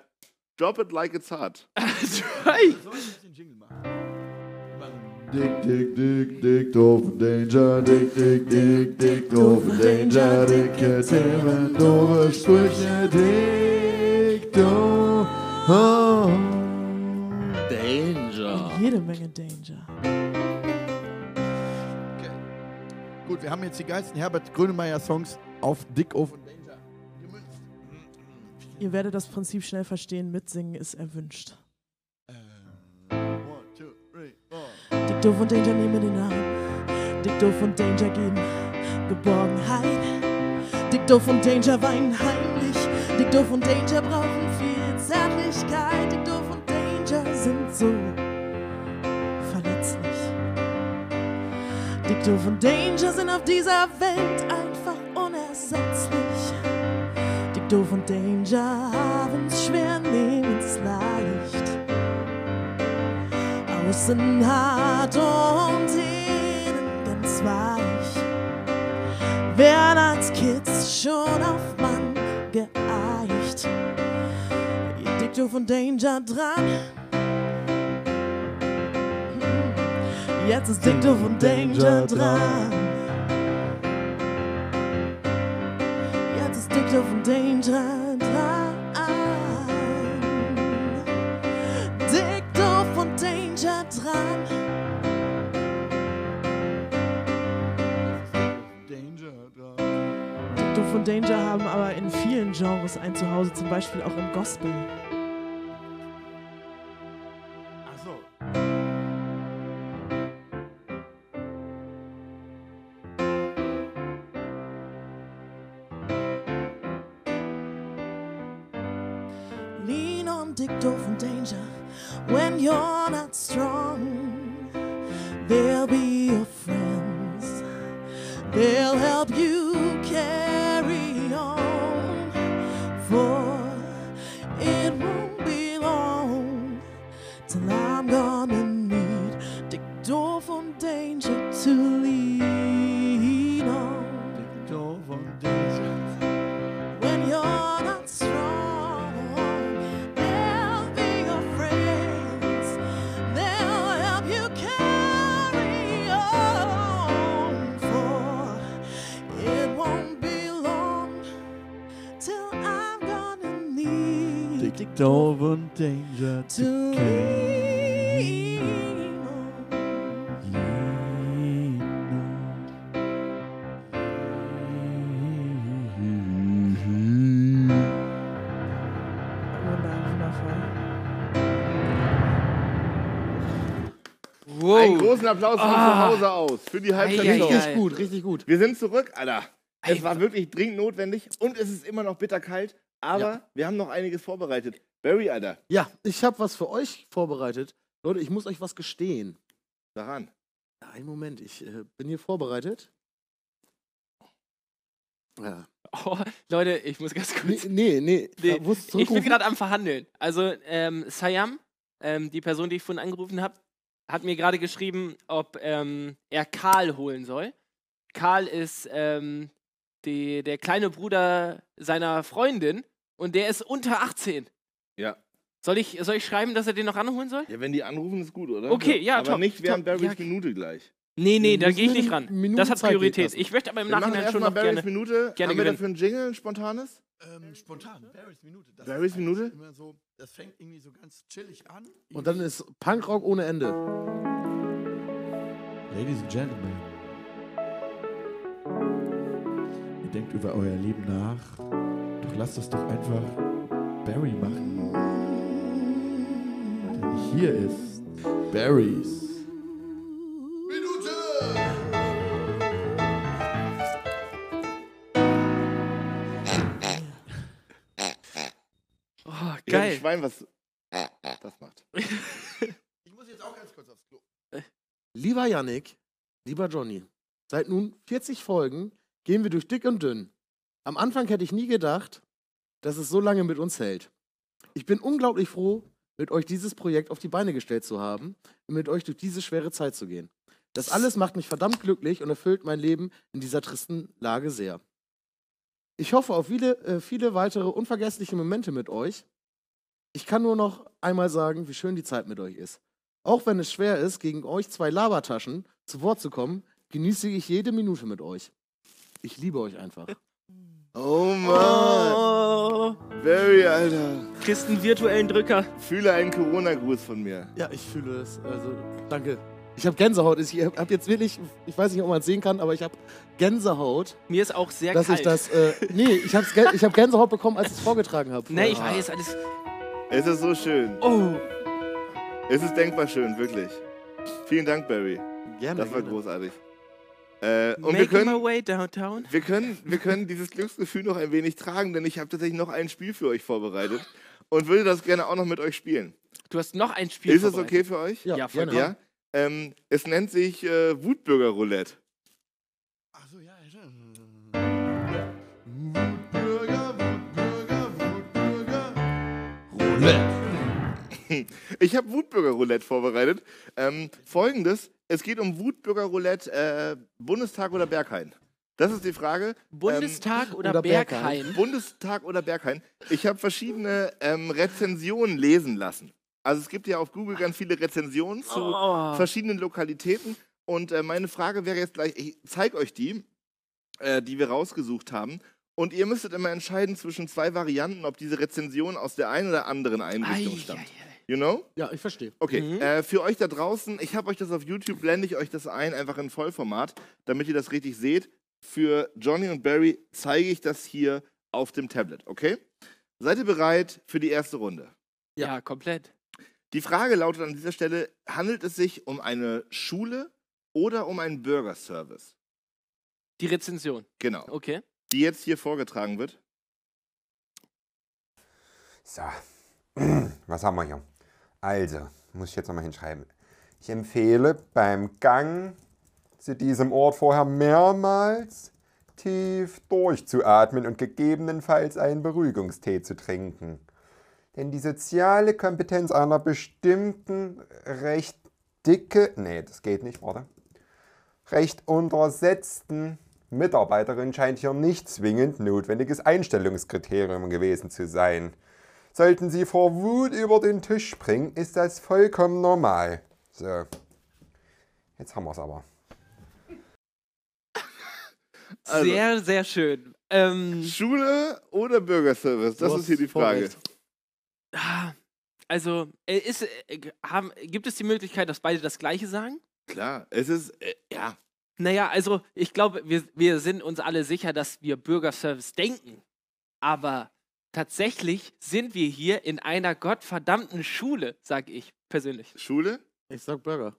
[SPEAKER 3] drop it like it's hot.
[SPEAKER 4] Hey!
[SPEAKER 6] Soll ich jetzt den Jingle machen? Bang.
[SPEAKER 1] Dick, dick, dick, dick, doofen Danger, dick, dick, dick, dick, doofen Danger, dicke Themen, doofe Sprüche, dick, doof.
[SPEAKER 3] Danger.
[SPEAKER 7] Jede Menge Danger.
[SPEAKER 6] Gut, wir haben jetzt die geilsten Herbert Grönemeyer Songs auf Dick Oven Danger gemünzt.
[SPEAKER 3] Hm.
[SPEAKER 7] Ihr werdet das Prinzip schnell verstehen. Mitsingen ist erwünscht.
[SPEAKER 6] Ähm, one, two, three, four.
[SPEAKER 7] Dick doof und Danger nehmen den Arm. Dick doof und Danger geben Geborgenheit. Dick doof und Danger weinen heimlich. Dick doof und Danger brauchen viel Zärtlichkeit. Dick doof und Danger sind so verletzlich. Dick doof und Danger sind auf dieser Welt einfach unersetzlich. Dick doof und Danger haben's schwer, nehmen's leicht. Außen hart und innen ganz weich. Werden als Kids schon auf Mann geeicht. Ihr Dick doof und Danger dran. Hm. Jetzt ist Dick doof und Danger dran. Jetzt ist Dick doof und Danger dran. Dick, doof und Danger dran.
[SPEAKER 6] Danger dran.
[SPEAKER 7] Dick, doof und Danger haben aber in vielen Genres ein Zuhause, zum Beispiel auch im Gospel.
[SPEAKER 6] Achso.
[SPEAKER 7] Lean on Dick, doof und Danger. When you're not strong, they'll be your friends. They'll help you carry on. For it won't be long till I'm gonna need Dick Dorf und Danger to lean on.
[SPEAKER 6] Dick Doof und Danger.
[SPEAKER 7] When you're not strong, they'll be your friends. They'll help you carry on. For it won't be long till I'm gonna need
[SPEAKER 6] Dick Doof und Danger.
[SPEAKER 7] to lean on. Wunder- Wundervoll.
[SPEAKER 4] Wow.
[SPEAKER 3] Einen großen Applaus von
[SPEAKER 4] Ah.
[SPEAKER 3] zu Hause aus für die
[SPEAKER 4] Eieiei.
[SPEAKER 3] Halbzeitshow.
[SPEAKER 5] Richtig
[SPEAKER 4] Geil.
[SPEAKER 5] gut, richtig gut.
[SPEAKER 3] Wir sind zurück, Alter. Es
[SPEAKER 4] Ey,
[SPEAKER 3] war wirklich dringend notwendig und es ist immer noch bitterkalt, aber wir haben noch einiges vorbereitet. Barry, Alter,
[SPEAKER 5] Ja, ich habe was für euch vorbereitet. Leute, ich muss euch was gestehen.
[SPEAKER 3] daran.
[SPEAKER 5] Einen Moment, ich äh, bin hier vorbereitet. Ja.
[SPEAKER 4] Oh, Leute, ich muss ganz kurz.
[SPEAKER 5] Nee, nee, nee.
[SPEAKER 4] Nee,
[SPEAKER 5] Wo ist
[SPEAKER 4] Ich bin
[SPEAKER 5] zurückrufen?
[SPEAKER 4] gerade am Verhandeln. Also, ähm, Sayam, ähm, die Person, die ich vorhin angerufen habe, hat mir gerade geschrieben, ob ähm, er Karl holen soll. Karl ist ähm, die, der kleine Bruder seiner Freundin und der ist unter 18.
[SPEAKER 3] Ja.
[SPEAKER 4] Soll ich, soll ich schreiben, dass er den noch anholen soll?
[SPEAKER 3] Ja, wenn die anrufen, ist gut, oder?
[SPEAKER 4] Okay, ja,
[SPEAKER 3] Aber
[SPEAKER 4] top,
[SPEAKER 3] nicht während
[SPEAKER 4] top,
[SPEAKER 3] Barrys
[SPEAKER 4] ja.
[SPEAKER 3] Minute gleich.
[SPEAKER 4] Nee, nee,
[SPEAKER 5] Wir
[SPEAKER 4] da
[SPEAKER 5] müssen
[SPEAKER 4] gehe ich
[SPEAKER 5] eine
[SPEAKER 4] nicht ran.
[SPEAKER 5] Minuten
[SPEAKER 4] das hat
[SPEAKER 5] Zeit gehen
[SPEAKER 4] Priorität.
[SPEAKER 5] lassen.
[SPEAKER 4] Ich möchte aber im
[SPEAKER 3] Wir machen
[SPEAKER 4] Nachhinein schon
[SPEAKER 3] erstmal
[SPEAKER 4] noch
[SPEAKER 3] Barrys
[SPEAKER 4] gerne.
[SPEAKER 3] Minute.
[SPEAKER 4] gerne
[SPEAKER 3] haben wir
[SPEAKER 4] gewinnen.
[SPEAKER 3] dafür einen Jingle, ein spontanes?
[SPEAKER 6] Ähm, spontan. Barrys Minute. Das
[SPEAKER 3] Barrys
[SPEAKER 6] eigentlich
[SPEAKER 3] Minute?
[SPEAKER 6] Immer so, das fängt irgendwie so ganz chillig an.
[SPEAKER 5] Und dann ist Punkrock ohne Ende.
[SPEAKER 6] Ladies and Gentlemen, ihr denkt über euer Leben nach, doch lasst es doch einfach Barry machen. Denn hier ist Barrys.
[SPEAKER 4] Oh,
[SPEAKER 3] Ich hab ein
[SPEAKER 4] geil.
[SPEAKER 3] Schwein, was das macht.
[SPEAKER 6] Ich muss jetzt auch ganz kurz aufs Klo.
[SPEAKER 5] Lieber Yannick, lieber Johnny, seit nun 40 Folgen gehen wir durch dick und dünn. Am Anfang hätte ich nie gedacht, dass es so lange mit uns hält. Ich bin unglaublich froh, mit euch dieses Projekt auf die Beine gestellt zu haben und mit euch durch diese schwere Zeit zu gehen. Das alles macht mich verdammt glücklich und erfüllt mein Leben in dieser tristen Lage sehr. Ich hoffe auf viele, äh, viele weitere unvergessliche Momente mit euch. Ich kann nur noch einmal sagen, wie schön die Zeit mit euch ist. Auch wenn es schwer ist, gegen euch zwei Labertaschen zu Wort zu kommen, genieße ich jede Minute mit euch. Ich liebe euch einfach.
[SPEAKER 3] Oh Mann.
[SPEAKER 4] Oh,
[SPEAKER 3] Barry, Alter.
[SPEAKER 4] kriegst einen virtuellen Drücker.
[SPEAKER 3] Fühle einen Corona-Gruß von mir.
[SPEAKER 5] Ja, ich fühle es. Also, danke. Ich habe Gänsehaut. Ich habe jetzt wirklich, ich weiß nicht, ob man es sehen kann, aber ich habe Gänsehaut,
[SPEAKER 4] Mir ist auch sehr
[SPEAKER 5] dass
[SPEAKER 4] kalt.
[SPEAKER 5] ich das. Äh, nee, ich habe ich hab Gänsehaut bekommen, als ich es vorgetragen habe.
[SPEAKER 4] Nee, ich weiß, alles.
[SPEAKER 3] Es ist so schön.
[SPEAKER 4] Oh,
[SPEAKER 3] Es ist denkbar schön, wirklich. Vielen Dank, Barry.
[SPEAKER 5] Gerne.
[SPEAKER 3] Das war großartig. Äh, und wir
[SPEAKER 4] making
[SPEAKER 3] können,
[SPEAKER 4] my way downtown.
[SPEAKER 3] wir, können, wir können dieses Glücksgefühl noch ein wenig tragen, denn ich habe tatsächlich noch ein Spiel für euch vorbereitet und würde das gerne auch noch mit euch spielen.
[SPEAKER 4] Du hast noch ein Spiel.
[SPEAKER 3] ist es okay für euch?
[SPEAKER 5] Ja,
[SPEAKER 4] Ja,
[SPEAKER 5] genau. gerne.
[SPEAKER 3] Ja? Ähm, es nennt sich äh, Wutbürger Roulette.
[SPEAKER 6] Ach so, ja, ja.
[SPEAKER 3] Ich habe Wutbürger Roulette vorbereitet. Ähm, Folgendes: Es geht um Wutbürger Roulette äh, Bundestag oder Berghain. Das ist die Frage. Ähm,
[SPEAKER 4] Ähm, Bundestag oder,
[SPEAKER 5] oder Berghain.
[SPEAKER 4] Bergheim?
[SPEAKER 3] Bundestag oder Berghain. Ich habe verschiedene ähm, Rezensionen lesen lassen. Also es gibt ja auf Google ganz viele Rezensionen zu
[SPEAKER 4] Oh.
[SPEAKER 3] verschiedenen Lokalitäten. Und äh, meine Frage wäre jetzt gleich, ich zeige euch die, äh, die wir rausgesucht haben. Und ihr müsstet immer entscheiden zwischen zwei Varianten, ob diese Rezension aus der einen oder anderen Einrichtung
[SPEAKER 4] Ei,
[SPEAKER 3] stammt.
[SPEAKER 4] ei, ei.
[SPEAKER 3] You know?
[SPEAKER 5] Ja, ich verstehe.
[SPEAKER 3] Okay,
[SPEAKER 4] Mhm.
[SPEAKER 3] äh, für euch da draußen, ich habe euch das auf YouTube, blende ich euch das ein, einfach in Vollformat, damit ihr das richtig seht. Für Johnny und Barry zeige ich das hier auf dem Tablet, okay? Seid ihr bereit für die erste Runde?
[SPEAKER 4] Ja, komplett.
[SPEAKER 3] Die Frage lautet an dieser Stelle, handelt es sich um eine Schule oder um einen Bürgerservice?
[SPEAKER 4] Die Rezension.
[SPEAKER 3] Genau,
[SPEAKER 5] Oh.
[SPEAKER 4] Okay.
[SPEAKER 3] die jetzt hier vorgetragen wird.
[SPEAKER 9] So, was haben wir hier? Also, muss ich jetzt nochmal hinschreiben. Ich empfehle beim Gang zu diesem Ort vorher mehrmals tief durchzuatmen und gegebenenfalls einen Beruhigungstee zu trinken. Denn die soziale Kompetenz einer bestimmten recht dicke, nee, das geht nicht, warte, recht untersetzten Mitarbeiterin scheint hier nicht zwingend notwendiges Einstellungskriterium gewesen zu sein. Sollten Sie vor Wut über den Tisch springen, ist das vollkommen normal. So. Jetzt haben wir es aber.
[SPEAKER 3] Also-
[SPEAKER 4] Sehr, sehr schön. Ähm,
[SPEAKER 3] Schule oder Bürgerservice? Das
[SPEAKER 5] Mhm. Du
[SPEAKER 3] ist hier die
[SPEAKER 5] hast
[SPEAKER 3] Frage.
[SPEAKER 5] Vorrecht.
[SPEAKER 4] ah, also, äh, ist, äh, g- haben, gibt es die Möglichkeit, dass beide das Gleiche sagen?
[SPEAKER 3] Klar, es ist, äh, ja,
[SPEAKER 4] Naja, also, ich glaube, wir, wir sind uns alle sicher, dass wir Bürgerservice denken. Aber tatsächlich sind wir hier in einer gottverdammten Schule, sage ich persönlich.
[SPEAKER 3] Schule?
[SPEAKER 5] Ich sag Burger.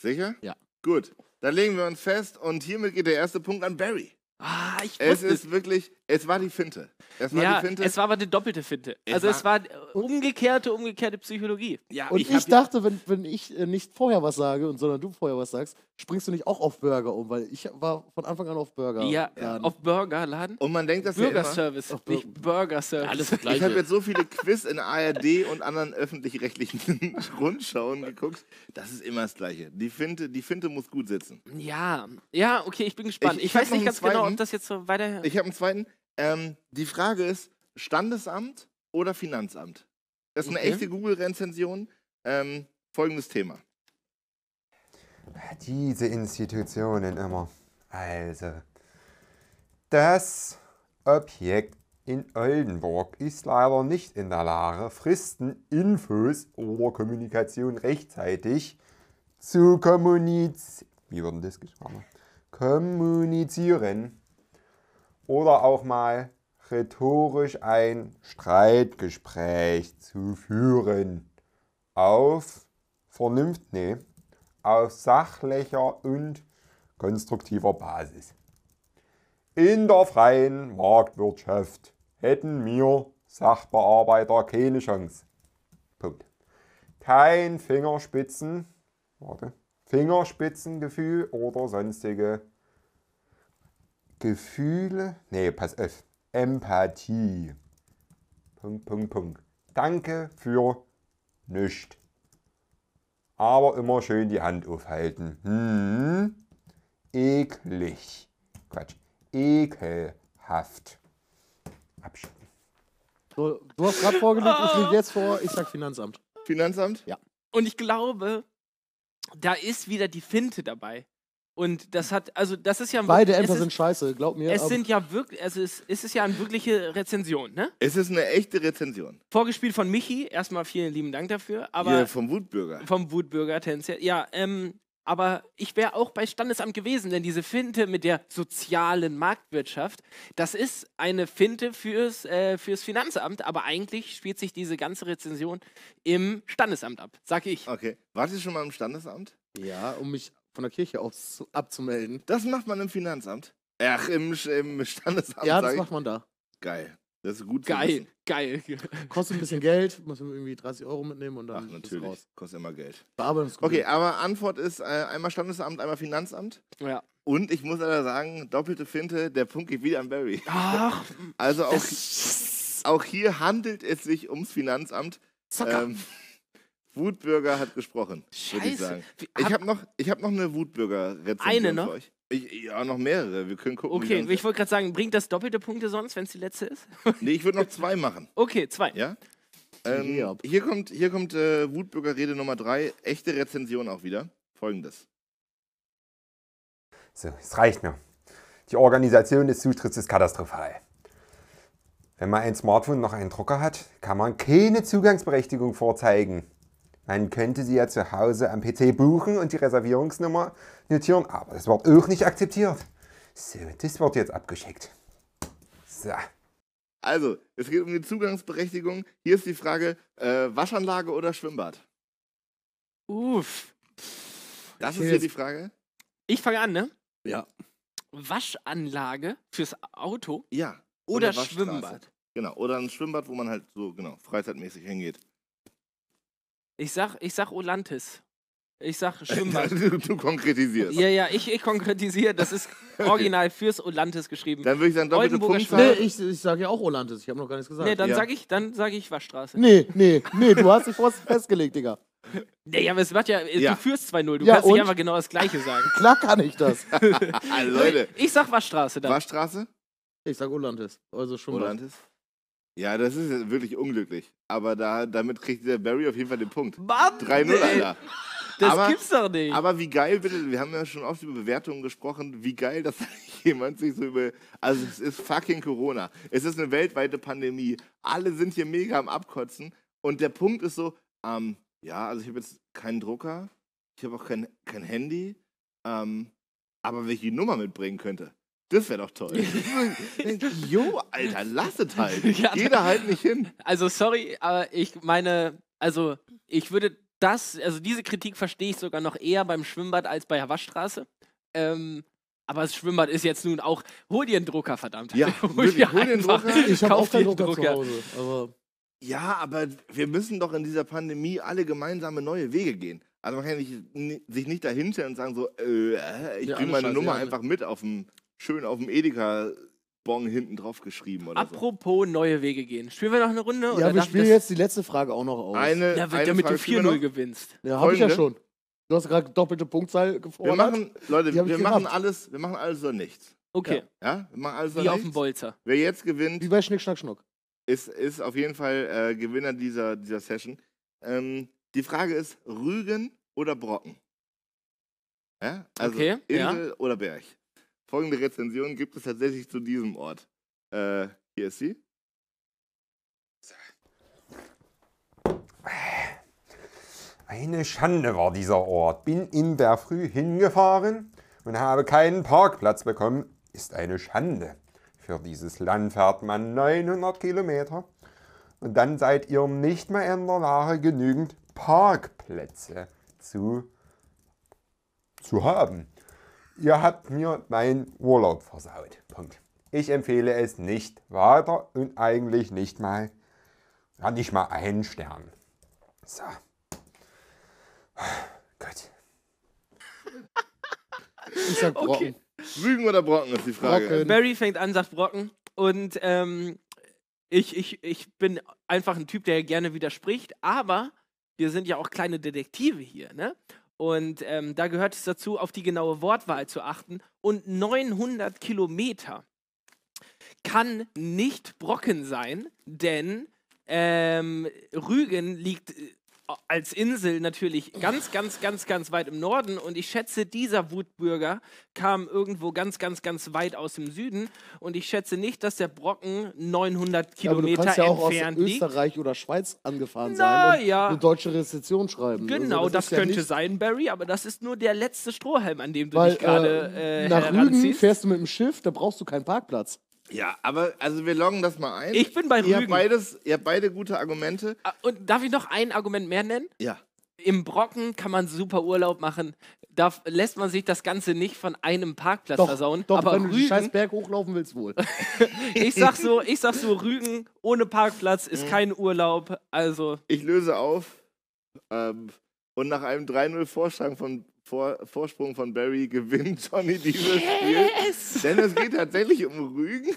[SPEAKER 3] Sicher?
[SPEAKER 5] Ja.
[SPEAKER 3] Gut, dann legen wir uns fest und hiermit geht der erste Punkt an Barry.
[SPEAKER 4] Ah, ich
[SPEAKER 3] Es
[SPEAKER 4] wusste
[SPEAKER 3] ist wirklich, es war die Finte. Es war
[SPEAKER 4] ja,
[SPEAKER 3] die Finte.
[SPEAKER 4] es war aber eine doppelte Finte.
[SPEAKER 3] Es
[SPEAKER 4] also es war äh, umgekehrte, umgekehrte Psychologie.
[SPEAKER 3] ja,
[SPEAKER 5] Und ich,
[SPEAKER 3] hab ja-
[SPEAKER 5] dachte, wenn, wenn ich äh, nicht vorher was sage, und sondern du vorher was sagst, springst du nicht auch auf Burger um, weil ich war von Anfang an auf Burger.
[SPEAKER 4] Ja,
[SPEAKER 5] Laden.
[SPEAKER 4] auf Burgerladen.
[SPEAKER 3] und man denkt, dass wir immer,
[SPEAKER 4] Bürgerservice,
[SPEAKER 5] Auf
[SPEAKER 4] nicht Burgerservice.
[SPEAKER 10] Alles das
[SPEAKER 3] ich
[SPEAKER 10] Gleiche.
[SPEAKER 3] habe jetzt so viele Quiz in ARD und anderen öffentlich-rechtlichen Rundschauen geguckt. Das ist immer das Gleiche. Die Finte, die Finte muss gut sitzen.
[SPEAKER 4] Ja, ja, okay, ich bin gespannt.
[SPEAKER 3] Ich- ich
[SPEAKER 4] Ich,
[SPEAKER 3] hab
[SPEAKER 4] weiß
[SPEAKER 3] noch einen
[SPEAKER 4] nicht ganz genau,
[SPEAKER 3] zweiten.
[SPEAKER 4] ob das jetzt so weiter.
[SPEAKER 3] Ich habe einen zweiten. Ähm, die Frage ist: Standesamt oder Finanzamt? Das ist eine
[SPEAKER 4] Okay.
[SPEAKER 3] echte Google-Rezension. Ähm, folgendes Thema.
[SPEAKER 9] Diese Institutionen immer. Also, das Objekt in Oldenburg ist leider nicht in der Lage, Fristen, Infos oder Kommunikation rechtzeitig zu kommunizieren. Wie wird denn das gesprochen? Kommunizieren. Oder auch mal rhetorisch ein Streitgespräch zu führen. Auf Vernunft, nee, auf sachlicher und konstruktiver Basis. In der freien Marktwirtschaft hätten wir Sachbearbeiter keine Chance. Punkt. Kein Fingerspitzen, warte, Fingerspitzengefühl oder sonstige Gefühle, nee, pass auf, Empathie. Punkt, Punkt, Punkt. Danke für Nicht. Aber immer schön die Hand aufhalten. Hm. Eklig. Quatsch. Ekelhaft. Abschieben.
[SPEAKER 5] So, du hast gerade vorgelegt, ich liege jetzt vor, ich sag Finanzamt.
[SPEAKER 3] Finanzamt?
[SPEAKER 4] Und ich glaube, da ist wieder die Finte dabei. Und das hat, also das ist ja
[SPEAKER 5] Beide
[SPEAKER 4] es
[SPEAKER 5] Ämter
[SPEAKER 4] ist,
[SPEAKER 5] sind scheiße, glaub mir.
[SPEAKER 4] Es
[SPEAKER 5] aber-
[SPEAKER 4] sind ja wirklich, also es, es ist ja eine wirkliche Rezension, ne?
[SPEAKER 3] Es ist eine echte Rezension.
[SPEAKER 4] Vorgespielt von Michi, erstmal vielen lieben Dank dafür, aber
[SPEAKER 3] Hier vom Wutbürger.
[SPEAKER 4] vom Wutbürger tendenziell. Ja, ähm, aber ich wäre auch bei Standesamt gewesen, denn diese Finte mit der sozialen Marktwirtschaft, das ist eine Finte fürs, äh, fürs Finanzamt, aber eigentlich spielt sich diese ganze Rezension im Standesamt ab, sag ich.
[SPEAKER 3] Okay. Wart ihr schon mal im Standesamt?
[SPEAKER 5] ja, um mich von der Kirche aus zu- abzumelden.
[SPEAKER 3] Das macht man im Finanzamt. Ach, im, Sch- im Standesamt.
[SPEAKER 5] Ja,
[SPEAKER 3] sag
[SPEAKER 5] das
[SPEAKER 3] ich.
[SPEAKER 5] macht man da.
[SPEAKER 3] Geil. Das ist gut. zu
[SPEAKER 4] Geil,
[SPEAKER 3] wissen.
[SPEAKER 4] geil.
[SPEAKER 5] Kostet ein bisschen Geld, muss man irgendwie 30 Euro mitnehmen und
[SPEAKER 3] Ach,
[SPEAKER 5] dann ist es
[SPEAKER 3] natürlich.
[SPEAKER 5] raus.
[SPEAKER 3] Kostet immer Geld.
[SPEAKER 5] Bearbeitungsgebühr.
[SPEAKER 3] Okay, aber Antwort ist äh, einmal Standesamt, einmal Finanzamt.
[SPEAKER 4] Ja.
[SPEAKER 3] Und ich muss leider sagen, doppelte Finte, der Punkt geht wieder an Barry.
[SPEAKER 4] Ach,
[SPEAKER 3] Also auch,
[SPEAKER 4] das,
[SPEAKER 3] auch hier handelt es sich ums Finanzamt.
[SPEAKER 4] Zocker.
[SPEAKER 3] Ähm, Wutbürger hat gesprochen, würde ich
[SPEAKER 4] Scheiße.
[SPEAKER 3] sagen.
[SPEAKER 4] Wie-
[SPEAKER 3] Ich
[SPEAKER 4] hab-
[SPEAKER 3] habe noch, ich hab noch eine Wutbürger-Rezension
[SPEAKER 4] Eine noch?
[SPEAKER 3] für euch. Ich, ja, noch mehrere. Wir können gucken. wie
[SPEAKER 4] okay,
[SPEAKER 3] lange-
[SPEAKER 4] ich wollte gerade sagen, bringt das doppelte Punkte sonst, wenn es die letzte ist?
[SPEAKER 3] nee, ich würde noch zwei machen.
[SPEAKER 4] Okay, zwei.
[SPEAKER 3] Ja? Ähm,
[SPEAKER 5] Georg.
[SPEAKER 3] hier kommt, hier kommt äh, Wutbürger Rede Nummer drei. Echte Rezension auch wieder. Folgendes.
[SPEAKER 9] So, es reicht mir. Die Organisation des Zutritts ist katastrophal. Wenn man ein Smartphone noch einen Drucker hat, kann man keine Zugangsberechtigung vorzeigen. Man könnte sie ja zu Hause am PC buchen und die Reservierungsnummer notieren, aber das wird auch nicht akzeptiert. So, das wird jetzt abgeschickt. So,
[SPEAKER 3] Also, es geht um die Zugangsberechtigung. Hier ist die Frage: äh, Waschanlage oder Schwimmbad?
[SPEAKER 4] Uff.
[SPEAKER 3] Das
[SPEAKER 5] Ich
[SPEAKER 3] ist hier
[SPEAKER 5] jetzt-
[SPEAKER 3] die Frage.
[SPEAKER 4] Ich fange an, ne?
[SPEAKER 3] Ja.
[SPEAKER 4] Waschanlage fürs Auto
[SPEAKER 3] Ja.
[SPEAKER 4] oder,
[SPEAKER 3] Waschstraße.
[SPEAKER 4] Schwimmbad?
[SPEAKER 3] Genau. Oder ein Schwimmbad, wo man halt so genau freizeitmäßig hingeht.
[SPEAKER 4] Ich sag, ich sag Olantis. Ich sag Schwimmbad.
[SPEAKER 3] du, du konkretisierst.
[SPEAKER 4] ja, ja, ich, ich konkretisiere, das ist original fürs Olantis geschrieben.
[SPEAKER 3] Dann würde ich sagen, doppelte
[SPEAKER 4] Oldenburger
[SPEAKER 5] Nee,
[SPEAKER 3] Punktzahl.
[SPEAKER 5] ich, ich sage ja auch Orlandes, ich habe noch gar nichts gesagt.
[SPEAKER 4] Nee,
[SPEAKER 5] Nee,
[SPEAKER 4] dann
[SPEAKER 3] Ja.
[SPEAKER 4] sag ich, dann sage ich Waschstraße.
[SPEAKER 5] nee, nee, du hast dich fast festgelegt, Digga.
[SPEAKER 4] Nee, aber es macht ja,
[SPEAKER 3] Ja.
[SPEAKER 4] du führst 2-0, du
[SPEAKER 5] Ja,
[SPEAKER 4] kannst
[SPEAKER 5] und?
[SPEAKER 4] nicht einfach genau das gleiche sagen.
[SPEAKER 5] Klar kann ich das.
[SPEAKER 3] Ah, Leute,
[SPEAKER 4] Ich sag Waschstraße dann.
[SPEAKER 3] Waschstraße
[SPEAKER 5] Ich sag Orlandes, also schon
[SPEAKER 3] oder
[SPEAKER 5] mal.
[SPEAKER 3] Antis? Ja, das ist jetzt wirklich unglücklich. Aber da, damit kriegt der Barry auf jeden Fall den Punkt.
[SPEAKER 4] Mann,
[SPEAKER 3] 3-0,
[SPEAKER 4] ey,
[SPEAKER 3] Alter.
[SPEAKER 4] Das
[SPEAKER 3] Aber-
[SPEAKER 4] gibt's doch nicht.
[SPEAKER 3] Aber wie geil, bitte, wir haben ja schon oft über Bewertungen gesprochen, wie geil, dass jemand sich so über. Also, es ist fucking Corona. Es ist eine weltweite Pandemie. Alle sind hier mega am Abkotzen. Und der Punkt ist so: ähm, ja, also, ich habe jetzt keinen Drucker, ich habe auch kein, kein Handy, ähm, aber wenn ich die Nummer mitbringen könnte. Das wäre doch toll. jo, Alter, lass es halt.
[SPEAKER 4] Ja.
[SPEAKER 3] Jeder halt nicht hin.
[SPEAKER 4] Also sorry, aber ich meine, also ich würde das, also diese Kritik verstehe ich sogar noch eher beim Schwimmbad als bei der Waschstraße. Ähm, aber das Schwimmbad ist jetzt nun auch, hol dir einen Drucker, verdammt.
[SPEAKER 3] Ja, wirklich, hol dir einen
[SPEAKER 4] einfach-
[SPEAKER 3] Drucker.
[SPEAKER 5] Ich habe
[SPEAKER 4] kauf
[SPEAKER 5] auch keinen
[SPEAKER 4] dir einen
[SPEAKER 5] Drucker zu Hause, aber
[SPEAKER 3] Ja, aber wir müssen doch in dieser Pandemie alle gemeinsame neue Wege gehen. Also man kann ja nicht, ni- sich nicht dahinstellen und sagen so, äh, äh, ich bringe
[SPEAKER 5] Ja, alle
[SPEAKER 3] meine
[SPEAKER 5] Scheiße,
[SPEAKER 3] Nummer
[SPEAKER 5] ja, alle.
[SPEAKER 3] einfach mit auf dem, schön auf dem Edeka-Bon hinten drauf geschrieben oder
[SPEAKER 4] Apropos neue Wege gehen. Spielen wir noch eine Runde? oder
[SPEAKER 5] ja, wir
[SPEAKER 4] darf ich
[SPEAKER 5] spielen
[SPEAKER 4] das-
[SPEAKER 5] jetzt die letzte Frage auch noch aus.
[SPEAKER 3] so. Eine, ja,
[SPEAKER 4] Ja, damit
[SPEAKER 3] äh, eine
[SPEAKER 4] damit
[SPEAKER 3] Frage
[SPEAKER 4] du
[SPEAKER 3] spielen wir
[SPEAKER 4] 4-0
[SPEAKER 3] noch.
[SPEAKER 4] gewinnst.
[SPEAKER 5] ja, habe ich ja
[SPEAKER 3] folgende.
[SPEAKER 5] schon. Du hast gerade doppelte Punktzahl gefordert.
[SPEAKER 3] Wir machen, Leute,
[SPEAKER 5] Oh, Die hab
[SPEAKER 3] wir
[SPEAKER 5] ich
[SPEAKER 3] machen
[SPEAKER 5] gemacht.
[SPEAKER 3] alles, wir machen alles oder nichts.
[SPEAKER 4] Okay,
[SPEAKER 3] Ja, wir machen alles
[SPEAKER 4] wie
[SPEAKER 3] oder
[SPEAKER 4] auf dem
[SPEAKER 3] nichts.
[SPEAKER 4] Bolzer.
[SPEAKER 3] Wer jetzt
[SPEAKER 5] Wie
[SPEAKER 3] gewinnt,
[SPEAKER 5] bei Schnick, Schnack, Schnuck.
[SPEAKER 3] ist, ist auf jeden Fall äh, Gewinner dieser, dieser Session. Ähm, die Frage ist, Rügen oder Brocken? Ja? Also
[SPEAKER 4] Okay, ja.
[SPEAKER 3] Insel oder Berg? Folgende Rezension gibt es tatsächlich zu diesem Ort. Äh, hier ist sie.
[SPEAKER 9] eine Schande war dieser Ort. Bin in der Früh hingefahren und habe keinen Parkplatz bekommen. Ist eine Schande. Für dieses Land fährt man 900 Kilometer und dann seid ihr nicht mehr in der Lage, genügend Parkplätze zu, zu haben. Ihr habt mir meinen Urlaub versaut. Punkt. Ich empfehle es nicht weiter und eigentlich nicht mal, ja, nicht mal einen Stern. So. Gott.
[SPEAKER 5] Ich sag Brocken.
[SPEAKER 3] Rügen oder Brocken ist die Frage.
[SPEAKER 5] Brocken.
[SPEAKER 4] Äh, Barry fängt an, sagt Brocken. Und ähm, ich, ich, ich bin einfach ein Typ, der gerne widerspricht, aber wir sind ja auch kleine Detektive hier, ne? Und ähm, da gehört es dazu, auf die genaue Wortwahl zu achten. Und 900 Kilometer kann nicht Brocken sein, denn ähm, Rügen liegt äh, als Insel natürlich ganz, ganz, ganz, ganz weit im Norden. Und ich schätze, dieser Wutbürger kam irgendwo ganz, ganz, ganz weit aus dem Süden. Und ich schätze nicht, dass der Brocken 900
[SPEAKER 5] Ja, aber du
[SPEAKER 4] Kilometer
[SPEAKER 5] kannst ja auch aus
[SPEAKER 4] entfernt liegt.
[SPEAKER 5] Österreich oder Schweiz angefahren
[SPEAKER 4] Na
[SPEAKER 5] sein und
[SPEAKER 4] ja.
[SPEAKER 5] eine deutsche Rezession schreiben.
[SPEAKER 4] Genau,
[SPEAKER 5] Also
[SPEAKER 4] das,
[SPEAKER 5] ist ja
[SPEAKER 4] könnte
[SPEAKER 5] nicht-
[SPEAKER 4] sein, Barry, aber das ist nur der letzte Strohhalm, an dem du
[SPEAKER 5] Weil
[SPEAKER 4] dich gerade äh,
[SPEAKER 5] äh, nach Rügen
[SPEAKER 4] heranziehst.
[SPEAKER 5] fährst du mit dem Schiff, da brauchst du keinen Parkplatz.
[SPEAKER 3] Ja, aber also wir loggen das mal ein.
[SPEAKER 4] Ich bin bei
[SPEAKER 3] ihr habt,
[SPEAKER 4] Rügen.
[SPEAKER 3] beides, ihr habt beide gute Argumente.
[SPEAKER 4] Ah, Und darf ich noch ein Argument mehr nennen?
[SPEAKER 3] Ja.
[SPEAKER 4] Im Brocken kann man super Urlaub machen. Da f- lässt man sich das Ganze nicht von einem Parkplatz
[SPEAKER 5] Doch,
[SPEAKER 4] versauen.
[SPEAKER 5] doch
[SPEAKER 4] aber
[SPEAKER 5] wenn du den scheiß
[SPEAKER 4] Rügen,
[SPEAKER 5] Berg hochlaufen willst, wohl.
[SPEAKER 4] ich sag, so, ich sag so, Rügen ohne Parkplatz
[SPEAKER 5] Mhm.
[SPEAKER 4] ist kein Urlaub. Also,
[SPEAKER 3] Ich löse auf. Ähm, und nach einem 3-0 Vorsprung von, Vor, Vorsprung von Barry gewinnt Johnny dieses Spiel. Denn es geht tatsächlich um Rügen.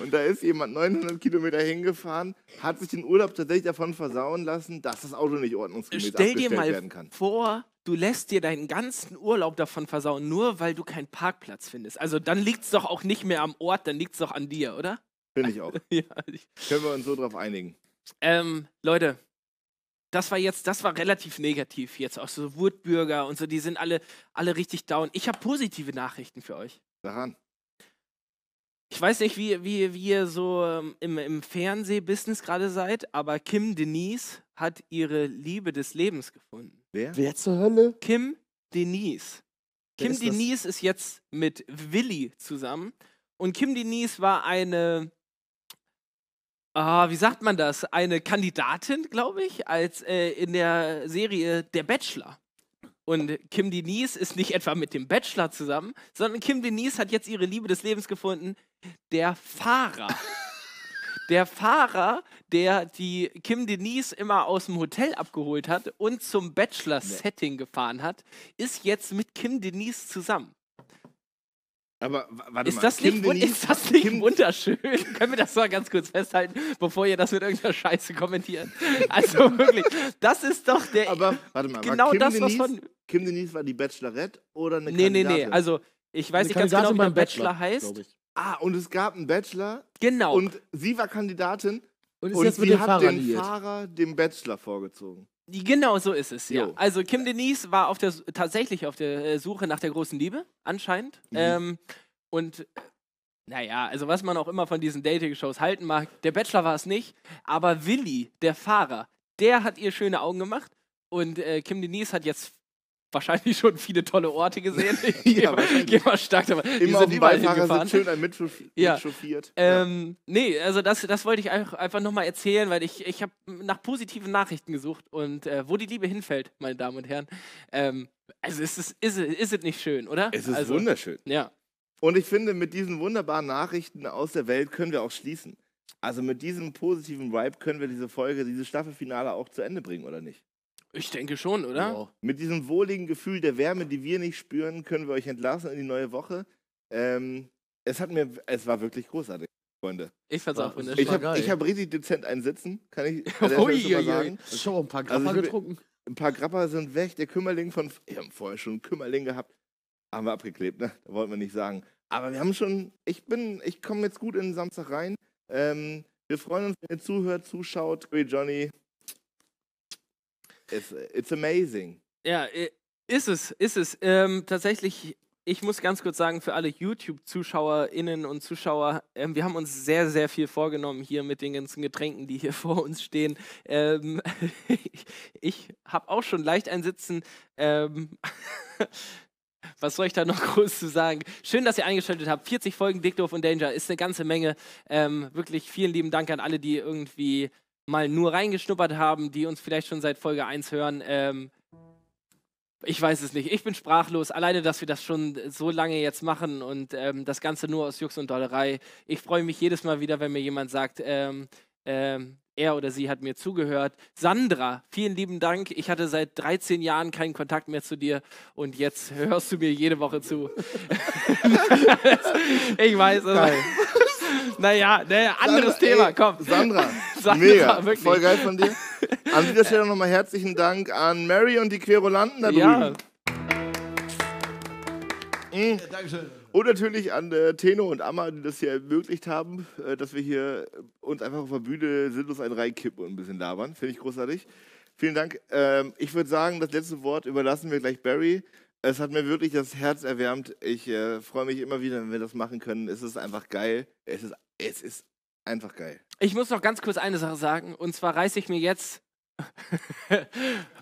[SPEAKER 3] Und da ist jemand 900 Kilometer hingefahren, hat sich den Urlaub tatsächlich davon versauen lassen, dass das Auto nicht ordnungsgemäß
[SPEAKER 4] stell dir
[SPEAKER 3] abgestellt
[SPEAKER 4] mal
[SPEAKER 3] werden kann.
[SPEAKER 4] vor, du lässt dir deinen ganzen Urlaub davon versauen, nur weil du keinen Parkplatz findest. Also, dann liegt's doch auch nicht mehr am Ort, dann liegt's doch an dir, oder?
[SPEAKER 3] Finde ich auch.
[SPEAKER 4] Ja, ich,
[SPEAKER 3] Können wir uns so drauf einigen.
[SPEAKER 4] Ähm, Leute, das war jetzt, das war relativ negativ jetzt. Auch so Wutbürger und so, die sind alle, alle richtig down. Ich habe positive Nachrichten für euch.
[SPEAKER 3] Daran.
[SPEAKER 4] Ich weiß nicht, wie, wie, wie ihr so ähm, im, im Fernsehbusiness gerade seid, aber Kim Denise hat ihre Liebe des Lebens gefunden.
[SPEAKER 3] Wer?
[SPEAKER 5] Wer zur Hölle?
[SPEAKER 4] Kim Denise.
[SPEAKER 5] Wer
[SPEAKER 4] Kim
[SPEAKER 5] ist das?
[SPEAKER 4] Denise ist jetzt mit Willi zusammen. Und Kim Denise war eine, ah, wie sagt man das? Eine Kandidatin, glaube ich, als äh, in der Serie Der Bachelor. Und Kim Denise ist nicht etwa mit dem Bachelor zusammen, sondern Kim Denise hat jetzt ihre Liebe des Lebens gefunden, der Fahrer. der Fahrer, der die Kim Denise immer aus dem Hotel abgeholt hat und zum Bachelor-Setting gefahren hat, ist jetzt mit Kim Denise zusammen.
[SPEAKER 3] Aber wa- warte mal.
[SPEAKER 4] Ist das,
[SPEAKER 3] Kim
[SPEAKER 4] nicht, wun-
[SPEAKER 3] Denis-
[SPEAKER 4] ist das nicht
[SPEAKER 3] Kim-
[SPEAKER 4] wunderschön? Können wir das mal ganz kurz festhalten, bevor ihr das mit irgendeiner Scheiße kommentiert? Also wirklich, das ist doch der.
[SPEAKER 3] Aber warte mal.
[SPEAKER 4] genau
[SPEAKER 3] war Kim
[SPEAKER 4] das, was
[SPEAKER 3] Denis,
[SPEAKER 4] von-
[SPEAKER 3] Kim Denise war die Bachelorette oder eine
[SPEAKER 4] nee, nee,
[SPEAKER 3] Kandidatin?
[SPEAKER 4] nee. Also, ich weiß
[SPEAKER 5] Eine
[SPEAKER 4] nicht ganz genau,
[SPEAKER 5] Kandidatin
[SPEAKER 4] wie der
[SPEAKER 5] beim
[SPEAKER 4] Bachelor, heißt.
[SPEAKER 5] glaub ich.
[SPEAKER 3] Ah, und es gab einen Bachelor
[SPEAKER 4] Genau.
[SPEAKER 3] und sie war Kandidatin
[SPEAKER 5] Und ist
[SPEAKER 3] und
[SPEAKER 5] jetzt mit
[SPEAKER 3] sie
[SPEAKER 5] dem
[SPEAKER 3] hat
[SPEAKER 5] Fahrer
[SPEAKER 3] den
[SPEAKER 5] liiert.
[SPEAKER 3] Fahrer dem Bachelor vorgezogen.
[SPEAKER 4] Die- Genau so ist es, ja.
[SPEAKER 3] Jo.
[SPEAKER 4] Also Kim Denise war auf der, Su- tatsächlich auf der äh, Suche nach der großen Liebe, anscheinend.
[SPEAKER 3] Mhm.
[SPEAKER 4] Ähm, und äh, naja, also was man auch immer von diesen Dating-Shows halten mag, der Bachelor war es nicht, aber Willi, der Fahrer, der hat ihr schöne Augen gemacht und äh, Kim Denise hat jetzt wahrscheinlich schon viele tolle Orte gesehen. Ich gehe mal-
[SPEAKER 3] wahrscheinlich.
[SPEAKER 4] gehe mal stark davon. Die
[SPEAKER 3] Immer auf
[SPEAKER 4] sind
[SPEAKER 3] dem
[SPEAKER 4] überall
[SPEAKER 3] Beifahrersitz
[SPEAKER 4] hingefahren.
[SPEAKER 3] schön ein mitschuffiert.
[SPEAKER 4] Ja.
[SPEAKER 3] mitchauffiert. ja.
[SPEAKER 4] Ähm, nee, also das, das wollte ich einfach, einfach nochmal erzählen, weil ich, ich habe nach positiven Nachrichten gesucht und äh, wo die Liebe hinfällt, meine Damen und Herren. Ähm, also ist es, ist, es- ist es nicht schön, oder?
[SPEAKER 3] Es ist
[SPEAKER 4] also,
[SPEAKER 3] wunderschön.
[SPEAKER 4] Ja.
[SPEAKER 3] Und ich finde, mit diesen wunderbaren Nachrichten aus der Welt können wir auch schließen. Also mit diesem positiven Vibe können wir diese Folge, dieses Staffelfinale auch zu Ende bringen, oder nicht?
[SPEAKER 4] Ich denke schon, oder?
[SPEAKER 5] Ja.
[SPEAKER 3] Mit diesem wohligen Gefühl der Wärme, die wir nicht spüren, können wir euch entlassen in die neue Woche. Ähm, es hat mir, es war wirklich großartig, Freunde.
[SPEAKER 4] Ich fand's
[SPEAKER 5] Ja,
[SPEAKER 4] auch
[SPEAKER 5] es ist
[SPEAKER 4] wunderschön.
[SPEAKER 3] Ich
[SPEAKER 5] war
[SPEAKER 3] habe
[SPEAKER 5] geil.
[SPEAKER 3] hab richtig dezent einen Sitzen, kann ich an der Stelle schon mal
[SPEAKER 4] Uiuiui.
[SPEAKER 3] sagen.
[SPEAKER 5] Ich habe auch ein paar
[SPEAKER 3] Also
[SPEAKER 5] Grappa
[SPEAKER 3] ich hab-
[SPEAKER 5] getrunken.
[SPEAKER 3] Ein paar Grapper sind weg, der Kümmerling von. Wir haben vorher schon einen Kümmerling gehabt. Haben wir abgeklebt, ne? Da wollten wir nicht sagen. Aber wir haben schon. Ich bin, ich komme jetzt gut in den Samstag rein. Ähm, wir freuen uns, wenn ihr zuhört, zuschaut. Great Johnny. It's, it's amazing.
[SPEAKER 4] Ja, äh, ist es, ist es. Ähm, tatsächlich, ich muss ganz kurz sagen, für alle YouTube-ZuschauerInnen und Zuschauer, ähm, wir haben uns sehr, sehr viel vorgenommen hier mit den ganzen Getränken, die hier vor uns stehen. Ähm, ich ich habe auch schon leicht ein Sitzen. Ähm, Was soll ich da noch groß zu sagen? Schön, dass ihr eingeschaltet habt. 40 Folgen Dick Doof und Danger ist eine ganze Menge. Ähm, wirklich vielen lieben Dank an alle, die irgendwie mal nur reingeschnuppert haben, die uns vielleicht schon seit Folge 1 hören. Ähm, ich weiß es nicht. Ich bin sprachlos. Alleine, dass wir das schon so lange jetzt machen und ähm, das Ganze nur aus Jux und Dollerei. Ich freue mich jedes Mal wieder, wenn mir jemand sagt, ähm, ähm, er oder sie hat mir zugehört. Sandra, vielen lieben Dank. Ich hatte seit 13 Jahren keinen Kontakt mehr zu dir und jetzt hörst du mir jede Woche zu. ich weiß. Also, Naja, naja,
[SPEAKER 3] Sandra,
[SPEAKER 4] anderes Thema,
[SPEAKER 3] ey,
[SPEAKER 4] komm.
[SPEAKER 3] Sandra,
[SPEAKER 4] Sandra,
[SPEAKER 3] mega,
[SPEAKER 4] wirklich.
[SPEAKER 3] voll geil von dir. An dieser Stelle nochmal herzlichen Dank an Mary und die Querulanten da
[SPEAKER 4] Ja,
[SPEAKER 3] drüben. Mhm. Und natürlich an äh, Teno und Amma, die das hier ermöglicht haben, äh, dass wir hier äh, uns einfach auf der Bühne sinnlos einen reinkippen und ein bisschen labern. Finde ich großartig. Vielen Dank. Ähm, ich würde sagen, das letzte Wort überlassen wir gleich Barry. Es hat mir wirklich das Herz erwärmt. Ich äh, freue mich immer wieder, wenn wir das machen können. Es ist einfach geil. Es ist, es ist einfach geil.
[SPEAKER 4] ich muss noch ganz kurz eine Sache sagen. Und zwar reiß ich mir jetzt.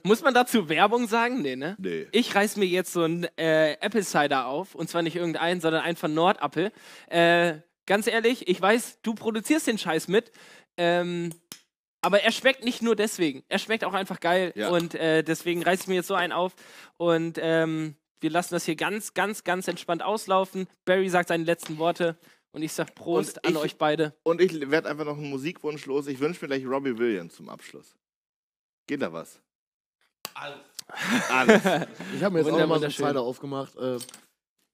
[SPEAKER 4] muss man dazu Werbung sagen? Nee, ne?
[SPEAKER 3] Nee.
[SPEAKER 4] Ich reiß mir jetzt so einen äh, Apple Cider auf. Und zwar nicht irgendeinen, sondern einen von Nordappel. Äh, ganz ehrlich, ich weiß, du produzierst den Scheiß mit. Ähm, aber er schmeckt nicht nur deswegen. Er schmeckt auch einfach geil.
[SPEAKER 3] Ja.
[SPEAKER 4] Und äh, deswegen reiß ich mir jetzt so einen auf. Und ähm, wir lassen das hier ganz, ganz, ganz entspannt auslaufen. Barry sagt seine letzten Worte. Und ich sag Prost
[SPEAKER 3] Und
[SPEAKER 4] an
[SPEAKER 3] ich-
[SPEAKER 4] euch beide.
[SPEAKER 3] Und ich werde einfach noch einen Musikwunsch los. Ich wünsche mir gleich Robbie Williams zum Abschluss. Geht da was? Alles. Alles.
[SPEAKER 5] Ich habe mir jetzt auch mal so einen
[SPEAKER 4] Wunderschön.
[SPEAKER 5] Cider aufgemacht. Äh,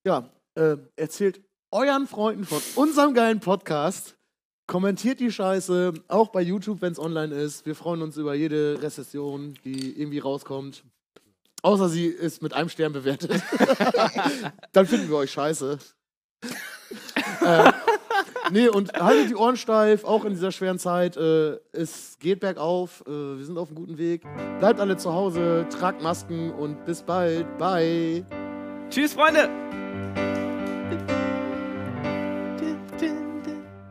[SPEAKER 5] ja, äh, erzählt euren Freunden von unserem geilen Podcast. Kommentiert die Scheiße, auch bei YouTube, wenn es online ist. Wir freuen uns über jede Rezession, die irgendwie rauskommt. Außer sie ist mit einem Stern bewertet. Dann finden wir euch scheiße. äh, nee, und haltet die Ohren steif, auch in dieser schweren Zeit. Äh, es geht bergauf, äh, wir sind auf einem guten Weg. Bleibt alle zu Hause, tragt Masken und bis bald. Bye.
[SPEAKER 4] Tschüss, Freunde!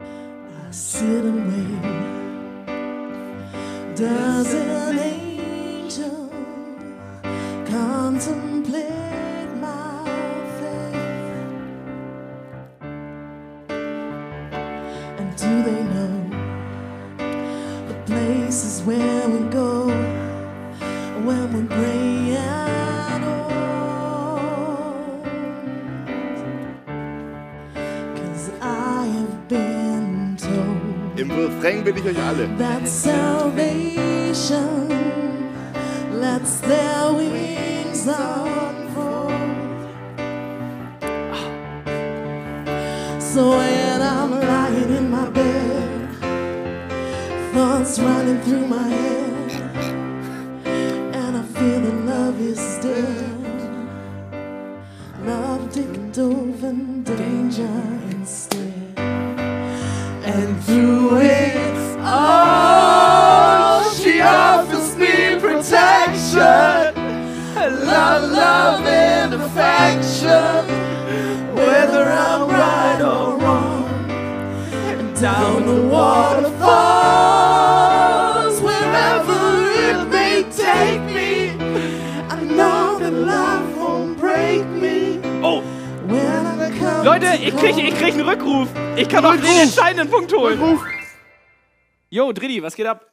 [SPEAKER 7] I sit and wait. Does an angel contemplate my faith? And do they know the places where we go when we're gray and old? Cause I have been told
[SPEAKER 3] Im Refrain bin ich euch alle.
[SPEAKER 7] that salvation lets their wings unfold. So when I'm lying in my bed, thoughts running through my head, and I feel that love is dead. Love dicked over in danger instead and through it all, Oh, she offers me protection, love, love, and affection, whether I'm right or wrong. Down the waterfalls, wherever it may take me, I know that love won't break me.
[SPEAKER 4] Oh.
[SPEAKER 7] When I come
[SPEAKER 4] Leute,
[SPEAKER 7] to
[SPEAKER 4] ich krieg, ich
[SPEAKER 7] call-
[SPEAKER 4] krieg einen Rückruf. Ich kann auch den entscheidenden Punkt holen. Rückruf. Jo, Drilli, was geht ab?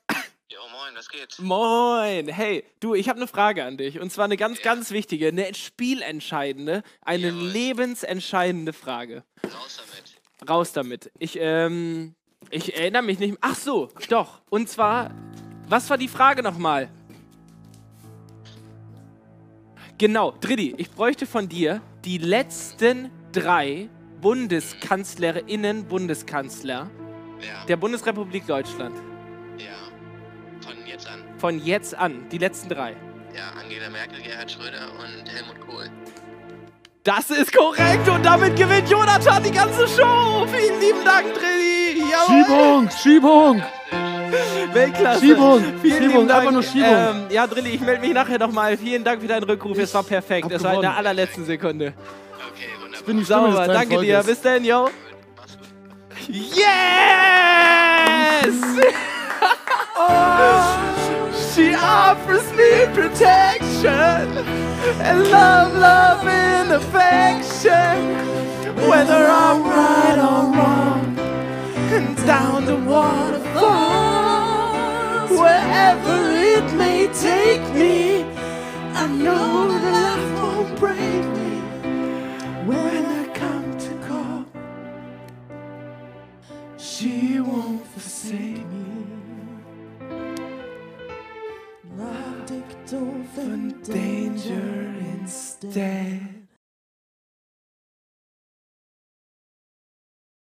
[SPEAKER 2] Jo, moin, was geht?
[SPEAKER 4] Moin. Hey, du, ich habe eine Frage an dich. Und zwar eine ganz, ganz wichtige, eine spielentscheidende, eine
[SPEAKER 2] Jawohl.
[SPEAKER 4] lebensentscheidende Frage.
[SPEAKER 2] Raus damit.
[SPEAKER 4] Raus damit. Ich, ähm, ich erinnere mich nicht. Ach so, doch. Und zwar, was war die Frage nochmal? Genau, Driddi, ich bräuchte von dir die letzten drei Bundeskanzlerinnen, Bundeskanzler
[SPEAKER 2] Ja,
[SPEAKER 4] der Bundesrepublik Deutschland.
[SPEAKER 2] ja. Von jetzt an.
[SPEAKER 4] Von jetzt an, die letzten drei.
[SPEAKER 2] Ja, Angela Merkel, Gerhard Schröder und Helmut Kohl.
[SPEAKER 4] Das ist korrekt und damit gewinnt Jonathan die ganze Show. Vielen lieben Dank, Drilli. Jawohl.
[SPEAKER 5] Schiebung, Schiebung.
[SPEAKER 4] Weltklasse.
[SPEAKER 5] Schiebung,
[SPEAKER 4] Vielen
[SPEAKER 5] Schiebung,
[SPEAKER 4] lieben Dank.
[SPEAKER 5] einfach nur Schiebung.
[SPEAKER 4] Ähm, ja, Drilli, ich melde mich nachher nochmal. Vielen Dank für deinen Rückruf. Es war perfekt.
[SPEAKER 5] hab
[SPEAKER 4] Es war in der
[SPEAKER 5] gewonnen.
[SPEAKER 4] allerletzten Sekunde.
[SPEAKER 2] Okay, wunderbar.
[SPEAKER 5] Bin die Stimme
[SPEAKER 4] Sauber.
[SPEAKER 5] des kleinen
[SPEAKER 4] Danke dir.
[SPEAKER 5] Volkes.
[SPEAKER 4] Bis dann, yo.
[SPEAKER 2] Mach's gut.
[SPEAKER 4] Yes! She offers me protection and love, love and affection. Whether I'm right or wrong, and down the waterfalls, wherever it may take me, I know that love won't break me when I come to call. She won't forsake me.
[SPEAKER 7] Love dicked over danger instead.